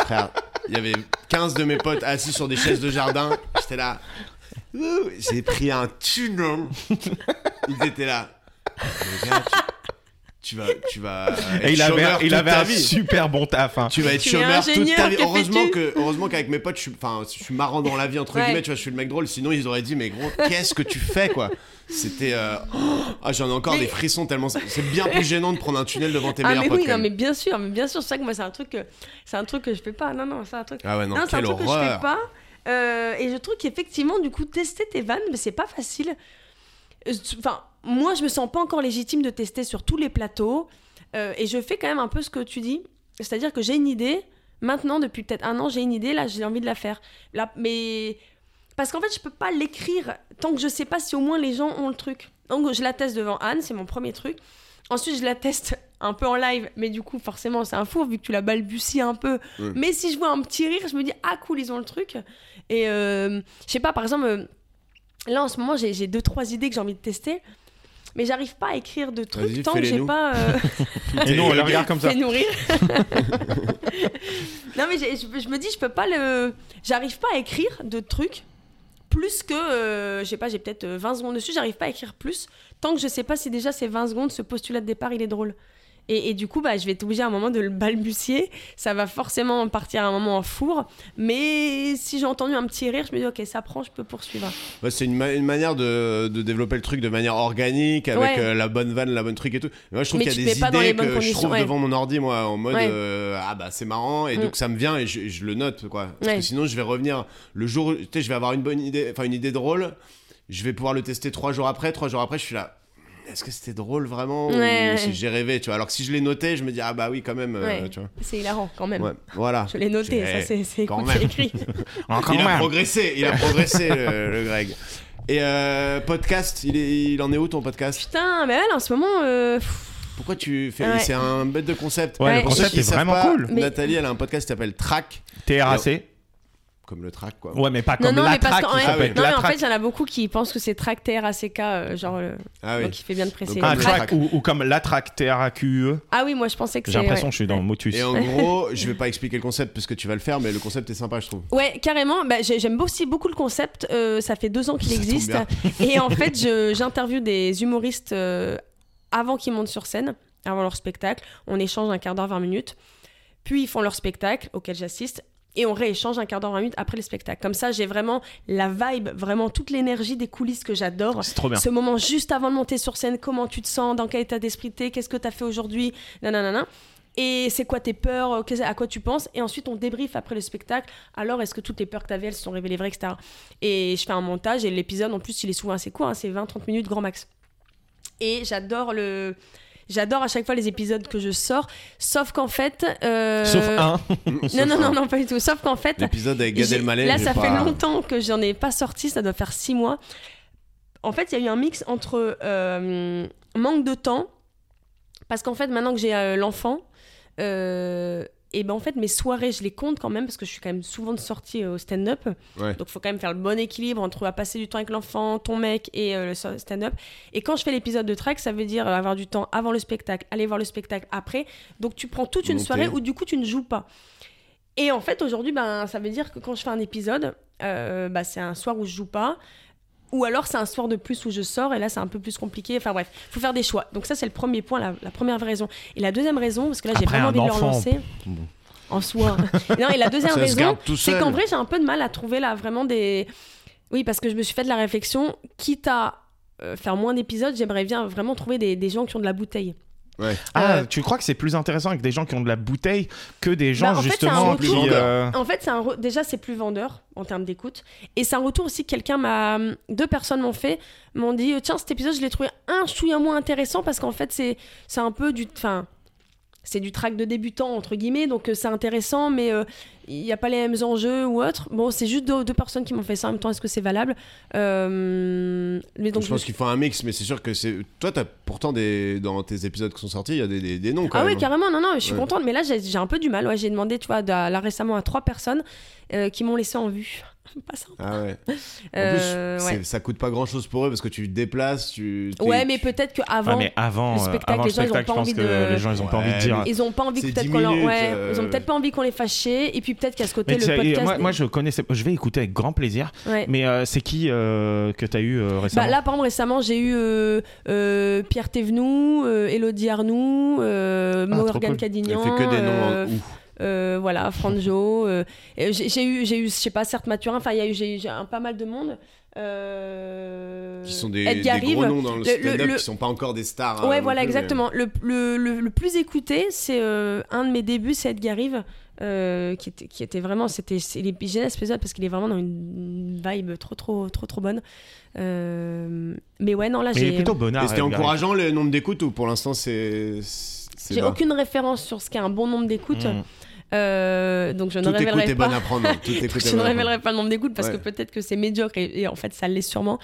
D: Frère, il y avait 15 de mes potes assis sur des chaises de jardin. J'étais là. Ouh, hein. J'ai pris un tunnel. Ils étaient là. Les gars, tu, tu vas, tu vas être
C: Et il avait,
D: chômeur
C: il
D: toute
C: avait
D: ta
C: un
D: vie.
C: super bon taf. hein.
D: Tu vas être
F: Tu es
D: chômeur toute
F: ingénieur,
D: ta vie.
F: que
D: Heureusement
F: fais-tu
D: que, heureusement qu'avec mes potes, je suis, enfin, je suis marrant dans la vie entre
F: Ouais.
D: guillemets. Tu vois, je suis le mec drôle. Sinon, ils auraient dit, mais gros, qu'est-ce que tu fais, quoi C'était, euh, oh, ah, j'en ai encore
F: Mais-
D: des frissons tellement. C'est bien plus gênant de prendre un tunnel devant tes
F: Ah
D: meilleurs
F: mais
D: potes.
F: oui,
D: quand
F: non
D: même.
F: mais bien sûr, mais bien sûr, c'est ça que moi c'est un truc que c'est un truc que je fais pas. Non non, c'est un truc.
D: Ah ouais, non,
F: Non, c'est un
D: quelle
F: truc que je fais
D: horreur.
F: pas. Euh, et je trouve qu'effectivement, du coup, tester tes vannes, mais c'est pas facile. Euh, tu- Enfin, moi, je me sens pas encore légitime de tester sur tous les plateaux. Euh, et je fais quand même un peu ce que tu dis. C'est-à-dire que j'ai une idée. Maintenant, depuis peut-être un an, j'ai une idée. Là, j'ai envie de la faire. Là, mais parce qu'en fait, je peux pas l'écrire tant que je sais pas si au moins les gens ont le truc. Donc, je la teste devant Anne. C'est mon premier truc. Ensuite, je la teste un peu en live, mais du coup, forcément, c'est un four vu que tu la balbuties un peu.
D: Mm.
F: Mais si je vois un petit rire, je me dis ah cool, ils ont le truc. Et euh, je sais pas, par exemple, euh, là en ce moment, j'ai j'ai deux trois idées que j'ai envie de tester, mais j'arrive pas à écrire de
D: Vas-y,
F: trucs tant que
D: fais-les
F: j'ai
D: nous.
F: pas. euh,
C: Et nous, on le regarde comme ça. [laughs]
F: fait nourrir. non mais j'ai- je, je me dis je peux pas le j'arrive pas à écrire de trucs plus que euh, je sais pas j'ai peut-être euh, 20 secondes dessus, j'arrive pas à écrire plus tant que je sais pas si déjà ces 20 secondes ce postulat de départ il est drôle. Et, et du coup, bah, je vais être obligée à un moment de le balbutier. Ça va forcément partir à un moment en four. Mais si j'ai entendu un petit rire, je me dis, ok, ça prend, je peux poursuivre.
D: Ouais, Bah, c'est une, ma- une manière de, de développer le truc de manière organique, avec
F: Ouais.
D: euh, la bonne vanne, la bonne truc et tout. Mais moi, je trouve
F: Mais
D: qu'il y a
F: tu
D: des
F: te mets pas dans les
D: idées
F: bonnes
D: que je trouve
F: conditions, ouais.
D: devant mon ordi, moi, en mode
F: Ouais.
D: euh, ah bah c'est marrant, et
F: Mm.
D: donc ça me vient et je, je le note, quoi. Parce
F: Ouais.
D: que sinon, je vais revenir le jour, où- tu sais, je vais avoir une bonne idée, enfin une idée drôle, je vais pouvoir le tester trois jours après, trois jours après, je suis là. Est-ce que c'était drôle vraiment
F: Ouais, ouais.
D: ou si j'ai rêvé, tu vois Alors que si je l'ai noté, je me dis ah bah oui quand même, euh,
F: Ouais.
D: tu vois.
F: C'est hilarant quand même.
D: Ouais, voilà.
F: Je l'ai noté,
D: Eh,
F: ça c'est- c'est
D: quand
F: écoute, c'est
D: même.
F: écrit.
C: Encore
D: il a
C: Ah, même.
D: progressé, il a progressé le, le Greg. Et euh, podcast, il, est- il en est où ton podcast
F: [laughs] Putain, mais ouais, là, en ce moment, euh, pff,
D: Pourquoi tu fais
F: Ouais.
D: C'est un bête de concept.
C: Ouais,
F: Ouais,
C: le concept
D: Ceux qui
C: est
D: savent
C: vraiment
D: pas,
C: cool.
F: Mais-
D: Nathalie, elle a un podcast qui s'appelle Track,
C: TRAC.
D: comme le track quoi.
C: Ouais, mais pas
F: Non,
C: comme
F: non,
C: la
F: mais parce
C: traque.
F: qu'en
C: il
D: Ah ouais.
C: s'appelle
F: non, mais
C: la
F: en fait,
C: traque.
F: il y en a beaucoup qui pensent que c'est tractaire ACK, euh, genre, euh,
D: Ah oui.
F: donc il fait bien de préciser.
D: Donc,
C: Ah,
D: la
F: Trac-
C: traque, ou, ou comme la traque, TRAQE.
F: Ah oui, moi je pensais que
C: E. J'ai
F: c'est.
C: l'impression
F: ouais.
C: que je suis dans Motus.
D: Et
F: [laughs]
D: en gros, je vais pas expliquer le concept parce que tu vas le faire, mais le concept est sympa, je trouve.
F: Ouais, carrément. Bah, j'ai- J'aime aussi beaucoup le concept. euh, ça fait deux ans qu'il
D: Ça tombe
F: existe.
D: bien.
F: Et en fait, je- j'interviewe des humoristes euh, avant qu'ils montent sur scène, avant leur spectacle. On échange un quart d'heure, 20 minutes. Puis ils font leur spectacle auquel j'assiste. Et on rééchange un quart d'heure, 20 minutes après le spectacle. Comme ça, j'ai vraiment la vibe, vraiment toute l'énergie des coulisses que j'adore.
C: C'est trop bien.
F: Ce moment juste avant de monter sur scène, comment tu te sens, dans quel état d'esprit t'es, qu'est-ce que t'as fait aujourd'hui, nanana. Et c'est quoi tes peurs, euh, qu'est-ce- à quoi tu penses. Et ensuite, on débrief après le spectacle. Alors, est-ce que toutes les peurs que t'avais, elles se sont révélées vraies, etc. Et je fais un montage, et l'épisode, en plus, il est souvent assez court, hein, c'est 20-30 minutes grand max. Et j'adore le. J'adore à chaque fois les épisodes que je sors, sauf qu'en fait. euh,
C: Sauf un.
F: Non, non, non, non, pas du tout. Sauf qu'en fait,
D: L'épisode avec Gad
F: j'ai-
D: Elmaleh.
F: Là,
D: j'ai
F: ça
D: pas-
F: fait longtemps que j'en ai pas sorti, ça doit faire six mois. En fait, il y a eu un mix entre euh, manque de temps, parce qu'en fait, maintenant que j'ai euh, l'enfant, et ben en fait, mes soirées, je les compte quand même, parce que je suis quand même souvent de sortie euh, au stand-up.
D: Ouais.
F: Donc, il faut quand même faire le bon équilibre entre à passer du temps avec l'enfant, ton mec et euh, le so- stand-up. Et quand je fais l'épisode de track, ça veut dire euh, avoir du temps avant le spectacle, aller voir le spectacle après. Donc, tu prends toute une
D: Monter.
F: soirée où du coup, tu ne joues pas. Et en fait, aujourd'hui, ben, ça veut dire que quand je fais un épisode, euh, bah, c'est un soir où je joue pas. Ou alors c'est un soir de plus où je sors et là c'est un peu plus compliqué. Enfin bref, faut faire des choix. Donc ça c'est le premier point, la, la première raison. Et la deuxième raison, parce que là j'ai
C: Après,
F: vraiment
C: un
F: envie de le
C: enfant.
F: relancer en soi. [laughs] non et la deuxième
D: Ça se
F: raison,
D: garde tout
F: c'est
D: seul.
F: qu'en vrai j'ai un peu de mal à trouver là vraiment des. Oui parce que je me suis fait de la réflexion, quitte à euh, faire moins d'épisodes, j'aimerais bien vraiment trouver des, des gens qui ont de la bouteille.
C: Ah,
F: Euh,
C: tu crois que c'est plus intéressant avec des gens qui ont de la bouteille que des gens
F: Bah, en fait,
C: justement
F: c'est un
C: qui.
F: retour.
C: euh,
F: En fait, c'est un re- déjà c'est plus vendeur en termes d'écoute, et c'est un retour aussi que quelqu'un m'a, deux personnes m'ont fait, m'ont dit euh, tiens cet épisode je l'ai trouvé un chouïa moins intéressant parce qu'en fait c'est c'est un peu du, enfin c'est du track de débutant entre guillemets donc euh, c'est intéressant mais euh, il n'y a pas les mêmes enjeux ou autre. Bon c'est juste deux, deux personnes qui m'ont fait ça en même temps est-ce que c'est valable Euh, Mais donc
D: je pense qu'il faut un mix, mais c'est sûr que c'est. Toi, t'as pourtant des dans tes épisodes qui sont sortis, il y a des, des, des noms quand
F: Ah
D: même.
F: oui, carrément, non, non, je suis
D: Ouais.
F: contente, mais là j'ai j'ai un peu du mal. Ouais, j'ai demandé, tu vois, de- là récemment à trois personnes euh, qui m'ont laissé en vue. [laughs] Pas ça.
D: Ah
F: [laughs]
D: ouais. En
F: Euh,
D: plus,
F: ouais.
D: c'est- ça coûte pas grand chose pour eux parce que tu te déplaces, tu. t'es-
F: Ouais, mais peut-être
D: Ah,
F: qu'avant,
C: Ouais, mais avant
F: le
C: euh,
F: spectacle,
C: avant le
F: les gens, ils ont
C: spectacle,
F: pas
C: je pense
F: envie
C: que
F: de-
C: les gens, ils ont pas envie de
D: Ouais,
C: dire.
D: mais-
F: ils ont pas envie
D: Ah. C'est
F: peut-être
D: 10
F: qu'on leur...
D: minutes,
F: ouais,
D: euh,
F: ils ont peut-être pas envie qu'on les fâche et puis peut-être qu'à ce côté
C: Mais
F: le
C: ça-
F: podcast
C: moi, moi, je connaissais, je vais écouter avec grand plaisir.
F: ouais.
C: Mais euh, c'est qui euh, que t'as eu euh, récemment
F: Bah, là, par exemple, récemment, j'ai eu euh, euh, Pierre Thévenoud, euh, Elodie Arnoux, euh,
C: Ah, trop
F: Morgane
C: cool.
F: Cadignan.
D: Elle fait que des noms hein. en
F: euh,
D: ouf.
F: euh, voilà, Franjo. euh, et j'ai j'ai eu, j'ai eu, je sais pas, certes Mathurin. Enfin, il y a eu, j'ai eu j'ai un pas mal de monde. euh,
D: qui sont des,
F: Ed
D: des
F: Garive.
D: gros noms dans le
F: Le- le-
D: stand-up
F: le-
D: qui sont pas encore des stars. euh,
F: Ouais,
D: non
F: voilà,
D: plus, mais-
F: exactement. Le, le, le, le plus écouté, c'est euh, un de mes débuts, c'est Edgar Rive, euh, qui, était, qui était vraiment. C'était, c'est- il est- j'ai l'air spécial parce qu'il est vraiment dans une vibe trop, trop, trop, trop bonne. Euh, mais ouais, non, là,
C: Mais il est
F: j'ai. euh,
C: plutôt bonnard.
D: Et c'était
C: Ah, Edgar.
D: encourageant le nombre d'écoutes ou pour l'instant c'est. c'est- c'est
F: J'ai
D: bas
F: aucune référence sur ce qu'est un bon nombre d'écoutes,
C: Mm.
F: euh, donc je ne
D: Toute écoute
F: révélerai
D: Hmm. est
F: pas.
D: bonne à prendre.
F: [laughs]
D: Toute écoute est
F: je ne
D: bonne à
F: révélerai pas le nombre d'écoutes parce
D: Ouais.
F: que peut-être que c'est médiocre et, et en fait ça l'est sûrement.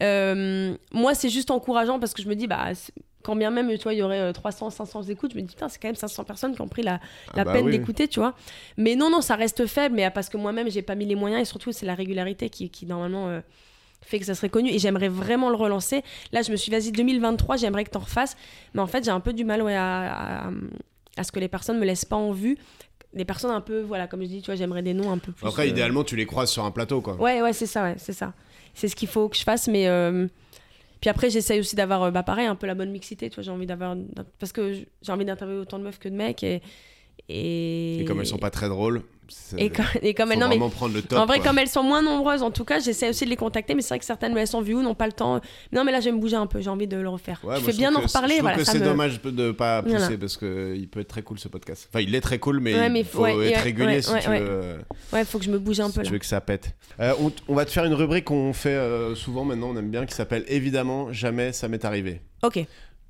F: Euh, moi c'est juste encourageant parce que je me dis bah c'est- quand bien même tu vois il y aurait euh, 300 500 écoutes je me dis putain c'est quand même 500 personnes qui ont pris la,
D: prendre.
F: la
D: Ah bah
F: peine
D: oui.
F: d'écouter tu vois. Mais non non ça reste faible mais ah, parce que moi-même j'ai pas mis les moyens et surtout c'est la régularité qui, qui normalement euh, fait que ça serait connu et j'aimerais vraiment le relancer. Là je me suis dit, vas-y 2023 j'aimerais que t'en refasses mais en fait j'ai un peu du mal ouais, à, à- à ce que les personnes me laissent pas en vue. Des personnes un peu, voilà, comme je dis, tu vois, j'aimerais des noms un peu plus.
D: Après
F: euh,
D: idéalement tu les croises sur un plateau quoi.
F: Ouais, ouais, c'est ça, ouais, c'est ça. C'est ce qu'il faut que je fasse, mais. euh, Puis après, j'essaye aussi d'avoir, euh, bah, pareil, un peu la bonne mixité, tu vois. J'ai envie d'avoir. Parce que j- j'ai envie d'interviewer autant de meufs que de mecs, et. Et,
D: Et comme elles sont pas très drôles. ça-
F: Et comme, et comme
D: faut
F: elles. Non, mais.
D: vraiment prendre le top.
F: En vrai,
D: quoi.
F: comme elles sont moins nombreuses, en tout cas, j'essaie aussi de les contacter, mais c'est vrai que certaines me laissent en vue ou n'ont pas le temps. Non, mais là, je vais me bouger un peu, j'ai envie de le refaire.
D: Ouais, moi,
F: je fais
D: trouve
F: bien
D: que
F: en
D: c'est-
F: reparler,
D: Je trouve
F: voilà.
D: que
F: ça
D: c'est
F: me-
D: dommage de pas pousser
F: Voilà.
D: parce que il peut être très cool ce podcast. Enfin, il est très cool, mais,
F: Ouais, mais
D: il
F: faut-
D: faut
F: ouais,
D: être
F: ouais,
D: régulier
F: ouais,
D: si,
F: ouais,
D: tu
F: ouais.
D: veux,
F: Ouais, faut que je me bouge un
D: si
F: peu là.
D: tu veux que ça pète. Euh, on, t- on va te faire une rubrique qu'on fait euh, souvent maintenant, on aime bien, qui s'appelle évidemment jamais ça m'est arrivé.
F: Ok.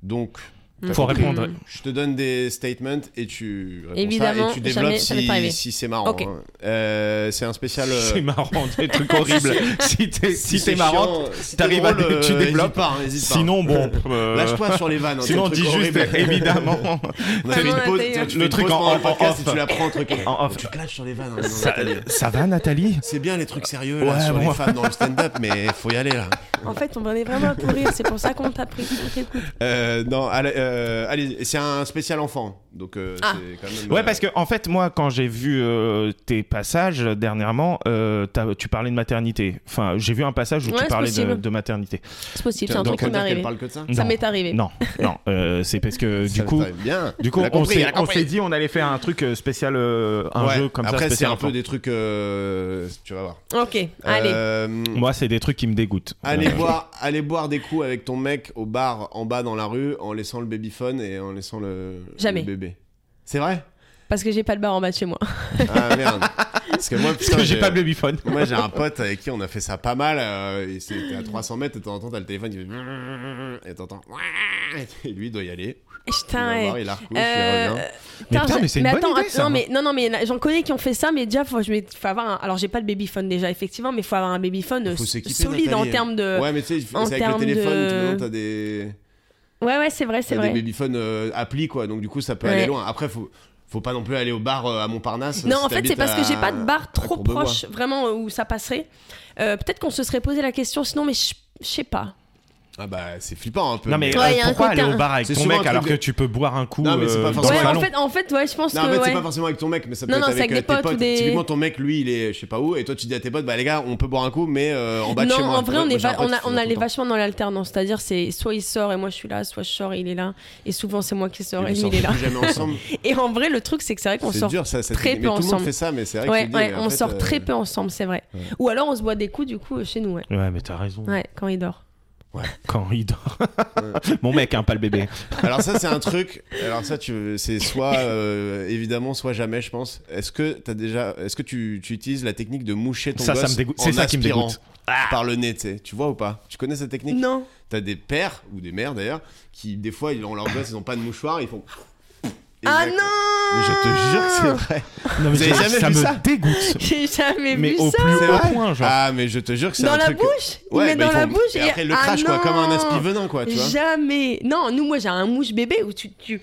D: Donc,
F: Mm.
C: Faut
D: Ok.
C: répondre.
D: je te donne des statements et tu réponds ça
F: Évidemment,
D: et tu
F: jamais
D: développes
F: ça m'est arrivé.
D: si, si c'est marrant.
F: Ok.
D: hein. Euh, c'est un spécial. euh,
C: C'est marrant, des trucs
D: [laughs]
C: horribles. si t'es si t'es
D: c'est
C: marrant,
D: chiant, si t'es
C: t'arrives à-
D: drôle, euh,
C: tu développes.
D: hésite pas, hein, hésite pas.
C: Sinon, bon. euh,
D: [laughs] Lâche-toi sur les vannes. hein,
C: Sinon, on
D: des
C: dit
D: trucs
C: juste [laughs]
D: horribles.
C: évidemment.
D: On a fait
F: Vraiment,
D: une pause,
F: la taille,
D: tu-
F: hein.
D: tu
C: Le
D: fais une
C: truc
D: pause
C: en-
D: pendant
C: en-
D: le podcast
C: en-
D: et tu la prends, truc.
C: En off.
D: Tu te lâches sur les vannes. hein,
C: Ça,
D: Nathalie.
C: ça va, Nathalie
D: C'est bien les trucs sérieux là,
C: Ouais,
D: sur
C: bon.
D: les femmes dans le stand-up, mais faut y aller là.
F: En fait, on en est vraiment à courir, c'est pour ça qu'on
D: [laughs]
F: t'a pris. Ok, cool.
D: Euh, non, allez, euh, allez, c'est un spécial enfant, donc euh,
F: Ah.
D: c'est quand même.
C: Ouais,
D: euh,
C: parce que en fait, moi, quand j'ai vu euh, tes passages dernièrement, euh, t'as- tu parlais de maternité. Enfin, j'ai vu un passage où
F: Ouais,
C: tu
F: c'est
C: parlais de,
F: possible.
C: de maternité.
F: C'est possible, c'est un
D: donc,
F: truc qui
D: on
F: m'est
D: va dire qu'elle
F: arrivé.
D: parle que de ça.
F: Ça
C: Non.
F: m'est arrivé.
C: Non, non, euh, c'est parce que
D: Ça
C: Euh, du
D: me
C: coup,
D: paraît bien.
C: du coup,
D: Elle a
C: on
D: compris,
C: s'est-
D: elle a
C: on
D: compris.
C: s'est dit, on allait faire un truc euh, spécial, euh, un
D: Ouais.
C: jeu comme ça.
D: Après, c'est
C: spécial
D: un peu
C: enfant.
D: des trucs. euh, tu vas voir.
F: Ok, allez.
D: Euh,
C: Moi, c'est des trucs qui me dégoûtent.
D: Allez
C: Euh,
D: boire, allez boire des coups avec ton mec au bar en bas dans la rue en laissant le babyphone et en laissant le,
F: Jamais.
D: le bébé. C'est vrai
F: Parce que j'ai pas le bar en bas de
D: [laughs]
F: chez moi.
D: Ah merde. Parce que moi,
C: [laughs] parce
D: putain,
C: que j'ai pas de babyphone.
D: Moi, j'ai un pote avec qui on a fait ça pas mal. euh, et c'était à 300 mètres et de temps en temps, t'as le téléphone qui fait. [laughs] Et t'entends. Et lui, il doit y aller. Il
F: Eh, Putain,
D: va
F: ouais.
D: voir, il la recouche,
F: Euh,
D: il revient.
C: Mais
F: putain,
C: putain,
F: je-
C: mais c'est une bonne
F: attends,
C: idée,
F: att-
C: ça.
F: Non, mais, non, non, mais là, j'en connais qui ont fait ça, mais déjà, faut, je mets- faut avoir un- Alors, j'ai pas de babyphone déjà, effectivement, mais faut avoir un babyphone euh,
D: Faut s'équiper,
F: solide en
D: Nathalie.
F: termes de.
D: Ouais, mais tu sais, c'est
F: euh, en
D: avec
F: termes
D: le téléphone,
F: de-
D: tout le monde, t'as des.
F: Ouais, ouais, c'est vrai, c'est
D: T'as des
F: vrai.
D: babyphones euh, appli quoi, donc du coup ça peut
F: Ouais.
D: aller loin. Après faut faut pas non plus aller au bar euh, à Montparnasse. si
F: Non, en fait, c'est
D: t'habites
F: parce que
D: à-
F: j'ai pas de
D: à
F: bar trop
D: Courbevoie.
F: proche, vraiment, euh, où ça passerait. Euh, Peut-être qu'on se serait posé la question, sinon, mais je je sais pas.
D: Ah bah c'est flippant un peu.
C: Non mais
F: Ouais,
C: euh,
F: y a un
C: pourquoi
F: côté-
C: aller au bar avec
D: C'est
C: ton
D: souvent un
C: mec
D: truc
C: alors
D: de-
C: que tu peux boire un coup
D: Non, mais c'est
C: euh,
D: pas
C: dans le
D: forcément-
F: Ouais, en
C: salon
F: fait, en fait, ouais, je pense
D: Non, en
F: que.
D: fait, c'est
F: ouais.
D: pas forcément avec ton mec, mais ça peut
F: Non,
D: être
F: non,
D: avec,
F: c'est avec
D: euh,
F: des
D: tes
F: potes ou
D: potes.
F: des-
D: Typiquement, ton mec, lui, il est, je sais pas où, et toi, tu dis à tes potes, bah les gars, on peut boire un coup, mais euh, en bas de
F: non,
D: chez moi.
F: en vrai, on,
D: Moi,
F: est
D: j'ai un
F: va-
D: pote
F: on,
D: qui
F: a,
D: fait
F: on
D: ça
F: allait
D: tout le temps.
F: vachement dans l'alternance. C'est-à-dire, c'est soit il sort et moi je suis là, soit je sors et il est là. Et souvent, c'est moi qui sors et
D: Ils
F: lui,
D: sortent
F: il est là.
D: plus jamais
F: [laughs]
D: ensemble.
F: Et en vrai, le truc, c'est que c'est vrai qu'on
D: C'est
F: sort.
D: dur, ça. ça-
F: très
D: mais
F: peu
D: tout le monde
F: ensemble.
D: fait ça, mais c'est vrai que
F: Ouais,
D: tu dis,
F: ouais,
D: mais en
F: on
D: fait,
F: sort
D: euh,
F: très peu ensemble, c'est vrai.
D: ouais.
F: Ou alors on se boit des coups du coup chez nous, ouais.
C: Ouais, mais t'as raison.
F: Ouais, quand il dort.
C: Quand il dort. Mon mec, hein, pas le bébé.
D: Alors ça
F: [laughs]
D: c'est un truc. Alors ça tu c'est soit euh, évidemment soit jamais je pense. Est-ce que t'as déjà est-ce que tu, tu utilises la technique de moucher ton
C: Ça, ça
D: gosse
C: me dégoûte.
D: en
C: C'est ça qui me
D: aspirant
C: dégoûte. Ah
D: par le nez tu sais. Tu vois ou pas Tu connais cette technique
F: Non.
D: T'as des pères ou des mères d'ailleurs qui des fois ils ont leur gosse ils ont pas de mouchoir ils font.
F: Ah
D: Exact.
F: non
D: Mais je te jure
F: [laughs]
D: que c'est vrai.
C: Non,
D: Vous avez jamais
C: ça
D: vu
C: me
D: ça
C: dégoûte.
F: J'ai jamais
C: mais
F: vu
C: au
F: ça
C: plus
D: C'est
C: haut
D: vrai
C: point, genre.
D: Ah mais je te jure que c'est
F: Dans
D: un
F: la
D: truc.
F: bouche Il
D: Ouais,
F: met
D: mais
F: dans
D: ils
F: la
D: font-
F: bouche
D: et
F: et-
D: après le
F: Ah
D: crash quoi comme un
F: non
D: aspi venin quoi tu vois.
F: Jamais Non, nous, moi j'ai un mouche bébé où tu. tu...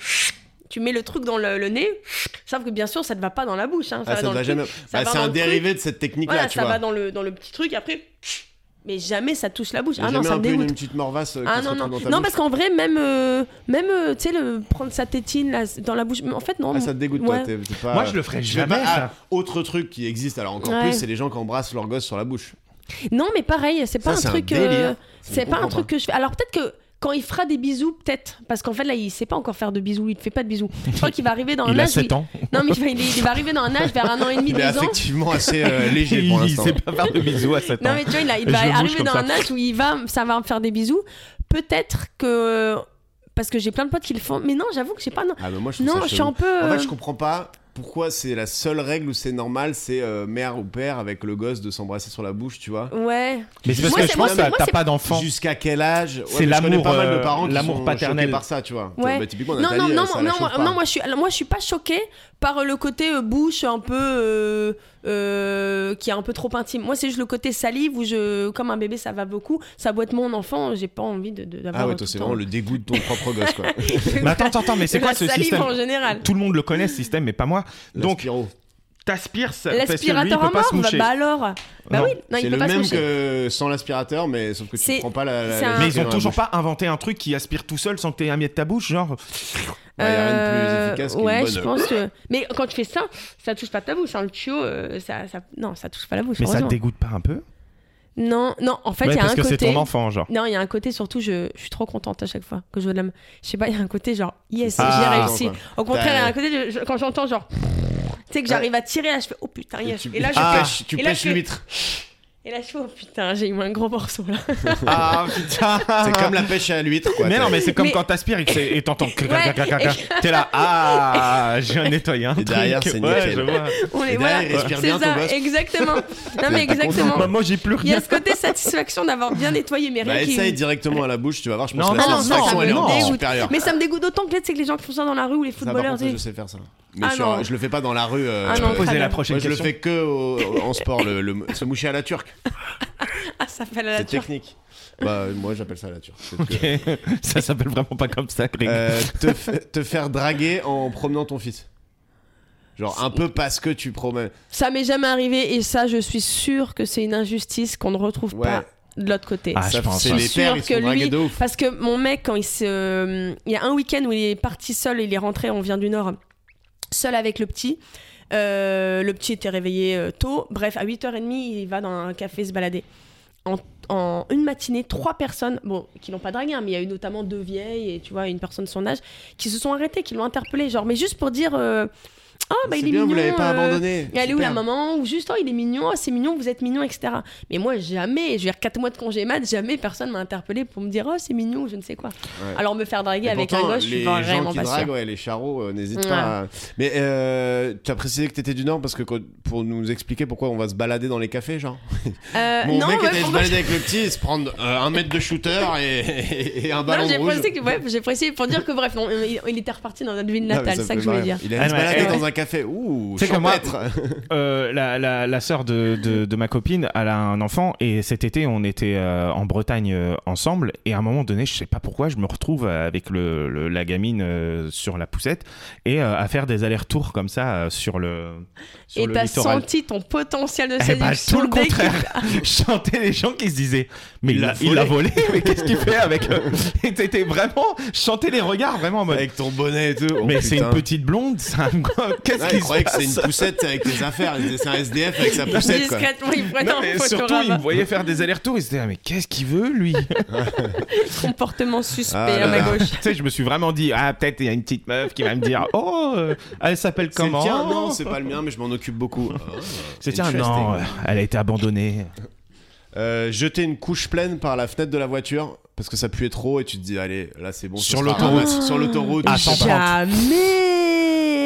F: tu mets le truc dans le, le nez, sauf que bien sûr, ça ne va pas dans la bouche. hein, ça
D: Ah,
F: va
D: ça
F: dans
D: ne va
F: le
D: jamais.
F: truc, ça
D: Bah,
F: va
D: c'est
F: dans
D: un
F: le truc,
D: dérivé de cette technique-là,
F: voilà,
D: tu
F: ça
D: vois.
F: va dans le, dans le petit truc, et après, mais jamais ça touche la bouche.
D: J'ai
F: Ah non,
D: jamais
F: ça
D: un
F: me
D: peu une,
F: dégoûte.
D: une petite morvasse euh, qui
F: Ah
D: se
F: non, non.
D: retrouve dans ta
F: Non,
D: bouche.
F: parce qu'en vrai, même, euh, même euh, tu sais, le- prendre sa tétine là, dans la bouche, mais en fait, non.
D: Ah, ça te dégoûte,
F: Ouais.
D: toi. t'es- t'es pas-
C: Moi, je le ferais
D: Je vais
C: jamais,
D: pas-
C: ça.
D: ah, autre truc qui existe, alors encore
F: Ouais.
D: plus, c'est les gens qui embrassent leur gosse sur la bouche.
F: Non, mais pareil, c'est pas
D: Ça, c'est
F: un
D: un
F: truc.
D: délire.
F: euh,
D: Je
F: C'est pas un
D: comprends
F: truc que je fais. Alors peut-être que quand il fera des bisous, peut-être. Parce qu'en fait, là, il sait pas encore faire de bisous. Il ne fait pas de bisous. Je crois qu'il va
D: [laughs]
F: arriver dans un
I: Il a
F: âge. où
I: 7 ans.
F: il- Non, mais il va, il est- il va arriver dans un âge vers un an et demi,
D: Il est
F: deux ans.
D: effectivement assez euh,
C: [laughs]
D: léger pour l'instant.
C: pas faire de bisous à 7
F: Non, mais tu vois, il, a- il
C: Je
F: va
C: bouge
F: arriver
C: comme
F: dans
C: ça.
F: un âge où il va, ça va me faire des bisous. Peut-être que. Parce que j'ai plein de potes qui le font. Mais non, j'avoue que j'ai pas. Non,
D: Ah, mais moi, je trouve
F: non
D: ça
F: je suis
D: chelou.
F: un peu.
D: En
F: euh,
D: fait, je comprends pas pourquoi c'est la seule règle où c'est normal, c'est euh, mère ou père avec le gosse de s'embrasser sur la bouche, tu vois.
F: Ouais.
I: Mais c'est parce
F: Moi,
I: que
F: c'est-
I: je
F: moi,
I: pense
F: c'est-
I: que t'as
F: moi,
I: t'as
F: c'est-
I: pas d'enfant.
D: Jusqu'à quel âge
I: C'est
D: mais je connais
I: l'amour,
D: pas mal
I: euh,
D: de parents qui
I: l'amour
D: sont
I: paternel.
D: choqués par ça, tu vois.
F: Ouais.
D: Bah, typiquement,
F: Non, non,
D: Nathalie,
F: non,
D: ça la
F: non, moi,
D: chauffe pas.
F: non, moi je suis, alors, moi je suis pas choquée par le côté euh, bouche un peu euh, euh, qui est un peu trop intime. Moi c'est juste le côté salive où je, comme un bébé ça va beaucoup, ça boite mon enfant, j'ai pas envie de, de- d'avoir.
D: Ah ouais,
F: tout
D: toi, c'est
F: le
D: vraiment
F: temps-
D: le dégoût
F: [laughs]
D: de ton propre gosse, quoi.
I: Mais attends, attends, attends, mais c'est
F: La
I: quoi ce
F: salive
I: système
F: en général.
I: Tout le monde le connaît ce système, mais pas moi. Donc,
D: L'aspiro.
C: T'aspires, ça- parce que lui, il
F: L'aspirateur à
C: peut pas
F: mort,
C: se
F: bah,
C: moucher.
F: bah alors. Bah
I: Non.
F: oui, non, il
D: c'est
F: peut
D: le
F: pas se
D: même
F: moucher.
D: que sans l'aspirateur, mais sauf que
F: C'est-
D: tu prends pas la. la-
F: c'est
D: la-
F: un-
D: la-
I: mais ils
D: la-
I: ont
D: la-
I: toujours pas inventé un truc qui aspire tout seul sans que t'aies un miette de ta bouche, genre.
D: Ouais, y a rien de plus efficace qu'une
F: Euh, ouais,
D: bonne-
F: je pense que. Mais quand tu fais ça, ça touche pas ta bouche. hein, Le tuyau, euh, ça, ça- non, ça touche pas la bouche.
I: Mais ça te
F: heureusement.
I: dégoûte pas un peu
F: Non, non. En fait, il
I: Ouais,
F: y a
I: parce
F: un
I: que
F: côté.
I: c'est ton enfant, genre.
F: Non, il y a un côté surtout, je, je suis trop contente à chaque fois que je vois de l'âme. Je sais pas, il y a un côté genre, yes,
I: Ah.
F: j'ai réussi.
D: Quoi. Ben.
F: Au contraire, il y a
D: T'as-
F: un côté, de- je- quand j'entends genre, tu sais que j'arrive à tirer, là je fais, oh putain, yes.
D: tu-
F: Et là je
D: Ah,
F: fais,
D: tu
F: et là,
D: pêches
F: je fais- [laughs]
D: l'huître.
F: et là je fais, oh putain, j'ai eu un gros morceau là.
I: Ah putain
D: [laughs] C'est comme la pêche à l'huître, quoi.
I: Mais non,
F: [laughs]
I: mais c'est comme
F: Mais-
I: quand t'aspires et que c'est- et
F: [laughs]
I: t'entends. crac, crac, crac, crac,
F: et-
I: crac. T'es là, ah, je viens de nettoyer un
D: Et derrière,
I: truc.
D: c'est
I: Ouais,
D: nickel.
I: je vois.
F: On
D: Et
F: les
D: derrière,
F: voilà.
D: il respire
F: C'est
D: bien ton
F: ça,
D: gosse. [laughs]
F: exactement. Non mais
D: pas content,
F: exactement.
D: quoi.
I: Maman, Bah, j'ai plus
F: Il y a
I: rien.
F: ce côté satisfaction d'avoir bien nettoyé mes
D: Bah,
F: règles.
D: essaye directement à la bouche, tu vas voir, je pense
I: Non,
D: que la
I: non, non,
D: satisfaction,
I: ça
D: elle est
I: me
D: encore
I: dégoûte.
D: supérieure.
F: Mais ça me dégoûte d'autant que là, tu sais que les gens qui font ça dans la rue ou les
D: Ça, par
F: footballeurs.
D: contre,
F: tu
D: je
F: sais.
D: sais faire ça. Mais
F: Ah
D: sur-
F: non.
D: je le fais pas dans la rue. euh,
F: Ah
D: je-
F: non,
D: moi,
I: Poser
F: bien.
I: la prochaine
D: je le
I: question.
D: fais que au- en sport, le, le- se moucher à la turque.
F: Ah, ça fait la
D: C'est
F: nature.
D: technique. Bah, moi, j'appelle ça à la turque. Peut-être que-
I: [laughs] ça s'appelle vraiment pas comme ça, les gars.
D: Euh, te, fa- te faire draguer en promenant ton fils. Genre un peu parce que tu promets.
F: Ça m'est jamais arrivé et ça, je suis sûre que c'est une injustice qu'on ne retrouve
D: Ouais.
F: pas de l'autre côté.
I: Ah, je
D: Ça,
I: pense
D: c'est
I: pas.
D: les pères, ils
F: Sûr
D: sont
F: que
D: dragués
F: lui-
D: de ouf.
F: Parce que mon mec, quand il se. Il y a un week-end où il est parti seul, il est rentré, on vient du Nord, seul avec le petit. Euh, le petit était réveillé euh, tôt. Bref, à 8h30, il va dans un café se balader. En, en une matinée, trois personnes, bon, qui l'ont pas dragué, hein, mais il y a eu notamment deux vieilles et tu vois, une personne de son âge, qui se sont arrêtées, qui l'ont interpellé. Genre, mais juste pour dire. euh, Ah, bah
D: C'est
F: il est
D: bien,
F: mignon.
D: vous l'avez pas
F: euh,
D: abandonné.
F: et elle est où la
D: Super.
F: maman Ou juste, oh, il est mignon, oh, c'est mignon, vous êtes mignon, etc. Mais moi, jamais, je veux dire, 4 mois de congé mat, jamais personne m'a interpellé pour me dire, oh, c'est mignon, ou je ne sais quoi.
D: Ouais.
F: Alors, me faire draguer
D: Et
F: avec
D: pourtant,
F: un gosse, je suis
D: les gens
F: vraiment
D: qui
F: pas
D: draguent,
F: sûre.
D: ouais, les charros, euh, n'hésitent
F: Ouais.
D: pas. à- Mais euh, tu as précisé que t'étais du Nord parce que quand- pour nous expliquer pourquoi on va se balader dans les cafés, genre.
F: Euh,
D: Mon
F: non,
D: mec
F: ouais,
D: était allé se
F: pourquoi-
D: balader avec le petit et se prendre euh, un mètre de shooter et, et un ballon
F: Non, j'ai
D: rouge.
F: précisé, que- ouais, j'ai précisé pour dire que bref, non, il, il était reparti dans notre ville
D: Non, mais
F: natale,
D: me
F: c'est
D: fait
F: ça que je voulais
D: marrer.
F: dire.
D: Il allait se
C: Ah, ouais.
D: balader
F: Ouais.
D: dans un café. Ouh,
C: Tu sais que moi-
D: champêtre.
C: Euh, la, la, la sœur de, de, de ma copine, elle a un enfant et cet été on était euh, en Bretagne euh, ensemble et à un moment donné, je sais pas pourquoi, je me retrouve euh, avec le, le- la gamine euh, sur la poussette et euh, à faire des allers-retours comme ça euh, sur le, sur
F: Et
C: le
F: t'as
C: littoral. [laughs]
F: senti ton potentiel de
C: Eh bah,
F: séduction
C: tout le
F: dès que-
C: contraire. Je sentais les gens qui se disaient Mais il
D: Il
C: l'a
D: l'a
C: il l'a volé, mais qu'est-ce qu'il fait avec
D: [laughs]
C: eux [laughs] Et t'étais vraiment, je sentais les regards vraiment en mode
D: Avec ton bonnet et tout. Oh,
C: Mais c'est une
D: putain.
C: petite blonde, ça Qu'est-ce
D: Ouais,
C: qu'il
D: il
C: se
D: croyait que
C: passe
D: c'est une poussette avec les affaires. Il disait, C'est un SDF avec sa poussette. quoi.
F: Discrètement, il prenait
C: Non,
F: un
C: mais
F: photo
C: surtout, il me voyait faire des allers-retours. Il se disait, Ah, mais qu'est-ce qu'il veut, lui Tu
F: comportement suspect
D: Ah
F: à
D: là
F: ma
D: là.
F: gauche.
C: sais, je me suis vraiment dit, ah, peut-être il y a une petite meuf qui va me dire, oh, euh, elle s'appelle
D: C'est le
C: comment
D: tien Non, c'est pas le mien, mais je m'en occupe beaucoup. Ah,
C: C'est tiens, non, euh, elle a été abandonnée.
D: Euh, jeter une couche pleine par la fenêtre de la voiture parce que ça puait trop et tu te dis allez là c'est bon ce
C: Sur
D: sera
C: l'autoroute.
D: ramassé. sur l'autoroute
C: Ah,
D: je sais pas.
F: Jamais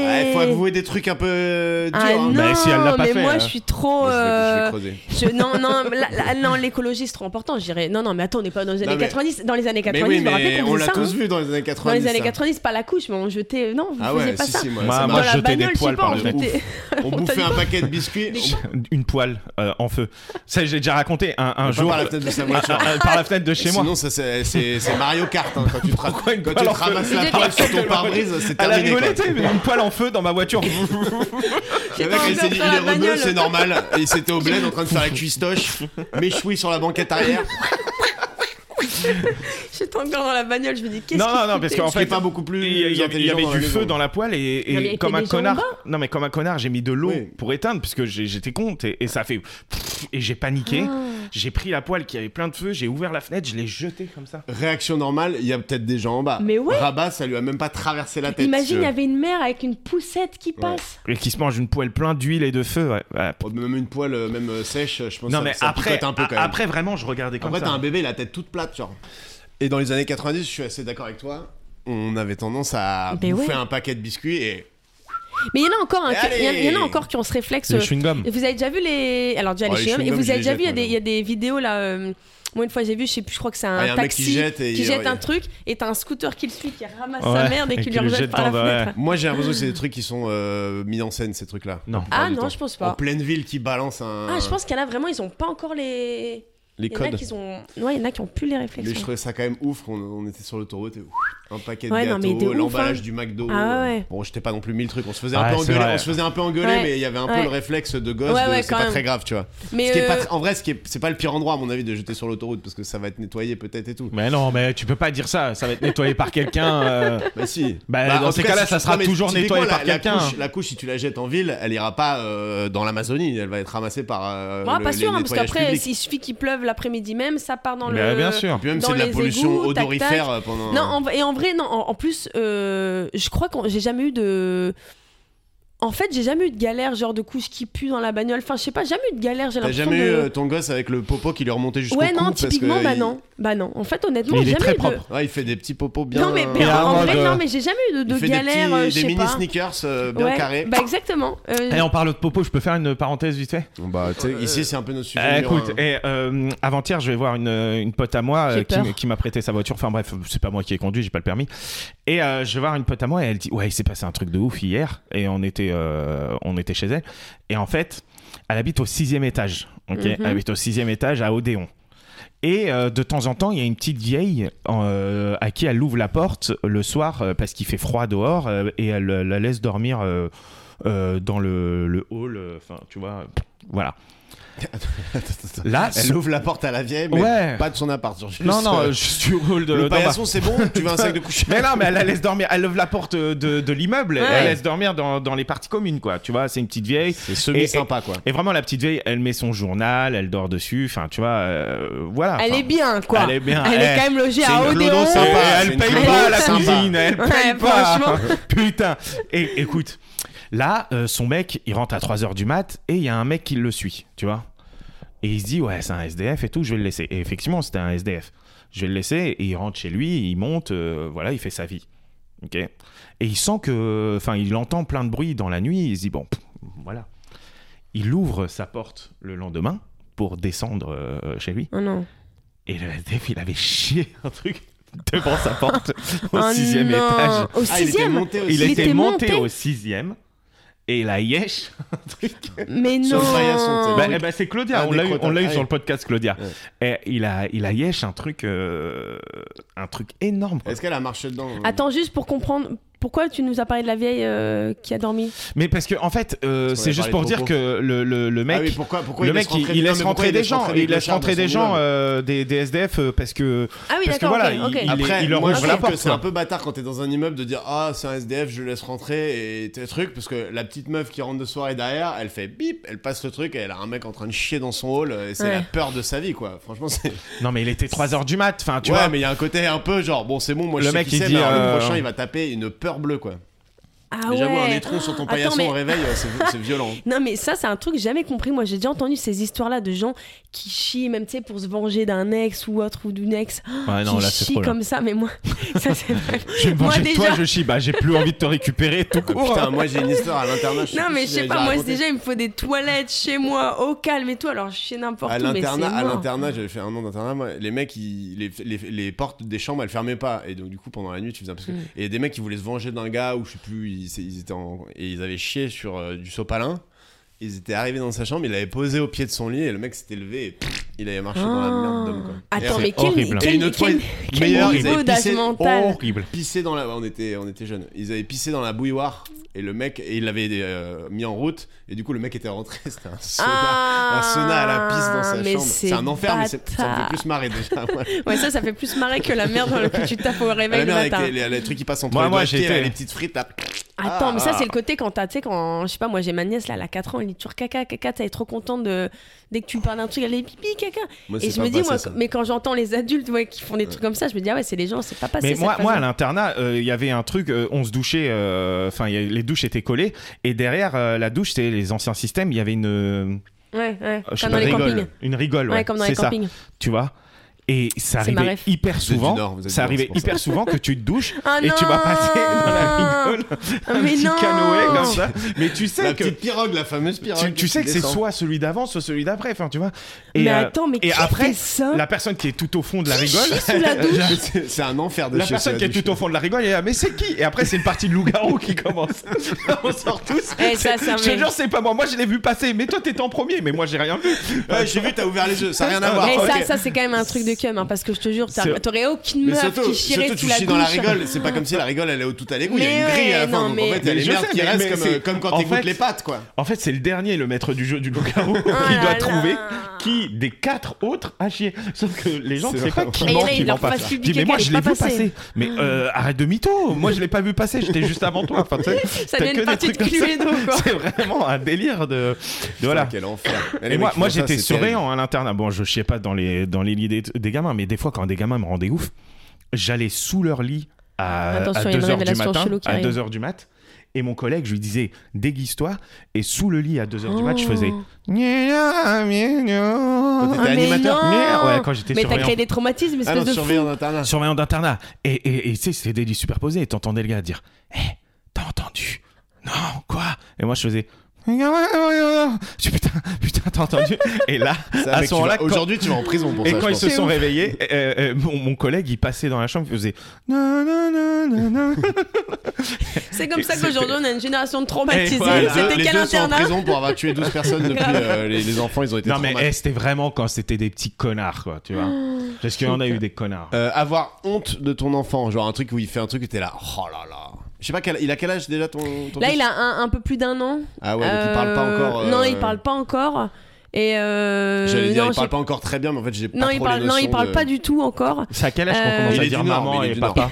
D: Ouais, Ah, faut avouer des trucs un peu euh, durs.
F: Ah
D: hein.
F: non,
C: Bah, si elle l'a pas
F: mais
C: fait,
F: moi
C: euh.
F: je suis trop.
D: Moi, hein. je vais- je vais
F: euh,
D: creuser.
F: je- non, non, là- là- non, l'écologie c'est trop important. Je dirais, non, non, mais attends, on n'est pas dans les
D: Non,
F: années
D: mais-
F: 90. Dans les années 90,
D: Mais oui,
F: vous vous rappelez
D: mais
F: qu'on
D: on
F: faisait
D: l'a
F: ça hein
D: tous vu dans les années 90.
F: Dans les années
D: ça.
F: 90, pas la couche, mais on jetait. Non, vous
D: Ah
F: faisiez
D: ouais,
F: pas
D: si,
F: ça.
D: si, moi,
C: Moi,
D: ça
C: Bah, moi,
F: dans
D: m'a-
F: la
C: je jetais des
F: bagnole, je sais
C: poils
F: pas,
C: par
F: on
C: les fenêtres.
F: jetait-
D: on bouffait un paquet de biscuits
C: Une poêle euh, en feu. Ça, j'ai déjà raconté un, un
D: on
C: jour.
D: par la tête de sa
C: Ah,
D: voiture.
C: ah, ah, par la fenêtre de chez moi.
D: Sinon, ça, c'est c'est- c'est Mario Kart. hein, quand tu te, ra-
C: Pourquoi une
D: quand tu
C: balle
D: te
C: en feu
D: ramasses la
F: J'étais-
D: poêle sur
C: [laughs]
D: ton pare-brise, c'est
C: Elle a
D: terminé.
C: rigolé,
D: quoi.
C: tu sais, mais une poêle en feu dans ma voiture.
D: Le
F: J'étais
D: mec,
F: en
D: il s'est
F: train
D: dit, il
F: de faire
D: est
F: la
D: rebeu,
F: bagnole.
D: c'est normal. Et il
C: [laughs]
D: s'était au bled en train de faire la cuistoche, m'échoui sur la banquette arrière.
F: J'étais encore dans la bagnole, je me dis, qu'est-ce
C: non,
F: qu'il
C: non, non,
F: foutait
C: parce qu'en
D: Ce qui est
C: fait,
D: pas beaucoup plus.
C: il y, a- il y avait- il y
D: intelligent
C: avait
D: la
C: du feu
D: maison.
C: dans la poêle et,
F: Il y avait
C: et
F: que
C: comme un
F: des gens
C: connard.
F: en
C: Non, mais comme un connard, j'ai mis de l'eau
D: Oui.
C: pour éteindre parce que j'ai- j'étais con et, et ça a fait et j'ai
F: Ah.
C: paniqué. J'ai pris la poêle qui avait plein de feu, j'ai ouvert la fenêtre, je l'ai jetée comme ça.
D: Réaction normale, il y a peut-être des gens en bas.
F: Mais ouais.
D: Rabat, ça lui a même pas traversé la tête.
F: Imagine, il y
D: ce-
F: avait une mère avec une poussette qui passe.
C: Et qui se mange une poêle plein d'huile et de feu. ouais. Ouais.
D: Oh, Même une poêle, euh, même euh, sèche, je pense
C: Non,
D: ça-
C: mais
D: ça
C: après,
D: picote un peu quand
C: a-
D: même.
C: après vraiment, je regardais comme
D: Après, t'as
C: ça.
D: un bébé, la tête toute plate, genre. Et dans les années 90, je suis assez d'accord avec toi. On avait tendance à
F: Mais
D: bouffer
F: Ben ouais.
D: un paquet de biscuits et
F: Mais il y en a encore, un
D: Mais
F: qui- il y en- il y en
D: allez
F: a encore qui ont ce réflexe.
C: Le
F: euh,
C: chewing-gum.
F: Et Vous avez déjà vu les. Alors, déjà,
D: Oh,
F: les
D: les
F: chewing-gums, Et
D: chewing-gums,
F: vous
D: je les
F: avez déjà
D: jette,
F: vu, il y,
D: moi,
F: a des-
D: j'avoue.
F: il y a des vidéos là. euh, Moi, une fois, j'ai vu, je sais plus, je crois que c'est un,
D: Ah, il y a un mec
F: taxi
D: qui jette et il-
F: un truc et t'as un scooter qui le suit, qui ramasse
C: Ouais,
F: sa merde et
C: et
F: qui
C: qui
F: lui
C: le
F: rejette
C: jette
F: par la
C: dans- ouais.
F: fenêtre.
D: moi j'ai l'impression que c'est des trucs qui sont euh, mis en scène, ces trucs-là.
C: Non.
D: La
F: Ah
D: plupart du
F: non,
D: temps.
F: je pense
D: En
F: pas.
D: pleine ville qui balance un.
F: Ah, je pense qu'il y en a vraiment, ils ont pas encore les.
D: Les
F: Il y en a
D: codes.
F: qui ont. Ouais, il y en a qui ont plus les réflexes.
D: Mais je trouvais ça quand même ouf qu'on on était sur l'autoroute et ouf, un paquet de
F: Ouais, non,
D: gâteaux,
F: mais de ouf,
D: l'emballage
F: hein.
D: du McDo.
F: Ah ouais.
D: Bon, j'étais pas non plus mille trucs, on se faisait
C: Ouais,
D: un peu
C: c'est
D: engueuler,
C: vrai.
D: on se faisait un peu engueuler,
F: Ouais.
D: mais il y avait un peu
F: Ouais.
D: le réflexe de gosse,
F: Ouais,
D: de
F: ouais,
D: c'est
F: quand
D: pas
F: même.
D: très grave, tu vois.
F: Mais
D: Ce qui est pas
F: euh,
D: tr- en vrai, ce qui est- c'est pas le pire endroit à mon avis de jeter sur l'autoroute parce que ça va être nettoyé peut-être et tout.
C: Mais non, mais tu peux pas dire ça. Ça va être nettoyé par quelqu'un.
D: [laughs]
C: euh, [laughs]
D: Bah si.
C: Bah, dans
D: en
C: ces
D: tout cas,
C: cas-là,
D: si
C: ça
D: tu-
C: sera
D: non, mais
C: toujours
D: typiquement,
C: nettoyé
D: la-
C: par
D: la
C: quelqu'un.
D: couche- La couche, si tu la jettes en ville, elle ira pas euh, dans l'Amazonie, elle va être ramassée par. euh,
F: moi,
D: le-
F: pas
D: les
F: sûr, hein, parce
D: nettoyages
F: qu'après,
D: publics.
F: s'il suffit qu'il pleuve l'après-midi même, ça part dans
C: Mais
F: le.
C: Bah, bien sûr.
D: Puis même
F: dans
D: c'est de la
F: les
D: pollution
F: égouts, tac,
D: odorifère
F: tac.
D: euh, pendant.
F: Non, en- et en vrai, non. En, en plus, euh, je crois que j'ai jamais eu de. En fait, j'ai jamais eu de galère, genre de couche qui pue dans la bagnole. Enfin, je sais pas, jamais eu de galère. J'ai
D: T'as
F: l'impression
D: jamais eu
F: de-
D: euh, ton gosse avec le popo qui lui remontait jusqu'au
F: Ouais,
D: cou
F: non,
D: parce que
F: typiquement, bah
D: il-
F: non. Bah non. En fait, honnêtement,
C: Il
F: j'ai
C: est
F: jamais
C: très
F: eu de.
C: propre.
D: Ouais, il fait des petits popos bien. euh,
F: non, mais, mais
C: Et
F: en,
C: en
F: vrai,
C: mode,
F: non, mais j'ai jamais eu de, de
D: il fait
F: galère,
D: des,
F: euh,
D: petits,
F: je
D: des
F: sais
D: mini
F: pas.
D: sneakers euh, bien
F: Ouais,
D: carrés.
F: Bah exactement. Euh,
C: Et en parle de popo, je peux faire une parenthèse vite fait
D: Bon, bah, tu sais, ici c'est un peu notre sujet.
C: Eh,
D: numéro
C: écoute,
D: un.
C: eh, euh, avant-hier, je vais voir une, euh, une pote à moi
F: J'ai
C: euh, qui,
F: peur.
C: m- qui m'a prêté sa voiture. Enfin bref, c'est pas moi qui ai conduit, j'ai pas le permis. Et euh, je vais voir une pote à moi et elle dit ouais, il s'est passé un truc de ouf hier. Et on était, euh, on était chez elle. Et en fait, elle habite au sixième étage. ok
F: Mhm.
C: Elle habite au sixième étage à Odéon. Et euh, de temps en temps, il y a une petite vieille euh, à qui elle ouvre la porte le soir euh, parce qu'il fait froid dehors euh, et elle euh, la laisse dormir euh, euh, dans le, le hall. euh, Enfin, tu vois, euh, voilà.
D: Attends, attends, attends.
C: Là,
D: elle ouvre la porte à la vieille, mais
C: Ouais.
D: pas de son appart. genre, juste,
C: Non, non, je
D: euh,
C: suis au hall de
D: le
C: d'en bas.
D: paillasson, c'est bon. Tu veux un sac de coucher
C: Mais non, mais elle la laisse dormir. Elle lève la porte de, de l'immeuble.
F: Ouais.
C: Elle laisse dormir dans, dans les parties communes, quoi. Tu vois, c'est une petite vieille.
D: C'est semi sympa quoi.
C: Et vraiment, la petite vieille, elle met son journal, elle dort dessus. Enfin, tu vois, euh, voilà.
F: elle
C: Enfin,
F: est bien, quoi.
C: Elle est bien. eh.
F: quand même logée
D: c'est
F: à
D: une
F: Odéon.
D: clodo
C: Oh, Et
D: sympa. c'est
C: elle
D: une
C: paye
F: clodo
C: pas la
F: sympa.
C: cuisine, elle
F: Ouais,
C: paye pas.
F: franchement.
C: [laughs] Putain. Et écoute, là, euh, son mec, il rentre à 3h du mat et il y a un mec qui le suit, tu vois. Et il se dit, ouais, c'est un SDF et tout, je vais le laisser. Et effectivement, c'était un SDF. Je vais le laisser et il rentre chez lui, il monte, euh, voilà, il fait sa vie. Ok Et il sent que. Enfin, il entend plein de bruit dans la nuit, il se dit, bon, pff, voilà. Il ouvre sa porte le lendemain pour descendre euh, chez lui.
F: Oh non.
C: Et le SDF, il avait chié un truc [laughs] devant sa porte au
F: Oh
C: sixième
F: non.
C: étage.
F: Au
D: Ah, il était
F: sixième
D: monté aussi.
C: Il,
F: Il
C: était,
F: était
C: monté,
F: monté
C: au sixième. Et la yesh, un truc.
F: Mais
D: Sauf
F: non.
D: paillasson, t'sais.
C: Bah,
D: oui.
C: eh ben, c'est Claudia,
D: Ah,
C: on
D: des
C: l'a eu, on l'a eu
D: crotales.
C: sur le podcast Claudia. Et il a, il a yesh un truc, euh, un truc énorme. quoi.
D: Est-ce qu'elle a marché dedans hein
F: Attends, juste pour comprendre, pourquoi tu nous as parlé de la vieille euh, qui a dormi
C: Mais parce que en fait, euh,
D: Parce qu'on
C: c'est
D: a
C: juste
D: parlé
C: pour
D: de
C: dire
D: propos.
C: que le, le, le mec,
D: Ah oui, pourquoi, pourquoi
C: le
D: il laisse
C: mec, il,
D: rentrer
C: il
D: non,
C: laisse
D: mais pourquoi
C: rentrer des
D: il
C: gens,
D: des
C: il laisse
D: clochards
C: rentrer
D: dans
C: des
D: son
C: gens,
D: immeuble
C: euh, des, des SDF euh, parce que
F: Ah oui,
C: Parce que
F: d'accord.
C: voilà,
F: ok, ok.
C: il-
D: Après,
C: leur
D: moi,
C: ouvre
D: je
C: la
D: trouve
C: porte,
D: que c'est
C: quoi.
D: un peu bâtard quand t'es dans un immeuble de dire ah c'est un SDF, je le laisse rentrer et tes trucs parce que la petite meuf qui rentre de soirée derrière, elle fait bip, elle passe le truc et elle a un mec en train de chier dans son hall euh, et c'est
F: Ouais.
D: la peur de sa vie quoi. Franchement c'est.
C: non mais il était 3 heures du mat. Enfin, tu
D: ouais
C: vois.
D: mais il y a un côté un peu genre bon c'est bon moi
C: Le
D: je sais
C: mec,
D: qui
C: il
D: c'est,
C: dit,
D: mais alors,
C: euh,
D: le prochain il va taper une peur bleue quoi.
F: Ah
D: Mais J'avoue, un
F: ouais.
D: étron sur ton
F: Attends,
D: paillasson
F: mais-
D: au réveil, euh, c'est
C: [laughs]
D: c'est violent.
F: Non mais ça c'est un truc que j'ai jamais compris. Moi j'ai déjà entendu ces histoires-là de gens qui chient même tu sais pour se venger d'un ex ou autre ou d'une ex.
C: Ouais, Ah non,
F: qui
C: là, c'est
F: chient
C: trop là.
F: comme ça. Mais moi [laughs] ça
C: [laughs]
F: c'est vrai.
C: Je vais me
F: Moi,
C: venger de toi,
F: déjà-
C: je chie. Bah, j'ai plus envie de te récupérer tout
D: Ah,
C: court.
D: putain, moi j'ai une histoire à l'internat.
F: Non mais je sais
D: si
F: pas. Moi
D: raconté.
F: déjà il me faut des toilettes chez moi au calme et tout. Alors chez n'importe
D: À
F: où mais c'est
D: l'internat, à
F: mort.
D: l'internat, j'avais fait un an d'internat. moi, Les mecs, ils- les, les, les portes des chambres, elles fermaient pas. Et donc, du coup, pendant la nuit, tu faisais un parce que-
F: Mm.
D: Et il y a des mecs qui voulaient se venger d'un gars ou je sais plus, ils, ils étaient en- et ils avaient chié sur euh, du sopalin. Ils étaient arrivés dans sa chambre, il avait posé au pied de son lit et le mec s'était levé et pff, il avait marché dans la merde d'homme. quoi.
F: Ah.
D: Et
F: Attends
D: après,
F: mais quel,
C: horrible. hein.
D: Et
F: quel,
D: une autre fois,
F: quel-
D: ils-
F: quel
D: meilleur, ils
F: niveau
D: avaient
F: d'âge
D: pissé-
F: mental.
C: Horrible.
D: pissé dans la. On était, on était jeunes. Ils avaient pissé dans la bouilloire et le mec, et il l'avait euh, mis en route. Et du coup, le mec était rentré. [laughs] C'était un sauna.
F: Ah,
D: un sauna à la pisse dans sa
F: mais
D: chambre. C'est un enfer, mais c'est- ça me
F: bâtard.
D: fait plus marrer déjà. moi.
F: Ouais, ça, ça fait plus marrer que la merde dans laquelle tu tapes au réveil
D: la
F: le
D: merde avec
F: matin.
D: les, les- les trucs qui passent entre
C: Moi,
D: les
C: moi,
D: doigts de pied,
C: j'étais-
D: là, les petites frites là.
F: Attends, mais ça,
D: Ah.
F: c'est le côté quand t'as, tu sais, quand, je sais pas, moi, j'ai ma nièce, là, elle a 4 ans, elle dit toujours caca, caca, t'es trop contente de. Dès que tu parles d'un truc, elle est pipi, caca.
D: Moi,
F: Et
D: c'est
F: je
D: pas
F: me dis,
D: passé,
F: moi,
D: ça.
F: mais quand j'entends les adultes ouais, qui font des trucs comme ça, je me dis, ah ouais, c'est les gens, c'est pas passé.
C: Mais
F: cette
C: moi,
F: phase-là.
C: moi à l'internat, euh, il y avait un truc, euh, on se douchait, euh, enfin, il y a- les douches étaient collées, et derrière euh, la douche, c'était les anciens systèmes, il y avait une. euh,
F: Ouais, ouais.
C: je sais
F: Comme
C: pas,
F: dans les
C: rigole.
F: campings.
C: Une rigole, ouais.
F: Ouais, comme dans les
C: c'est ça,
F: campings.
C: tu vois. Et ça
F: C'est ma
C: arrivait
F: ref.
C: hyper
D: êtes du
C: souvent.
D: Nord, vous êtes du
C: ça
D: Nord,
C: arrivait
D: c'est pour
C: hyper souvent que tu te douches
F: Ah
C: et tu vas
F: non
C: passer dans la rigole. [laughs]
F: Ah,
C: un
F: [laughs] mais
C: petit
F: non
C: canoë comme ça. Mais tu sais
D: La
C: que.
D: petite pirogue, la fameuse pirogue.
C: Tu, tu sais
D: qui
C: que c'est
D: descend.
C: soit celui d'avant, soit celui d'après. Enfin, tu vois.
F: Mais
C: euh,
F: attends, mais
C: et
F: qui
C: après,
F: fait ça
C: la personne qui est tout au fond de la rigole.
F: Hein Sous
C: [laughs]
F: la douche
D: C'est c'est un enfer de
C: La
D: chier
C: personne
D: sur
C: qui est
D: douche.
C: tout au fond de la rigole, elle est là, mais c'est qui Et après, c'est une partie de loup-garou qui
F: [laughs]
C: commence. On sort tous.
F: Eh, ça,
C: C'est-
F: ça
C: je te
F: me-
C: jure, c'est pas moi. Moi, je l'ai vu passer, mais toi, t'étais en premier, mais moi, j'ai rien vu.
D: Ouais, j'ai vu, t'as ouvert les yeux, ça n'a rien à voir.
F: Mais ça,
D: Ah, ok.
F: ça c'est quand même un truc de cum, hein, parce que je te jure, t'as-
C: C'est-
F: t'aurais aucune
D: Mais
F: meuf
D: surtout,
F: qui chierait
D: surtout,
F: sous
D: tu
F: la
D: chies dans la
F: douche.
D: rigole. C'est pas comme si la rigole, elle est au tout à l'égout. Il y a
F: Mais
D: une grille à la
F: ouais,
D: fin.
F: non,
D: donc en
F: mais-
D: fait, il y a
C: Mais
D: les
C: je
D: merdes
C: sais,
D: qui
C: mais-
D: restent
C: mais
D: comme,
C: c'est-
D: euh, comme quand
C: en
D: t'écoutes
C: fait-
D: les pattes, quoi.
C: En fait, c'est le dernier, le maître du jeu du loup-garou, qui
F: Oh là
C: doit
F: là.
C: trouver qui des quatre autres a chier. Sauf que les gens,
D: C'est
C: ne savent pas
D: vrai.
C: qui
F: Mais il y en a,
C: ment,
F: ils
C: qui
F: leur
C: ment pas.
F: fassent
C: Je
F: publier
C: dis, mais moi,
F: qu'elle
C: je
F: est
C: l'ai
F: pas
C: vu
F: passée. Hmm.
C: passer. Mais euh, arrête de mytho. Moi, je l'ai pas vu passer. J'étais juste avant toi. Enfin, tu sais, t'as
F: Ça devient
C: que
F: une
C: des
F: partie de
C: trucs comme ça.
F: Cluedo, quoi.
C: [laughs] C'est vraiment un délire de. de voilà.
D: Putain, Quel enfer.
C: Et moi, moi j'étais surveillant à l'internat. Bon, je chiais pas dans les, dans les lits des, des gamins, mais des fois, quand des gamins me rendaient ouf, j'allais sous leur lit à,
F: Attention, il y a une
C: 2h du
F: révélation
C: matin.
F: chelou qui
C: À
F: arrive.
C: 2 heures du mat. Et mon collègue, je lui disais, déguise-toi. Et sous le lit à 2h du mat, je faisais.
F: Oh.
C: Gna, gna, gna, gna.
D: Quand t'étais
F: Ah, mais
D: animateur
F: non
C: Gna. Ouais, quand j'étais
F: Mais t'as créé
C: surveillant.
F: des traumatismes,
D: Ah
F: espèce
D: non,
F: de fou.
D: surveillant d'internat.
C: Surveillant d'internat. Et et- et, tu sais, c'était des lits superposés. Et t'entendais le gars dire Hé, t'as entendu Non, quoi Et moi, je faisais. Eh, Je dis, Putain, putain, t'as entendu Et là,
D: Ça,
C: à
D: mec,
C: ce
D: tu
C: moment-là,
D: vas-
C: quand-
D: Aujourd'hui, tu vas en prison pour
C: Et
D: ça.
C: quand
D: je
C: ils se
D: pense.
C: sont réveillés, euh, euh, mon, mon collègue, il passait dans la chambre, il faisait na, na, na, na,
D: [laughs]
C: na.
F: C'est comme ça
C: C'était-
F: qu'aujourd'hui, on a une génération de
C: Et
F: traumatisés.
C: voilà.
D: Les deux-
F: C'était
D: Eh, les
F: quel
D: deux sont en
F: internat
D: prison pour avoir tué 12 personnes depuis euh, les les enfants, ils ont été
C: Non mais
D: traumatisés.
C: eh, c'était vraiment quand c'était des petits connards quoi, tu
F: [gasps]
C: vois. Parce qu'il y en a eu des connards.
D: Euh, avoir honte de ton enfant, genre un truc où il fait un truc et t'es là, oh là là. Je sais pas, quel- il a quel âge déjà ton, ton
F: Là,
D: fils
F: il a un, un peu plus d'un an.
D: Ah ouais, donc il parle pas
F: Euh,
D: encore. euh,
F: Non, il parle pas encore. Et euh,
D: J'allais dire,
F: non,
D: il parle
F: j'ai-
D: pas encore très bien, mais en fait, j'ai pas
F: non, il
D: trop les
F: parle, non,
D: notions
F: il parle
D: de-
F: pas du tout encore.
C: C'est à quel âge qu'on
F: Euh,
C: commence
D: Il
C: à
D: est
C: dire
D: du Nord,
C: maman
D: mais il est
C: et
D: du
C: papa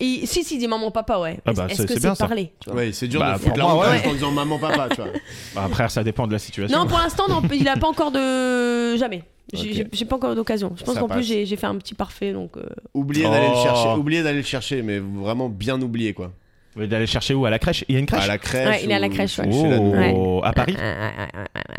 F: Et- si, si, il dit maman, papa, ouais.
C: Ah bah,
F: Est-ce-
C: c'est-
F: Est-ce que
C: c'est bien,
F: c'est
C: ça.
F: parler tu vois
D: Ouais, c'est dur
C: Bah,
D: de foutre
C: pour
D: la
C: moi,
D: honte
C: ouais.
D: juste en disant maman, papa,
F: [laughs]
D: tu vois.
C: Bah, Après ça dépend de la situation.
F: Non, pour l'instant, non, il a pas encore de. Jamais. J'ai j'ai- j'ai pas encore d'occasion. Je pense
D: Ça
F: qu'en plus,
D: passe.
F: j'ai j'ai fait un petit parfait, donc. euh,
D: Oubliez d'aller le
C: Oh.
D: chercher, oubliez d'aller le chercher, mais vraiment bien oublier quoi.
C: Mais d'aller chercher où à la crèche Il y a une crèche
D: À la crèche.
F: Ouais, il est à la
D: ou-
F: crèche, ouais.
D: chez la nounou.
C: Oh, à Paris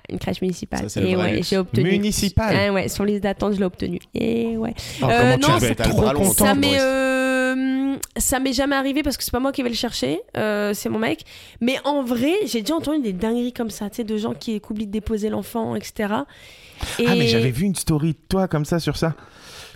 F: Une crèche municipale.
D: Ça, c'est le
F: et
D: vrai
F: ouais,
D: luxe.
F: j'ai obtenu.
C: Municipale.
F: Ah ouais, sur liste d'attente, je l'ai obtenu. Et ouais.
C: Oh,
F: Euh,
C: comment tu
F: non,
C: vas
F: c'est
C: être
D: trop
C: trop
D: long,
C: content.
F: Ça
D: Attends,
F: m'est
D: Boris.
F: euh, ça m'est jamais arrivé parce que c'est pas moi qui vais le chercher, euh, c'est mon mec. Mais en vrai, j'ai déjà entendu des dingueries comme ça, tu sais, de gens qui oublient de déposer l'enfant, etc. Et...
C: Ah mais j'avais vu une story de toi comme ça sur ça.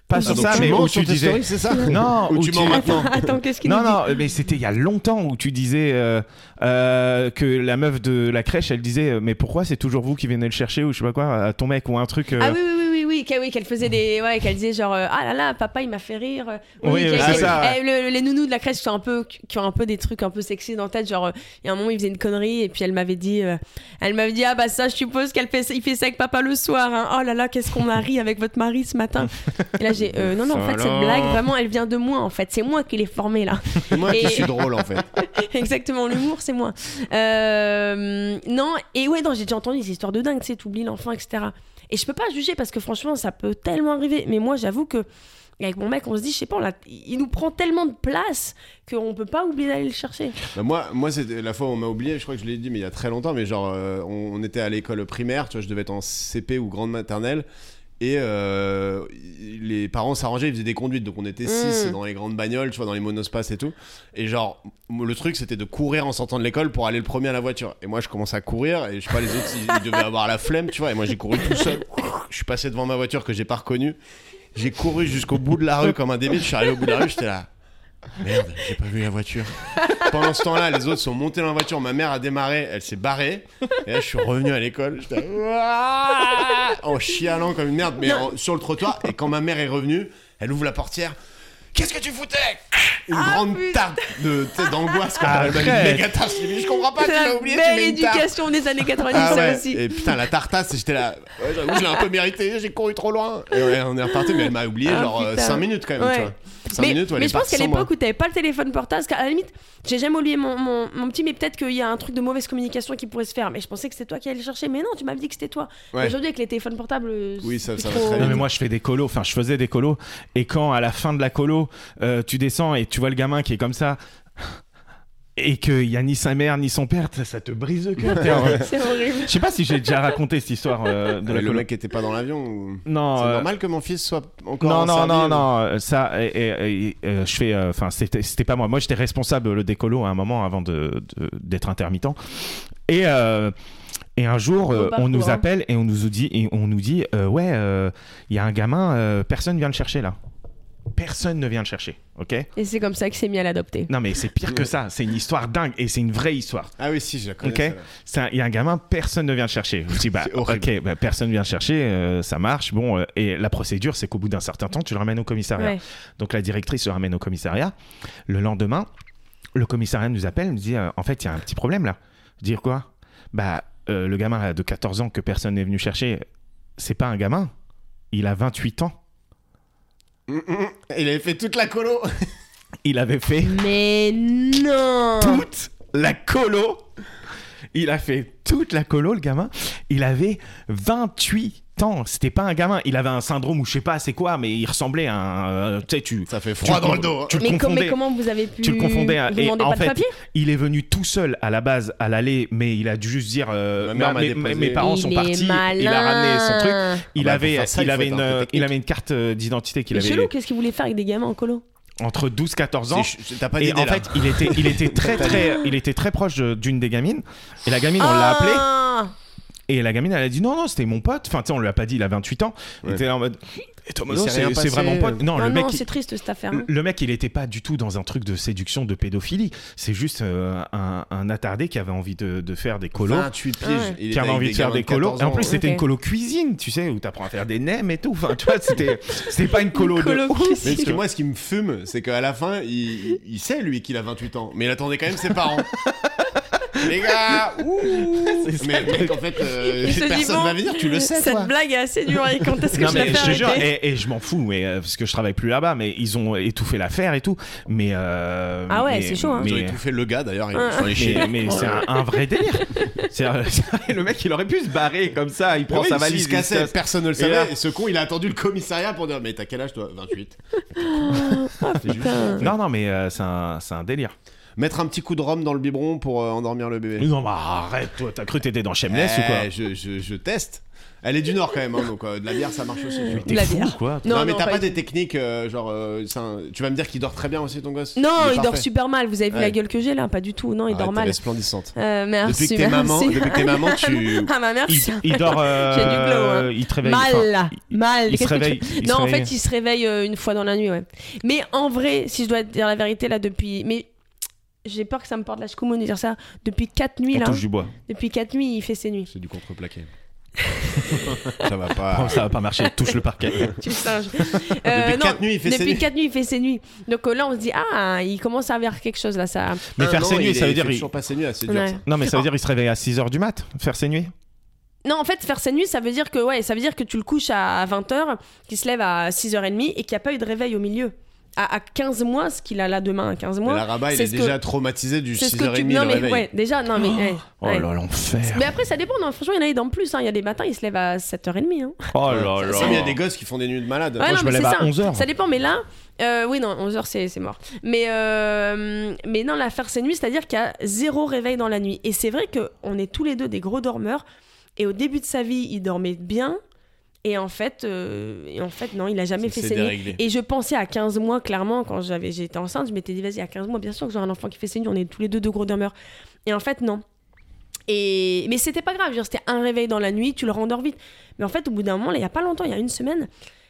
C: Pas
F: Ah,
C: sur
D: donc
C: ça
D: tu
C: mais
D: mens
C: où
D: sur
C: tu
D: tes
C: disais
D: stories, c'est [laughs] ça
C: Non,
D: Ou
C: où
D: tu mens maintenant
F: Attends, qu'est-ce qu'il
C: Non,
F: nous dit
C: non, mais c'était il y a longtemps où tu disais euh, euh, que la meuf de la crèche, elle disait euh, Mais pourquoi c'est toujours vous qui venez le chercher ou je sais pas quoi, à ton mec ou un truc. euh,
F: Ah oui, oui, oui, oui, oui, qu'elle oui, qu'elle faisait des. Ouais, qu'elle disait genre, euh, ah là là, papa, il m'a fait rire. Euh,
C: Oui,
F: qu'elle-
C: c'est ça.
F: eh, le- le- les nounous de la crèche qui ont, un peu, qui ont un peu des trucs un peu sexy dans la tête. Genre, euh, il y a un moment, il faisait une connerie et puis elle m'avait dit, euh, elle m'avait dit, ah bah ça, je suppose qu'elle fait, il fait ça avec papa le soir. hein. Oh là là, qu'est-ce qu'on a ri avec votre mari ce matin. Et là, j'ai, euh, non, non, en fait, cette
C: Alors.
F: blague, vraiment, elle vient de moi, en fait. C'est moi qui l'ai formée là.
D: Moi
F: Et-
D: qui suis drôle en fait.
F: [laughs] Exactement, l'humour, c'est moi. Euh, non, et ouais, non, j'ai déjà entendu des histoires de dingue, tu sais, t'oublies l'enfant, etc. Et je peux pas juger parce que franchement, ça peut tellement arriver. Mais moi, j'avoue que avec mon mec, on se dit, je sais pas, on l'a- il nous prend tellement de place qu'on peut pas oublier d'aller
D: [laughs]
F: le chercher.
D: Bah, moi, moi c'était la fois où on m'a oublié, je crois que je l'ai dit, mais il y a très longtemps, mais genre, euh, on, on était à l'école primaire, tu vois, je devais être en CP ou grande maternelle. Et euh, y- les parents s'arrangeaient, ils faisaient des conduites, donc on était six
F: Mm.
D: dans les grandes bagnoles, tu vois, dans les monospaces et tout. Et genre, m- le truc c'était de courir en sortant de l'école pour aller le premier à la voiture. Et moi je commence à courir, et je sais pas, les autres ils, ils devaient avoir la flemme, tu vois, et moi j'ai couru tout seul. Je suis passé devant ma voiture que j'ai pas reconnue. J'ai couru jusqu'au bout de la rue comme un débile, je suis arrivé au bout de la rue, j'étais là. Merde, j'ai pas vu la voiture. Pendant ce temps-là, les autres sont montés dans la voiture. Ma mère a démarré, elle s'est barrée. Et là, je suis revenu à l'école. J'étais Ouah en chialant comme une merde, mais en- sur le trottoir. Et quand ma mère est revenue, elle ouvre la portière. Qu'est-ce que tu foutais Une
F: Ah,
D: grande tarte de tête d'angoisse. quoi. Elle m'a mis une
C: Arrête.
D: méga tarte. Je lui ai dit, je comprends pas, tu
F: la
D: l'as oublié, tu
F: belle
D: mets une tarte.
F: éducation
D: [laughs]
F: des années 90,
D: Ah
F: ça
D: ouais.
F: aussi.
D: Et putain, la tartasse, j'étais là. Ouais, j'avoue, je l'ai un peu mérité, j'ai couru trop loin. Et ouais, on est reparti, mais elle m'a oublié,
F: Ah,
D: genre
F: putain.
D: 5 minutes quand même.
F: Ouais.
D: Tu vois. Cinq
F: mais,
D: minutes, ouais, elle
F: mais
D: est
F: je pense
D: partie
F: qu'à
D: sans moi.
F: l'époque où t'avais pas le téléphone portable, parce qu'à la limite, j'ai jamais oublié mon, mon, mon petit, mais peut-être qu'il y a un truc de mauvaise communication qui pourrait se faire. Mais je pensais que c'était toi qui allais le chercher. Mais non, tu m'avais dit que c'était toi.
D: Ouais.
F: Aujourd'hui, avec les téléphones portables, euh,
D: Oui, ça-
F: c'est
D: ça va
F: trop-
D: très
C: Non mais moi je fais des colos, enfin je faisais des colos et quand à la fin de la colo euh, tu descends et tu vois le gamin qui est comme ça et qu'il y a ni sa mère ni son père, ça, ça te brise le cœur. t'es en [laughs]
F: [laughs]
C: mode-
F: C'est horrible.
C: Je sais pas si j'ai déjà raconté cette histoire euh, de
D: Mais
C: la
D: le
C: colo.
D: mec était pas dans l'avion ou...
C: Non,
D: C'est
C: euh,
D: normal que mon fils soit encore
C: non,
D: en
C: non,
D: Serbie,
C: non,
D: ou-
C: non, euh, ça, et- et- et, euh, je fais, enfin, c'était c'était pas moi. Moi, j'étais responsable euh, des colos à un moment avant de- de- d'être intermittent. Et, euh, et un jour, euh,
F: Au
C: on nous
F: parcours, hein.
C: appelle et on nous dit, et on nous dit euh, ouais, euh, il y a un gamin, euh, personne vient le chercher là. Personne ne vient le chercher, ok
F: Et c'est comme ça que c'est mis à l'adopter.
C: Non, mais c'est pire que ça. C'est une histoire dingue et c'est une vraie histoire.
D: Ah oui, si, je la connais.
C: Ok.
D: celle-là.
C: C'est un- Il y a un gamin, personne ne vient le chercher. Je me dis, bah,
D: C'est horrible.
C: ok, bah, personne ne vient le chercher, euh, ça marche. Bon, euh, et la procédure, c'est qu'au bout d'un certain temps, tu le ramènes au commissariat.
F: Ouais.
C: Donc la directrice se ramène au commissariat. Le lendemain, le commissariat nous appelle, nous dit euh, en fait il y a un petit problème là. Dire quoi Bah euh, le gamin là, de 14 ans que personne n'est venu chercher, c'est pas un gamin. Il a 28 ans.
D: Mm, mm, mm. Il avait fait toute la colo.
C: Il avait fait
F: Mais
D: Ah.
F: non
C: toute la colo. Il a fait toute la colo le gamin. Il avait 28 ans. C'était pas un gamin. Il avait un syndrome ou je sais pas c'est quoi, mais il ressemblait à un. euh, tu sais tu.
D: Ça fait froid
C: tu
D: dans le
C: con-
D: dos. hein.
C: Tu le
F: mais, com- mais
C: confondais.
F: comment vous avez pu.
C: Tu le confondais à-
F: Vous
C: et
F: demandez
C: en
F: pas
C: fait,
F: de papier
C: Il est venu tout seul à la base à l'aller, mais il a dû juste dire euh,
D: Ma mère
C: ma-
D: m'a
C: mes,
D: déposé.
C: mes parents
F: Il
C: sont
F: est
C: partis. Il a ramené son truc.
F: malin.
C: Il
D: bah,
C: avait,
D: pour faire ça,
C: il
D: il faut
C: avait une,
D: être un peu
C: euh,
D: technique.
C: il avait une carte euh, d'identité qu'il
F: Mais
C: avait
F: chelou, qu'est-ce qu'il voulait faire avec des gamins en colo
C: entre 12 14 ans.
D: C'est- je- T'as pas
C: Et
D: d'idée
C: en
D: là.
C: fait, il était, il
D: [laughs]
C: était très, très, il était très proche de- d'une des gamines. Et la gamine, on l'a appelé.
F: Ah
C: Et la gamine, elle a dit non, non, c'était mon pote. Enfin, tu sais, on lui a pas dit, il a 28 ans. Il
D: Ouais.
C: était là en mode, Et Thomas,
D: Il s'est
C: c'est
D: rien
C: c'est
D: passé, euh,
C: vraiment pote. Non,
F: Ah
C: Oh, le mec,
F: non,
C: il-
F: c'est triste cette affaire. hein.
C: le mec, il était pas du tout dans un truc de séduction, de pédophilie. C'est juste euh, un, un attardé qui avait envie de, de faire des colos.
D: 28 piges.
F: Ah ouais.
D: Il était
C: qui avait
D: avec
C: envie de faire
D: gamins
C: des colos.
D: 14
C: Et en
D: ans,
C: plus,
D: ouais.
C: c'était
F: Ok.
C: une colo cuisine, tu sais, où t'apprends à faire des nems et tout. Enfin, tu vois,
F: [laughs]
C: c'était c'était pas une colo,
F: Colo
C: de ouf.
D: Mais ce que
F: cuisine.
D: moi, ce qui me fume, c'est qu'à la fin, il, il sait lui qu'il a 28 ans, mais il attendait quand même ses
C: [laughs]
D: parents. Les gars, ouh.
C: C'est ça,
D: Mais
C: le truc.
D: mec, en fait, euh,
F: Il se dit,
D: personne
F: bon,
D: va venir, tu le sais,
F: Cette
D: toi.
F: blague est assez dure et quand est-ce que
C: Non
F: je la
C: mais
F: fais
C: je te jure
F: arrêter
C: et, et je m'en fous mais euh, parce que je travaille plus là-bas mais ils ont étouffé l'affaire et tout mais euh,
F: Ah ouais,
C: mais-
F: c'est chaud, hein.
D: Ils ont
C: mais,
D: étouffé le gars d'ailleurs, ils
F: Ouais.
D: sont allés chez
C: mais- mais c'est un, un vrai
D: [laughs]
C: délire C'est- le mec il aurait pu se barrer comme ça il prend
D: Oui,
C: sa
D: s'il
C: valise
D: se cassait,
C: il se casse.
D: personne ne le
C: Et là-
D: savait. Et ce con, il a attendu le commissariat pour dire Mais t'as quel âge toi 28.
F: Ah,
C: [laughs] Ah, non non mais euh, c'est un, c'est un délire
D: Mettre un petit coup de rhum dans le biberon pour euh, endormir le bébé.
C: non bah arrête toi t'as cru t'étais dans Chemness ou quoi
D: Eh, je, je- je teste. Elle est du Nord quand même, hein, donc euh, de la bière ça marche aussi. tu vois.
C: t'es
F: La
C: fou
F: bière.
C: ou quoi
D: Non,
F: Non,
D: mais
F: non,
D: t'as
F: pas
D: pas des techniques euh, genre. euh, c'est un- Tu vas me dire qu'il dort très bien aussi ton gosse
F: Non,
D: est
F: il dort
D: parfait.
F: super mal. Vous avez vu
D: Ouais.
F: la gueule que j'ai là Pas du tout. Non, il
D: Arrête,
F: dort
D: Elle
F: mal.
D: est splendissante.
F: Euh, merci,
D: Depuis que t'es maman,
F: merci.
D: depuis que t'es
F: [laughs]
D: maman, tu.
F: Ah, ma mère,
C: il,
F: c'est-
C: il dort euh,
F: [laughs] J'ai du glow, hein.
C: il te réveille enfin,
F: mal,
C: il-
F: mal.
C: il se
F: Qu'est-ce que tu-
C: réveille il se
F: Non, en
C: réveille.
F: fait, il se réveille euh, une fois dans la nuit, ouais. Mais en vrai, si je dois te dire la vérité là, depuis, mais j'ai peur que ça me porte la choumoune de dire ça. Depuis quatre nuits
C: on
F: là, hein.
C: touche du bois
F: depuis quatre nuits, il fait
D: [laughs]
F: ses nuits.
D: C'est du contreplaqué. ça va pas.
C: Oh, ça va pas marcher touche le parquet
F: tu singes. Euh,
D: Depuis quatre nuits, il fait ses
F: depuis
D: nuits.
F: quatre nuits, il fait ses nuits. Donc euh, là, on se dit ah, il commence à avoir quelque chose là, ça.
C: mais faire
D: Non,
C: ses
D: il
C: nuits
D: est-
C: ça veut
D: il
C: dire
D: fait
C: il-
D: toujours pas ses nuits, ah, c'est dur,
F: Ouais.
D: ça.
C: non mais ça veut dire il se réveille à 6h du mat faire ses nuits
F: Non, en fait, faire ses nuits, ça veut dire que ouais, ça veut dire que tu le couches à 20h, qu'il se lève à 6h30 et qu'il n'y a pas eu de réveil au milieu. à, à 15 mois, ce qu'il a là demain à 15
D: Mais
F: mois.
D: la rabat, il
F: c'est
D: est
F: ce que-
D: déjà traumatisé du
F: C'est ce que
D: 6h30
F: tu
D: le
F: non mais
D: réveil.
F: ouais, déjà non mais ouais,
I: Oh
F: ouais.
I: là l'enfer.
F: Mais après ça dépend, non, franchement il y en a dans plus, hein. il y a des matins ils se lèvent à 7h30. Hein.
I: Oh
D: Ouais.
I: là
D: Ça, mais il y a
I: là.
D: des gosses qui font des nuits de malade.
F: Ouais,
I: Moi,
F: non,
I: je me
F: mais
I: lève
F: c'est
I: à
F: ça.
I: 11 heures.
F: Ça dépend, mais là, euh, oui, non, 11h, c'est c'est mort. Mais, euh, mais non, l'affaire, c'est nuit, c'est-à-dire qu'il y a zéro réveil dans la nuit. Et c'est vrai qu'on est tous les deux des gros dormeurs. Et au début de sa vie, il dormait bien. Et en fait, euh, et en fait non, il a jamais fait
D: C'est
F: ses nuits.
D: déréglé.
F: Et je pensais à 15 mois, clairement, quand j'avais j'étais enceinte, je m'étais dit, vas-y, à 15 mois, bien sûr que j'aurai un enfant qui fait ses nuits, on est tous les deux deux gros dormeurs. Et en fait, non. Et... Mais c'était pas grave, je veux dire, c'était un réveil dans la nuit, tu le rendors vite. Mais en fait, au bout d'un moment, là, il y a pas longtemps, il y a une semaine,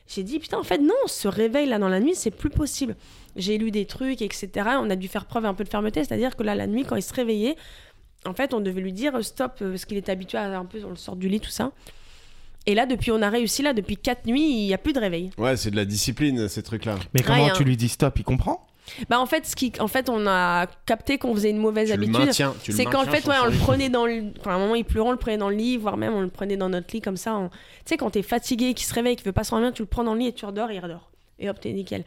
F: j'ai dit, putain, en fait, non, ce réveil-là dans la nuit, c'est plus possible. J'ai lu des trucs, etc. On a dû faire preuve un peu de fermeté, c'est-à-dire que là, la nuit, quand il se réveillait, en fait, on devait lui dire euh, stop, euh, parce qu'il était habitué à un peu, on le sort du lit, tout ça. Et là, depuis, on a réussi, là, depuis quatre nuits, il n'y a plus de réveil.
D: Ouais, c'est de la discipline, ces trucs-là.
I: Mais comment
F: Ouais, hein.
I: tu lui dis stop, il comprend
F: Bah, en fait, ce qui, en fait on a capté qu'on faisait une mauvaise
D: Tu le
F: habitude.
D: maintiens. tu le
F: C'est qu'en
D: maintiens
F: fait,
D: sur
F: ouais,
D: son
F: on le
D: rythme.
F: prenait dans le. Enfin, à un moment, il pleurait, on le prenait dans le lit, voire même on le prenait dans notre lit comme ça. on- Tu sais, quand t'es fatigué, qui se réveille, qui veut pas se rendre bien, tu le prends dans le lit et tu redors et il redort. Et hop, t'es nickel.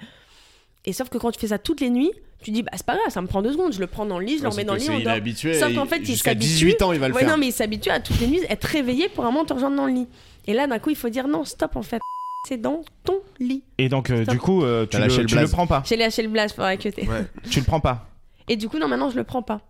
F: Et sauf que quand tu fais ça toutes les nuits, tu dis, bah c'est pas grave, ça me prend deux secondes, je le prends dans le lit, je le
D: Sauf
F: remets dans
D: que
F: le lit,
D: c'est-
F: on
D: Il est
F: dort.
D: habitué.
F: Sauf
D: et
F: qu'en fait, il
D: Jusqu'à
F: s'habitue.
D: 18 ans, il va le
F: Ouais, non,
D: faire.
F: mais il s'habitue à toutes les nuits être réveillé pour un moment te rejoindre dans le lit. Et là, d'un coup, il faut dire, non, stop en fait, c'est dans ton lit.
I: Et donc euh,
F: Stop.
I: du coup, euh, tu,
D: T'as lâché
I: le,
D: le
I: tu le
D: blaze.
I: prends pas.
F: J'ai lâché le blast pour acquitter.
I: Tu le prends pas.
F: Et du coup, non, maintenant, je le prends pas.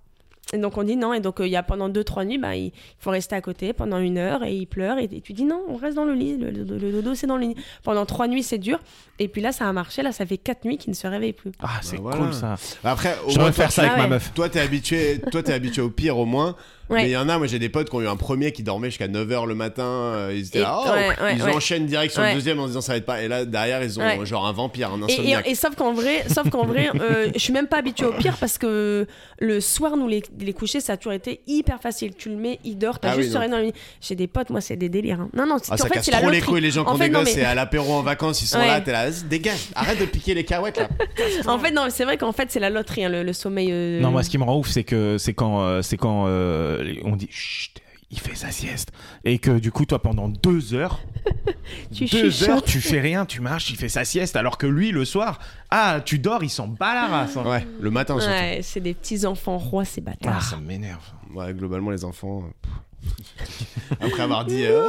F: Et donc, on dit non. Et donc, euh, il y a pendant deux, trois nuits, bah, il faut rester à côté pendant une heure et il pleure. Et, et tu dis non, on reste dans le lit. Le, le- le dodo, c'est dans le lit. Pendant trois nuits, c'est dur. Et puis là, ça a marché. Là, ça fait quatre nuits qu'il ne se réveille plus.
I: Ah, c'est
D: Bah voilà.
I: cool ça.
F: Euh.
D: Bah, Après, au
I: J'aimerais
D: moins,
I: faire
D: toi,
I: ça avec
F: Ah
I: ma
F: ouais.
I: meuf.
D: toi, t'es habitué, toi, t'es habitué au pire au moins.
F: Ouais.
D: Mais il y en a, moi j'ai des potes qui ont eu un premier qui dormait jusqu'à 9h le matin. euh, ils étaient
F: Et-
D: là, oh,
F: ouais, ouais,
D: ils
F: ouais.
D: enchaînent direct sur
F: Ouais.
D: le deuxième en se disant ça va être pas. Et là, derrière, ils ont
F: Ouais.
D: genre un vampire, un
F: Et, et-
D: insomniaque.
F: et sauf qu'en vrai, sauf qu'en vrai, euh, je suis même pas habituée au pire parce que le soir, nous les, les coucher, ça a toujours été hyper facile. Tu le mets, il dort, t'as
D: Ah
F: juste
D: oui,
F: serré dans le lit. J'ai des potes, moi, c'est des délires. hein. Non, non, c'est
D: Ah,
F: en
D: ça
F: fait,
D: casse
F: c'est la
D: trop les
F: loterie.
D: couilles, les gens qui
F: En
D: ont
F: fait,
D: des
F: non,
D: gosses,
F: mais-
D: et à l'apéro en vacances, ils sont
F: Ouais.
D: là, t'es là, dégage, arrête de piquer les
I: [laughs]
D: cacahuètes là.
F: En fait, non, c'est vrai qu'en fait, c'est la loterie, hein, le, le sommeil. euh,
I: Non, moi, ce qui me rend ouf, c'est que c'est quand, euh, c'est quand euh, on dit chut, il fait sa sieste. Et que du coup, toi, pendant deux heures,
F: [laughs] Tu
I: deux
F: chuchotes.
I: heures, tu fais rien, tu marches, il fait sa sieste. Alors que lui, le soir, ah, tu dors, il s'en bat la race. hein.
D: Ouais, le matin surtout.
F: Ouais, c'est des petits enfants rois, ces
I: Ah,
F: bâtards.
I: ça m'énerve.
D: Ouais, globalement, les enfants. euh, [laughs] Après avoir dit. euh,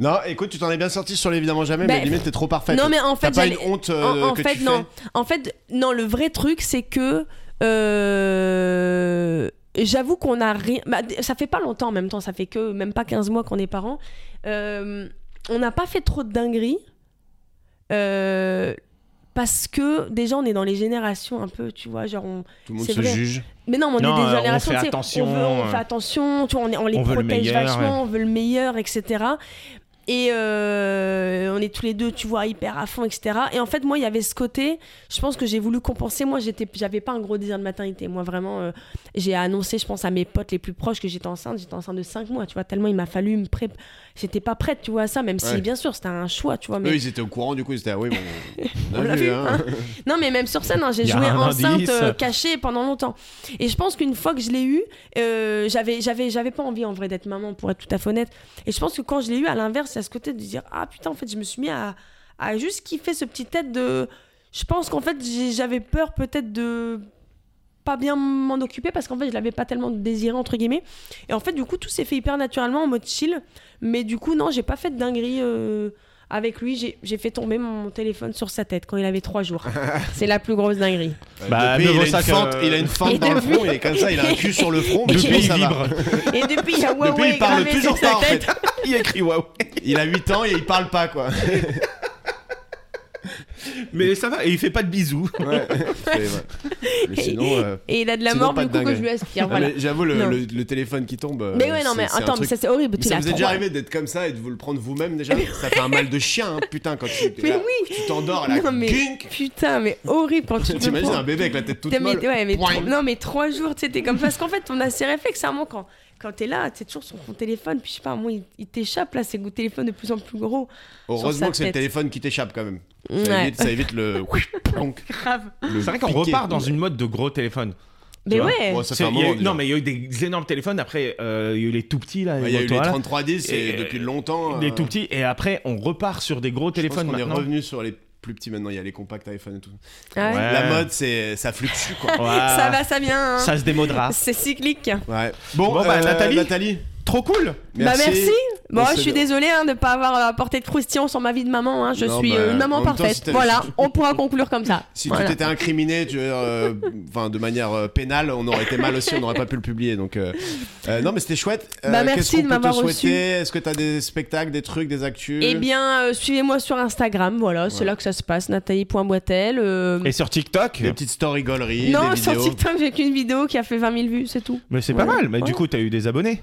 D: Non, écoute, tu t'en es bien sorti sur l'évidemment jamais,
F: Bah,
D: mais limite, t'es trop parfaite.
F: non mais en fait,
D: T'as pas
F: j'allais-
D: une honte euh,
F: en, en
D: que
F: fait
D: tu
F: non,
D: fais
F: en fait non, le vrai truc c'est que euh, j'avoue qu'on a rien, bah, d- ça fait pas longtemps en même temps, ça fait que même pas 15 mois qu'on est parents. Euh, on n'a pas fait trop de dingueries euh, parce que déjà on est dans les générations un peu, tu vois, genre on,
D: Tout le monde
F: C'est
D: se
F: vrai.
D: juge.
F: Mais non, mais
I: Non,
F: on est
I: euh,
F: des
I: on
F: générations,
I: fait
F: tu sais,
I: attention,
F: on, veut- on
I: euh,
F: fait attention, tu vois, on, est- on les
I: on veut le
F: protège
I: meilleur,
F: vachement, on veut le meilleur, etc. Et euh, on est tous les deux, tu vois, hyper à fond, etc. Et en fait, moi, il y avait ce côté, je pense que j'ai voulu compenser. Moi, j'étais- j'avais pas un gros désir de maternité. Moi, vraiment, euh, j'ai annoncé, je pense, à mes potes les plus proches que j'étais enceinte. J'étais enceinte de 5 mois, tu vois, tellement il m'a fallu me préparer. J'étais pas prête, tu vois, à ça, même si,
D: Ouais.
F: bien sûr, c'était un choix, tu vois. Mais...
D: Eux, ils étaient au courant, du coup, ils étaient là, [laughs] oui, bon.
F: On l'a vu, hein. Non, mais même sur scène, hein, j'ai
I: Y a
F: joué
I: un
F: enceinte
I: indice.
F: euh, cachée pendant longtemps. Et je pense qu'une fois que je l'ai eu, euh, j'avais, j'avais, j'avais pas envie en vrai d'être maman, pour être tout à fait honnête. Et je pense que quand je l'ai eu, à l'inverse, c'est à ce côté de dire Ah putain, en fait, je me suis mis à, à juste kiffer ce petit tête de. Je pense qu'en fait, j'ai- j'avais peur peut-être de pas bien m'en occuper parce qu'en fait, je l'avais pas tellement désiré, entre guillemets. Et en fait, du coup, tout s'est fait hyper naturellement en mode chill. Mais du coup, non, j'ai pas fait de dinguerie. euh, Avec lui, j'ai- j'ai fait tomber mon téléphone sur sa tête quand il avait trois jours. C'est la plus grosse dinguerie.
I: Bah,
D: Depuis,
I: mieux
D: il,
I: vaut
D: a une
I: ça que-
D: fente, il a une fente
F: Et
D: dans le
F: depuis-
D: front, il est comme ça, il a un cul sur le front, mais
I: Depuis,
D: sinon,
I: il
D: ça
C: [laughs]
D: va.
I: vibre.
F: Et depuis, il y a
D: Depuis,
F: Huawei
D: il parle
F: gravé
D: toujours
F: sur sa
D: pas, en
F: tête.
D: [laughs] fait.
I: il écrit waouh.
D: Il a 8 ans et il parle pas, quoi.
I: Mais ça va, et il fait pas de bisous.
D: Ouais. [laughs] C'est vrai. Mais sinon. euh,
F: Et il a de la
D: Sinon,
F: mort
D: pas
F: du
D: de
F: coup que
D: dinguerie.
F: je lui aspire.
D: ah,
F: Voilà.
D: mais J'avoue, le,
F: Non.
D: le- le téléphone qui tombe. euh,
F: Mais ouais, non,
D: c'est-
F: mais
D: c'est un
F: attends, mais
D: truc-
F: ça c'est horrible.
D: Mais
F: tu
D: ça
F: l'as
D: vous est
F: trop-
D: déjà arrivé d'être comme ça et de vous le prendre vous-même déjà Ça fait un mal de chien, hein, putain, quand tu
F: Mais
D: là,
F: oui.
D: tu t'endors là.
F: Non, mais-
D: gunk.
F: Putain, mais horrible quand tu
D: [laughs]
F: te
D: T'imagines
F: prends.
D: un bébé avec la tête toute
F: Putain, mais-
D: molle.
F: ouais, mais
D: Poing.
F: trois- non, mais trois jours, tu sais, t'es comme. Parce qu'en fait, on a ces réflexes à un moment quand, quand t'es là, t'es toujours sur ton téléphone, puis je sais pas, à un moment, il, il t'échappe là, c'est le téléphone de plus en plus gros. sur sa
D: Heureusement que c'est le
F: tête.
D: téléphone qui t'échappe quand même. Ça
F: Ouais.
D: évite, ça évite
F: [laughs]
D: le. Plonk.
F: [laughs] Grave.
D: Le
I: C'est vrai qu'on
D: piqué.
I: repart dans une mode de gros téléphone.
F: Mais
I: Tu vois,
F: ouais.
D: Bon, ça fait un
I: Il y a
D: moment.
I: eu-
D: déjà.
I: non, mais il y a eu des énormes téléphones. Après, euh, il y a eu les tout petits là.
D: Ouais, Il y a eu les
I: Motorola.
D: 3310 et
I: Et-
D: depuis longtemps.
I: Des
D: euh,
I: tout petits. Et après, on repart sur des gros
D: je pense
I: téléphones
D: qu'on est
I: maintenant.
D: revenu sur les plus petit maintenant. Il y a les compacts iPhone et tout.
F: Ah ouais.
J: Ouais.
D: La mode, c'est ça fluctue
I: [laughs]
D: quoi.
F: Ça va, ça vient. hein.
C: Ça se démodera.
F: [laughs] C'est cyclique.
D: Ouais.
C: Bon, bah, Nathalie
D: euh, Nathalie,
C: Trop cool
D: merci.
F: Bah merci. Bon,
D: On se-
F: je suis désolée hein, de ne pas avoir euh, apporté de croustillant sur ma vie de maman. hein. Je
D: Non,
F: suis
D: bah,
F: euh, une
D: en
F: maman
D: même temps,
F: parfaite.
D: si t'as-
F: voilà, on pourra conclure
D: [laughs]
F: comme ça.
D: Si
F: Voilà.
D: tu t'étais incriminé, tu veux dire, euh, enfin de manière euh, pénale, on aurait été mal aussi, on n'aurait pas pu le publier. Donc euh, euh, non, mais c'était chouette.
F: Bah, merci
D: qu'est-ce qu'on
F: de
D: peut
F: m'avoir
D: te souhaiter
F: reçu.
D: Est-ce que t'as des spectacles, des trucs, des actus
F: Eh bien, euh, suivez-moi sur Instagram. Voilà, c'est
D: Voilà.
F: là que ça se passe. Nathalie.boitel. euh,
C: Et sur TikTok
D: des petites story galeries,
F: Non, [laughs]
D: des
F: sur
D: vidéos.
F: TikTok, j'ai qu'une vidéo qui a fait 20 000 vues, c'est tout.
C: Mais c'est pas
F: Ouais.
C: mal, mais
F: Ouais.
C: du coup, t'as eu des abonnés.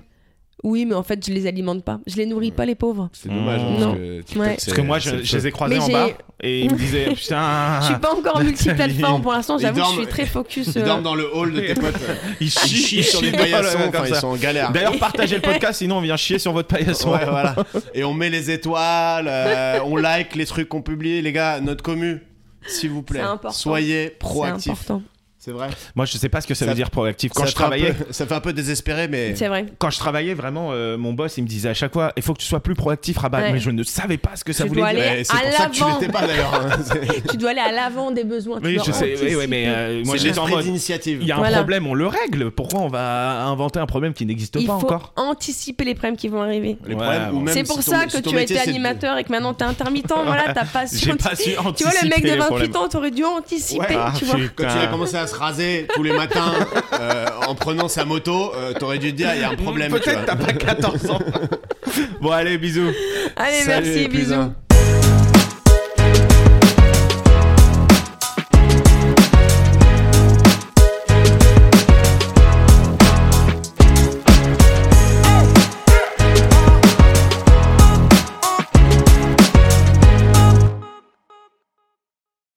F: Oui, mais en fait, je les alimente pas. Je les nourris pas, les pauvres.
D: C'est dommage. hein,
F: Mmh.
D: parce
F: Non.
D: que TikTok,
F: Ouais.
D: c'est-
C: Parce que moi,
D: c'est
C: je,
D: le
C: je les ai croisés
F: Mais
C: en
F: j'ai-
C: bas et ils me disaient
F: [laughs] Je suis
C: Putain,
F: pas encore multiplateforme pour l'instant,
D: Ah, Ils
F: j'avoue, je
D: dorment-
F: suis très focus.
D: [laughs] Ils
F: euh,
D: dorment dans le hall
C: [laughs]
D: de tes potes. euh,
C: ils
D: Ils
C: chient,
D: chient sur les
C: ils chient,
D: paillassons,
C: voilà,
D: enfin,
C: comme
D: ils
C: ça.
D: sont en galère.
C: D'ailleurs, partagez le podcast, sinon on vient chier sur votre paillasson.
D: Ouais, voilà. Et on met les étoiles, euh, on like les trucs qu'on publie, les gars, notre commu. S'il vous plaît,
F: C'est important.
D: soyez
F: C'est
D: proactifs.
F: important.
D: C'est vrai.
C: Moi, je sais pas ce que ça,
D: Ça-
C: veut dire proactif. Quand
D: ça
C: je
D: fait un peu-
C: travaillais,
D: ça fait un peu désespéré, mais
F: C'est vrai.
C: quand je travaillais vraiment, euh, mon boss, il me disait à chaque fois, il faut que tu sois plus proactif, Rabat.
F: Ouais.
C: Mais je ne savais pas ce que ça
F: Tu
C: voulait
F: dois
C: dire.
F: aller
D: Mais c'est
F: à
D: pour ça que tu
F: l'avant.
D: l'étais pas
C: [laughs]
D: d'ailleurs. hein. C'est-
F: Tu dois aller à l'avant des besoins. tu
C: Oui,
F: dois
C: je sais. Oui, oui,
F: anticiper.
C: mais euh, moi,
D: C'est
C: j'étais en
D: l'esprit
C: mode.
D: d'initiative.
C: Il y a un
F: Voilà.
C: problème, on le règle. Pourquoi on va inventer un problème qui n'existe
F: Il
C: pas
F: faut
C: encore
F: anticiper les problèmes qui vont arriver.
D: Les
C: Ouais,
D: problèmes, ou
C: bon.
D: même
F: C'est
D: si
F: pour
D: ton-
F: ça
D: si
F: que
D: ton
F: tu as
D: métier,
F: été
D: c'est de-
F: animateur et que maintenant t'es intermittent,
D: [laughs]
F: voilà, t'as pas su
C: J'ai pas su anticiper.
F: Tu vois, le mec de
C: les problèmes.
F: 28 ans, t'aurais dû anticiper,
C: Ouais.
F: tu vois.
C: Ah,
D: Quand tu as
C: putain.
D: commencé à se raser tous les matins euh, en prenant sa moto, euh, t'aurais dû te dire il y a un problème. tu vois.
C: Peut-être t'as pas 14 ans. bon, allez, bisous.
F: Allez,
D: Salut,
F: merci,
D: les
F: bisous.
D: cousins.